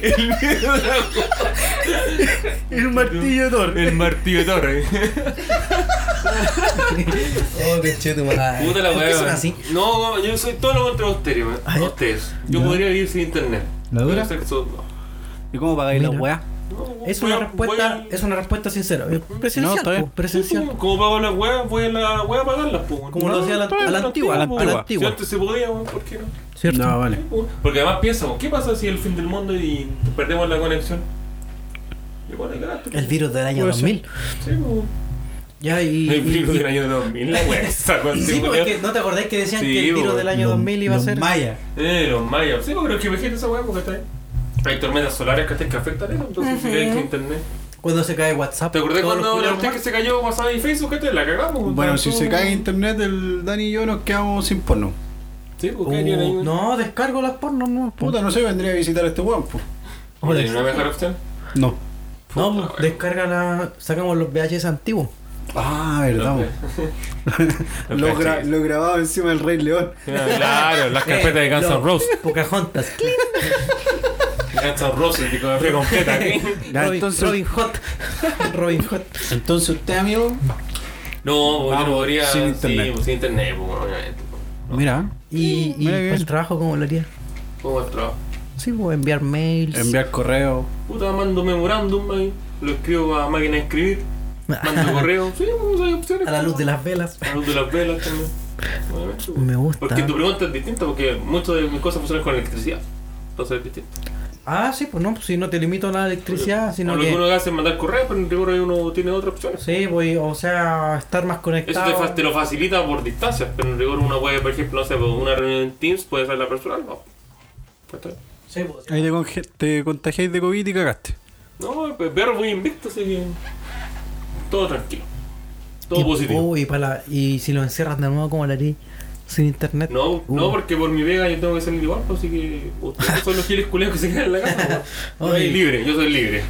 Speaker 2: dragón.
Speaker 4: El martillo de oro.
Speaker 2: El martillo de torre.
Speaker 3: Oh, qué cheto, madre.
Speaker 2: Puta la
Speaker 3: ¿Por
Speaker 2: weá.
Speaker 3: qué son
Speaker 2: weón.
Speaker 3: así?
Speaker 2: No, no, yo soy todo lo contrario a ustedes, weón.
Speaker 3: Ah, ya.
Speaker 2: A ustedes. Yo
Speaker 3: Ya.
Speaker 2: podría vivir sin internet.
Speaker 4: ¿La dura?
Speaker 2: Pero sexo, no.
Speaker 4: ¿Y cómo pagáis la
Speaker 3: Mira.
Speaker 4: weá?
Speaker 2: No,
Speaker 3: Es
Speaker 2: voy
Speaker 3: una
Speaker 2: a-
Speaker 3: respuesta,
Speaker 2: voy a-
Speaker 3: es una respuesta sincera. Eh,
Speaker 4: No,
Speaker 3: Presencial,
Speaker 4: está bien.
Speaker 3: po, presencial.
Speaker 2: Como pago las weas, voy a la wea a pagarlas, po, weón.
Speaker 3: Como lo hacía la-
Speaker 2: está bien,
Speaker 3: a la antigua, a la
Speaker 2: po, weón.
Speaker 3: antigua.
Speaker 2: Si antes se podía, weón, ¿por qué no?
Speaker 3: ¿Cierto?
Speaker 4: No, vale.
Speaker 2: Porque además piensa, ¿qué pasa si el fin del mundo y perdemos la conexión? Y bueno, ahí cagaste,
Speaker 3: El virus del año
Speaker 4: Puede ser.
Speaker 3: 2000.
Speaker 2: sí, po.
Speaker 3: Ya, y.
Speaker 2: El virus
Speaker 3: y-
Speaker 2: del año 2000, la wea esa, weón,
Speaker 3: y
Speaker 2: sí,
Speaker 3: sí,
Speaker 2: weón.
Speaker 3: porque no te acordás que decían
Speaker 2: Sí, pues,
Speaker 3: que el virus
Speaker 2: weón.
Speaker 3: del año 2000 iba a
Speaker 4: Los
Speaker 3: ser.
Speaker 4: Maya.
Speaker 2: Eh, los mayas. Sí, pero es que imagínate esa weá porque está ahí. Hay tormentas solares que, que afectan eso, entonces si hay que internet.
Speaker 3: Cuando se cae WhatsApp.
Speaker 2: ¿Te acordás
Speaker 3: todos los
Speaker 2: cuando la
Speaker 3: culiados
Speaker 2: usted que se cayó WhatsApp y Facebook? ¿Qué te la cagamos? weón.
Speaker 4: Bueno,
Speaker 6: Bueno,
Speaker 2: Todo-
Speaker 6: si se cae internet, el Dani y yo nos quedamos sin porno.
Speaker 2: Sí, porque
Speaker 3: más.
Speaker 2: harían ahí,
Speaker 3: Uh,
Speaker 2: weón?
Speaker 3: No, descargo las pornos, no. pues. po.
Speaker 6: Puta, no sé, vendría a visitar a este weón, pues.
Speaker 2: ¿Tiene una mejor opción?
Speaker 6: No.
Speaker 3: No, po, descarga la. Sacamos los VHS antiguos.
Speaker 6: Ah, verdad,
Speaker 2: Los
Speaker 6: po. lo,
Speaker 2: Los
Speaker 6: gra-
Speaker 2: VHS.
Speaker 6: lo grabado encima del Rey León.
Speaker 2: Claro, las carpetas de Guns N'
Speaker 3: Los-
Speaker 2: Roses.
Speaker 3: Pocahontas.
Speaker 2: Guns N' Roses, digo, la fe completa. ¿qué?
Speaker 4: Ya,
Speaker 3: Robin,
Speaker 4: entonces-
Speaker 3: Robin Hood. Robin Hood.
Speaker 4: Entonces usted, amigo,
Speaker 2: No, weón, yo no
Speaker 4: Vamos,
Speaker 2: podría.
Speaker 4: sin
Speaker 2: sí,
Speaker 4: internet.
Speaker 2: pues, sin internet, pues, weón, obviamente.
Speaker 4: mira,
Speaker 3: Y, y
Speaker 4: Muy bien.
Speaker 3: el trabajo, ¿cómo lo haría?
Speaker 2: ¿Cómo es trabajo?
Speaker 3: Sí, pues enviar mails.
Speaker 4: enviar correo.
Speaker 2: Puta, mando memorándum ahí. Lo escribo a máquina de escribir. Mando correo. Sí, pues, hay opciones.
Speaker 3: A la
Speaker 2: pues,
Speaker 3: luz de las velas.
Speaker 2: La luz de las velas también. Obviamente, pues.
Speaker 3: Me gusta.
Speaker 2: Porque tu pregunta es distinta porque muchas de mis cosas funcionan con electricidad. Entonces es distinto.
Speaker 3: Ah, sí, pues no, pues si no te limito a la electricidad,
Speaker 2: A
Speaker 3: sino
Speaker 2: lo que uno
Speaker 3: que.
Speaker 2: hace es mandar correo, pero en rigor ahí uno tiene otras opciones.
Speaker 3: Sí, voy, o sea, estar más
Speaker 2: Eso te,
Speaker 3: conectado.
Speaker 2: fa- te lo facilita por distancias, pero en rigor una puede, por ejemplo, no sé, pues, una reunión en Teams puede ser la personal, no. ¿Cachai?
Speaker 3: Sí, pues,
Speaker 4: Ahí te, conge- te contagiáis de COVID y cagaste.
Speaker 2: No, pues perro muy invicto, así que. Todo tranquilo. Todo
Speaker 3: y,
Speaker 6: uh,
Speaker 2: positivo.
Speaker 3: oh, y, para la- y si lo encierras de nuevo, ¿cómo lo haría? Sin internet.
Speaker 2: No, no,
Speaker 3: Uh.
Speaker 2: porque por mi vega yo tengo que salir igual, pues, así que ustedes son los giles culeos que se quedan en la casa. pues. Yo
Speaker 3: Oye.
Speaker 2: soy libre, yo soy libre.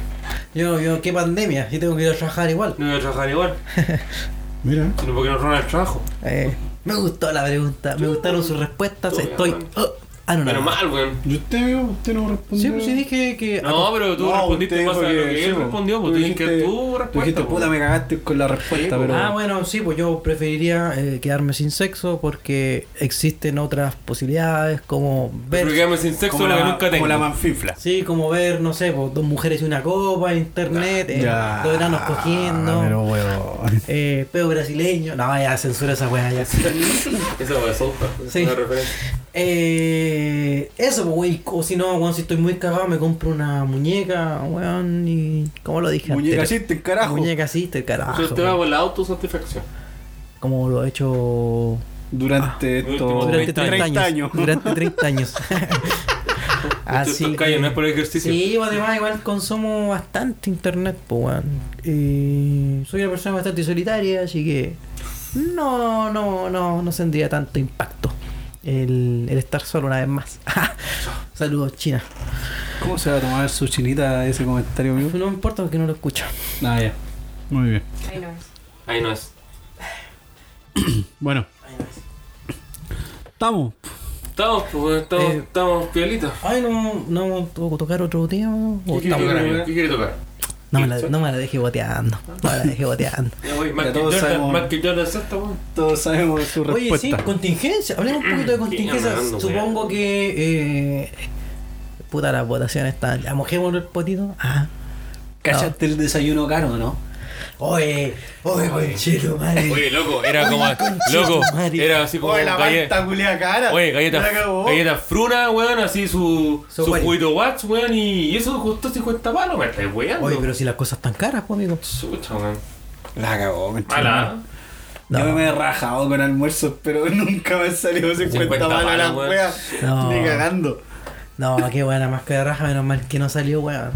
Speaker 3: Yo, yo, qué pandemia, yo tengo que ir a trabajar igual.
Speaker 2: No voy a trabajar igual,
Speaker 6: Mira.
Speaker 2: sino porque nos roban el trabajo.
Speaker 3: Eh, me gustó la pregunta, me gustaron sus respuestas.
Speaker 2: Todo
Speaker 3: Estoy.
Speaker 2: bien,
Speaker 3: ah, ah, no,
Speaker 2: Pero
Speaker 3: no.
Speaker 2: mal, weón.
Speaker 6: ¿Y usted, este amigo? Usted no respondió.
Speaker 3: Sí, pues sí dije que.
Speaker 2: No, pero tú
Speaker 6: Ah, No,
Speaker 2: respondiste
Speaker 6: usted
Speaker 2: más a
Speaker 6: dijo
Speaker 2: lo
Speaker 6: que
Speaker 2: que
Speaker 6: sí,
Speaker 2: él
Speaker 6: po.
Speaker 2: respondió,
Speaker 6: Tú
Speaker 2: pues tienes que
Speaker 6: dijiste-
Speaker 2: dar tu
Speaker 6: tú
Speaker 2: respuesta. pues".
Speaker 6: dijiste,
Speaker 2: po.
Speaker 6: puta, me cagaste con la respuesta,
Speaker 2: Sí,
Speaker 6: pero.
Speaker 3: Ah, bueno, sí, pues yo preferiría eh, quedarme sin sexo porque existen otras posibilidades como ver.
Speaker 2: Pero quedarme sin sexo es lo que nunca tengo.
Speaker 4: como la manfifla.
Speaker 3: Sí, como ver, no sé, pues, dos mujeres y una copa en internet, eh, dos enanos cogiendo,
Speaker 4: Pero weón.
Speaker 3: eh, peo brasileño. No, ya censura esa weá, ya.
Speaker 2: Esa weá es otra, es
Speaker 3: Sí.
Speaker 2: una referencia.
Speaker 3: Eh, eso, pues, wey, o si no, weón, si estoy muy cagado, me compro una muñeca, weón, y. ¿Cómo lo dije
Speaker 6: Muñeca
Speaker 3: antes?
Speaker 6: chiste, carajo.
Speaker 3: Muñeca sister, carajo.
Speaker 2: Yo te
Speaker 3: weón.
Speaker 2: hago la autosatisfacción.
Speaker 3: Como lo he hecho
Speaker 2: Ah,
Speaker 6: Durante estos
Speaker 3: durante
Speaker 2: 30
Speaker 3: 30 años.
Speaker 6: años.
Speaker 3: Durante 30 años. Ah,
Speaker 2: Así. Esto callo, no es por el ejercicio.
Speaker 3: Sí, yo además igual consumo bastante internet, pues, weón. Eh, soy una persona bastante solitaria, así que no, no, no, no sentiría tanto impacto el, el estar solo una vez más. Saludos, China.
Speaker 4: ¿Cómo se va a tomar su chinita ese comentario, amigo?
Speaker 3: No me importa porque no lo escucho.
Speaker 4: Nada, ya. Muy bien.
Speaker 8: Ahí no es.
Speaker 2: Ahí no es.
Speaker 4: Bueno. Estamos.
Speaker 2: Estamos, pues, estamos,
Speaker 3: Eh.
Speaker 2: estamos piolitas.
Speaker 3: Ay, no, no puedo tocar otro tema. o
Speaker 2: ¿Qué quiere
Speaker 3: estamos-
Speaker 2: tocar, amigo? ¿Qué quiere tocar?
Speaker 3: No me, la, no me la deje boteando. No me la deje boteando.
Speaker 2: Ya voy, más
Speaker 4: Ya
Speaker 2: que
Speaker 4: todos
Speaker 2: Jordan,
Speaker 4: sabemos.
Speaker 2: más que Jordan Sexta, weón.
Speaker 4: Todos sabemos su
Speaker 3: Oye, sí,
Speaker 4: respuesta.
Speaker 3: contingencia. Hablemos un poquito de contingencia.
Speaker 2: hablando,
Speaker 3: Supongo que. eh, puta, las votaciones están. Amojémoslo el potito. Ah.
Speaker 4: Cachaste el desayuno caro, ¿no?
Speaker 3: Oye, oye, conchero, madre.
Speaker 2: Oye, loco, era como. Loco,
Speaker 3: madre.
Speaker 2: era así como. galle-
Speaker 6: culia cara.
Speaker 2: Oye, galletas
Speaker 6: La cagó.
Speaker 2: galletas fruna, weón, así su,
Speaker 3: So
Speaker 2: su
Speaker 3: bueno.
Speaker 2: juguito watts, weón, y eso costó 50 palos, me estáis weando.
Speaker 3: Oye, pero si las cosas están caras, pues, amigo.
Speaker 2: Chucha, weón.
Speaker 4: La cagó, conchito.
Speaker 2: Mala.
Speaker 3: No.
Speaker 4: Yo me he rajado con almuerzos, pero nunca me han salido 50
Speaker 2: 50
Speaker 4: balas las
Speaker 2: balas, weón.
Speaker 4: weas.
Speaker 3: No.
Speaker 4: Ni cagando.
Speaker 3: No, qué buena máscara de raja, menos mal que no salió, weón.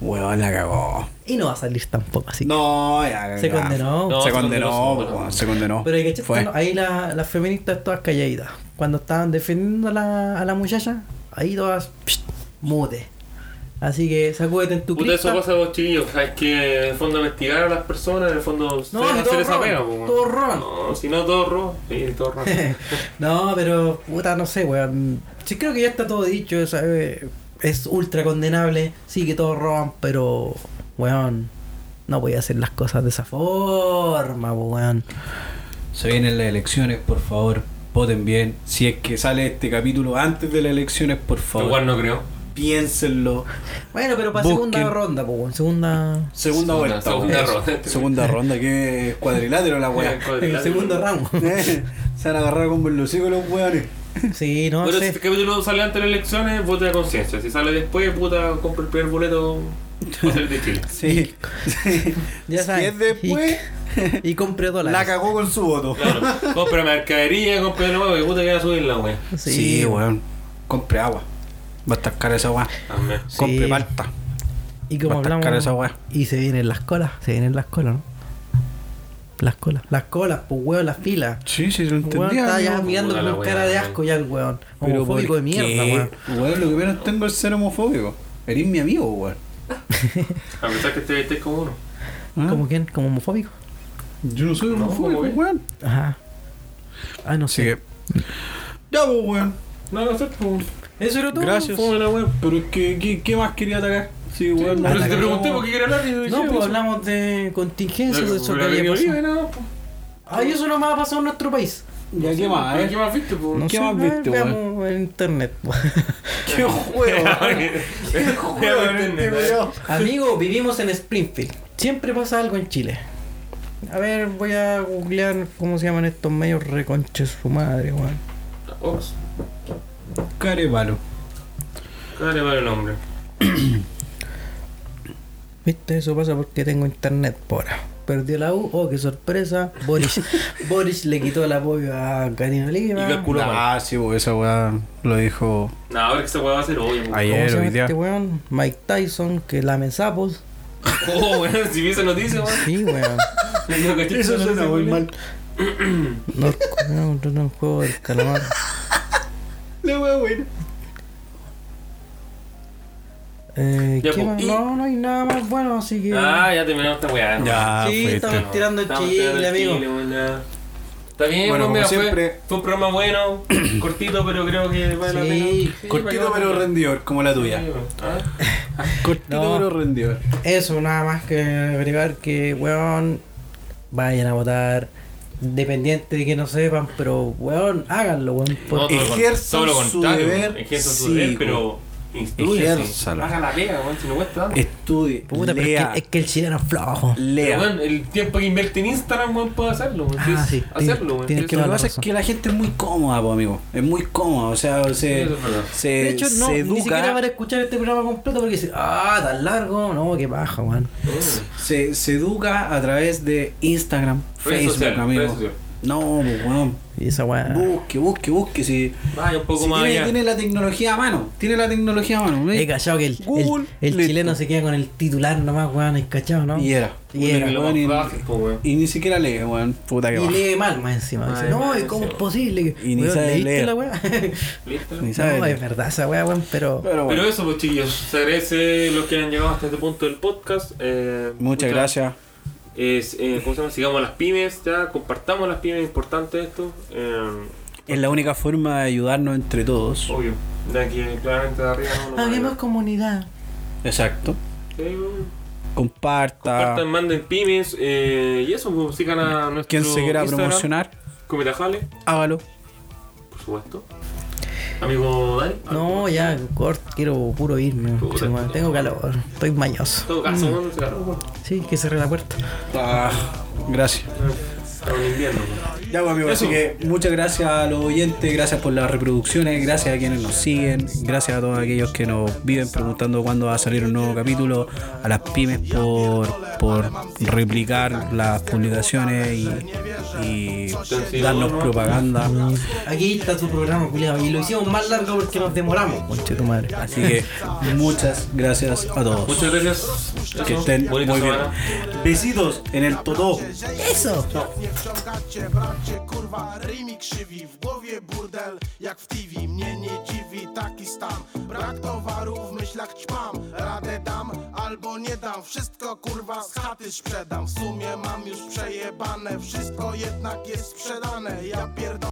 Speaker 4: Weón, la cagó.
Speaker 3: Y no va a salir tampoco, así. que
Speaker 4: No, ya.
Speaker 3: se
Speaker 4: ya.
Speaker 3: condenó.
Speaker 2: No,
Speaker 4: se
Speaker 2: se
Speaker 4: condenó,
Speaker 2: condenó,
Speaker 4: po,
Speaker 2: sí,
Speaker 4: weón, se condenó.
Speaker 3: Pero hay que
Speaker 4: Fue.
Speaker 3: echar- ahí la- las feministas todas calladitas. Cuando estaban defendiendo a la, a la muchacha, ahí todas psh, mute. Así que sacúdete en tu
Speaker 2: Puta, eso
Speaker 3: cripta.
Speaker 2: pasa vos, chiquillos. Hay que, en el fondo, investigar a las personas, en el fondo,
Speaker 3: No,
Speaker 2: saber
Speaker 3: y
Speaker 2: hacer
Speaker 3: todos
Speaker 2: esa
Speaker 3: roban,
Speaker 2: pega, po, weón.
Speaker 3: todos roban.
Speaker 2: No, si no, todos roban. Sí, todos roban.
Speaker 3: no, pero puta, no sé, weón. Sí, creo que ya está todo dicho. ¿sabes? Es ultra condenable. Sí, que todos roban, pero, weón, no voy a hacer las cosas de esa forma, po, weón.
Speaker 4: Se vienen las elecciones, por favor, voten bien. Si es que sale este capítulo antes de las elecciones, por favor,
Speaker 2: Igual no creo.
Speaker 4: piénsenlo.
Speaker 3: Bueno, pero para
Speaker 4: Busquen.
Speaker 3: segunda ronda, pues, weón. Segunda.
Speaker 4: Segunda,
Speaker 2: Segunda-
Speaker 4: vuelta.
Speaker 2: segunda
Speaker 4: weón.
Speaker 2: ronda.
Speaker 4: Segunda ronda, que cuadrilátero la weá.
Speaker 3: El segundo round.
Speaker 4: Eh, Se han agarrado con los hocicos los weones.
Speaker 3: Sí, no
Speaker 2: Pero si
Speaker 3: sé.
Speaker 2: este capítulo sale antes de las elecciones, vote a conciencia. Si sale después, puta, compra el primer boleto para salir de Chile.
Speaker 4: Sí. sí.
Speaker 3: Ya
Speaker 4: Si
Speaker 3: saben.
Speaker 4: es después,
Speaker 3: Y compré
Speaker 4: la
Speaker 3: dólares.
Speaker 4: cagó con su voto.
Speaker 2: Claro. Compra mercadería, compra nuevo, que puta que va a subir la wea.
Speaker 3: Sí,
Speaker 4: Sí, weón. Compre agua. Va a estar cara esa weá.
Speaker 2: Amén.
Speaker 3: Sí.
Speaker 4: Compre palta.
Speaker 3: Y
Speaker 4: Va a
Speaker 3: como
Speaker 4: estar cara esa
Speaker 3: hablamos.
Speaker 4: weá.
Speaker 3: Y se vienen las colas. Se vienen las colas, ¿no? Las colas. Las colas, pues, weón, las filas.
Speaker 4: Sí, sí, lo
Speaker 3: Weón, estaba ya
Speaker 4: amigo.
Speaker 3: mirando
Speaker 2: Puta la
Speaker 3: con cara
Speaker 2: weá,
Speaker 3: de
Speaker 2: weón.
Speaker 3: asco ya el weón.
Speaker 4: Pero
Speaker 3: Homofóbico de
Speaker 4: ¿por
Speaker 3: mierda,
Speaker 4: qué?
Speaker 3: weón.
Speaker 4: Weón, lo que menos tengo es ser homofóbico. Eres mi amigo, weón.
Speaker 2: A pesar que este es como uno.
Speaker 4: ¿Ah?
Speaker 3: ¿Como quién? ¿Como homofóbico?
Speaker 4: Yo no soy
Speaker 2: No,
Speaker 4: homofóbico,
Speaker 2: weón.
Speaker 4: weón.
Speaker 3: Ajá. Ah, no
Speaker 4: Así
Speaker 3: sé.
Speaker 4: que. Ya, pues, weón.
Speaker 2: No, no sé, pues.
Speaker 3: Eso era todo.
Speaker 4: Gracias.
Speaker 2: Fue la wea.
Speaker 4: Pero es que, ¿qué, qué más quería atacar? Sí, weón.
Speaker 2: Pero si te
Speaker 3: Atacar.
Speaker 2: pregunté por qué quería hablar, yo dije,
Speaker 3: No, pues
Speaker 2: eso.
Speaker 3: hablamos de contingencia, de eso
Speaker 2: Pero
Speaker 3: que
Speaker 2: la
Speaker 3: había
Speaker 2: que
Speaker 3: pasado.
Speaker 2: vive, no, pues.
Speaker 3: Ah, y eso no me ha pasado en nuestro país.
Speaker 4: Ya, ¿qué más?
Speaker 2: Pero
Speaker 4: eh?
Speaker 2: ¿Qué más viste, pues?
Speaker 4: ¿Qué
Speaker 3: sé,
Speaker 4: más
Speaker 3: a ver,
Speaker 4: viste, weón?
Speaker 3: Veamos en internet.
Speaker 4: ¿Qué juego?
Speaker 2: ¿Qué juego
Speaker 4: Qué
Speaker 2: internet?
Speaker 4: weón.
Speaker 3: Amigo, vivimos en Springfield. Siempre pasa algo en Chile. A ver, voy a googlear cómo se llaman estos medios reconches su madre, weón.
Speaker 2: Ops.
Speaker 4: Carevalo.
Speaker 2: Dale para el nombre.
Speaker 3: Viste, eso pasa porque tengo internet por ahora. Perdió la U, oh, qué sorpresa. Boris, Boris le quitó el apoyo a Karina Oliva.
Speaker 2: Y calculó mal.
Speaker 4: Ah, sí, bo, esa weá lo dijo
Speaker 2: No, ahora que esa weá va a ser obvio. po.
Speaker 3: ¿Cómo
Speaker 4: ayer,
Speaker 3: se llama
Speaker 4: hoy día.
Speaker 3: este weón? Mike Tyson, que lame sapos.
Speaker 2: Oh, weón, si vi esa noticia, weón.
Speaker 3: Sí, weón.
Speaker 2: No, caché,
Speaker 4: Eso
Speaker 2: no,
Speaker 4: suena
Speaker 2: no,
Speaker 4: muy
Speaker 2: no.
Speaker 4: mal.
Speaker 3: Norcoreano contra un juego del calamar.
Speaker 4: La weá buena.
Speaker 3: Eh,
Speaker 2: Ya,
Speaker 4: pues,
Speaker 3: ¿qué
Speaker 2: po.
Speaker 3: más?
Speaker 2: Y-
Speaker 3: No, no hay nada más bueno, así que.
Speaker 2: Ah, ya terminamos esta weá. ¿no?
Speaker 4: Ya,
Speaker 3: sí,
Speaker 4: fuiste.
Speaker 3: estamos tirando el
Speaker 2: Estamos
Speaker 3: chile,
Speaker 2: tirando el
Speaker 3: amigo.
Speaker 2: chile, weón, ya. Está bien, bueno,
Speaker 4: Bueno, como
Speaker 2: fue,
Speaker 4: siempre-
Speaker 2: fue un programa bueno, cortito, pero creo que vale la pena.
Speaker 3: Sí,
Speaker 4: Cortito pero rendidor, como la tuya.
Speaker 2: Ah,
Speaker 4: Cortito
Speaker 3: No.
Speaker 4: pero rendidor.
Speaker 3: Eso, nada más que agregar que, weón, vayan a votar. Dependiente de que no sepan, pero, weón, háganlo, weón. porque-
Speaker 2: todo lo con-
Speaker 4: Ejerzan
Speaker 2: todo lo
Speaker 4: su
Speaker 2: contrario,
Speaker 4: deber
Speaker 2: Ejerzan su
Speaker 4: cívico.
Speaker 2: deber, pero instruyense.
Speaker 4: Ejérzalo.
Speaker 2: Haga la pega, weón, si no cuesta tanto.
Speaker 4: Estudie,
Speaker 3: Puta, pero es
Speaker 4: lea,
Speaker 3: que, es que el chileno es flojo.
Speaker 2: Pero,
Speaker 4: lea.
Speaker 2: weón, el tiempo que invierte en Instagram, weón, puede hacerlo, weón.
Speaker 3: Ah,
Speaker 2: Sí,
Speaker 3: sí,
Speaker 2: Hacerlo, weón.
Speaker 3: tienes
Speaker 2: Sí,
Speaker 3: que
Speaker 4: lo
Speaker 2: eso-
Speaker 3: la
Speaker 4: que pasa es
Speaker 3: razón.
Speaker 4: que la gente es muy cómoda, po, amigo. Es muy cómoda, o sea, se,
Speaker 2: eso es verdad.
Speaker 4: se,
Speaker 3: De hecho, no,
Speaker 4: se
Speaker 3: ni siquiera
Speaker 4: educa,
Speaker 3: para escuchar este programa completo porque dice, ah, tan largo, no, qué paja, weón.
Speaker 4: se, se educa a través de Instagram,
Speaker 2: Redes
Speaker 4: Facebook,
Speaker 2: sociales,
Speaker 4: amigo.
Speaker 2: redes sociales.
Speaker 4: No, pues, weón.
Speaker 3: Y esa weá.
Speaker 4: Busque, busque, busque. Si,
Speaker 2: Vaya un poco
Speaker 4: si
Speaker 2: más
Speaker 4: tiene,
Speaker 2: allá.
Speaker 4: tiene la tecnología a mano. Tiene la tecnología a mano. ¿no?
Speaker 3: He cachado que el, el-
Speaker 4: Google,
Speaker 3: el
Speaker 4: listo.
Speaker 3: chileno se queda con el titular nomás, weón. He cachado, ¿no?
Speaker 4: Y era.
Speaker 3: Y era,
Speaker 2: Bueno, lo
Speaker 4: weón, y-
Speaker 2: más básico, weón.
Speaker 4: Y ni siquiera lee, weón. Puta que
Speaker 3: Y
Speaker 4: va.
Speaker 3: lee mal más encima. Dice,
Speaker 2: Ay,
Speaker 3: no,
Speaker 2: mal,
Speaker 3: ¿y ¿cómo
Speaker 2: sí,
Speaker 3: es posible? que-
Speaker 4: Y ni
Speaker 3: weón,
Speaker 4: sabe
Speaker 3: ¿leíste
Speaker 4: leer.
Speaker 3: la weá?
Speaker 2: Listo.
Speaker 4: Ni sabe.
Speaker 3: no, es verdad esa weá, weón, pero.
Speaker 4: Pero bueno.
Speaker 2: Pero eso, pues chiquillos, se agradece los que han llegado hasta este punto del podcast. Eh,
Speaker 4: Muchas
Speaker 2: puta,
Speaker 4: gracias.
Speaker 2: Es, eh, ¿Cómo se llama? Sigamos a las pymes, ya, compartamos las pymes, es importante esto. Eh,
Speaker 4: Es la única forma de ayudarnos entre todos.
Speaker 2: obvio, de aquí claramente de arriba no, no
Speaker 3: Hablemos
Speaker 2: va
Speaker 3: comunidad.
Speaker 4: Exacto.
Speaker 2: a llegar. Sí,
Speaker 4: Comparta.
Speaker 2: Compartan, manden pymes eh, y eso, pues, sigan a nuestro
Speaker 4: Quien se quiera
Speaker 2: Instagram,
Speaker 4: promocionar,
Speaker 2: Cometajale,
Speaker 4: hágalo.
Speaker 2: por supuesto. Amigo Dani.
Speaker 3: No, ya, cort, quiero puro irme.
Speaker 2: Puta.
Speaker 3: Se me- Tengo calor, estoy mañoso.
Speaker 2: Todo caso,
Speaker 4: Mm.
Speaker 2: no se agarró, bueno,
Speaker 3: Sí, que cerré la puerta.
Speaker 4: Ah, gracias.
Speaker 2: está un invierno. pues.
Speaker 4: Ya, pues, amigo, así que muchas gracias a los oyentes, gracias por las reproducciones, gracias a quienes nos siguen, gracias a todos aquellos que nos viven preguntando cuándo va a salir un nuevo capítulo, a las pymes por, por replicar las publicaciones y, y darnos propaganda.
Speaker 3: Aquí está tu programa, culiado. Y lo hicimos más largo porque nos demoramos. Conche tu madre.
Speaker 4: Así que muchas gracias a todos.
Speaker 2: pues. Muchas gracias.
Speaker 4: Que
Speaker 2: Eso,
Speaker 4: estén muy
Speaker 2: bonita
Speaker 4: bien.
Speaker 2: semana.
Speaker 4: Besitos en el totó.
Speaker 3: Eso.
Speaker 11: Nie wciągacie bracie, kurwa, rymi krzywi W głowie burdel jak w TV Mnie nie dziwi taki stan Brak towaru w myślach ćpam Radę dam albo nie dam Wszystko kurwa z chaty sprzedam W sumie mam już przejebane Wszystko jednak jest sprzedane Ja pierdolę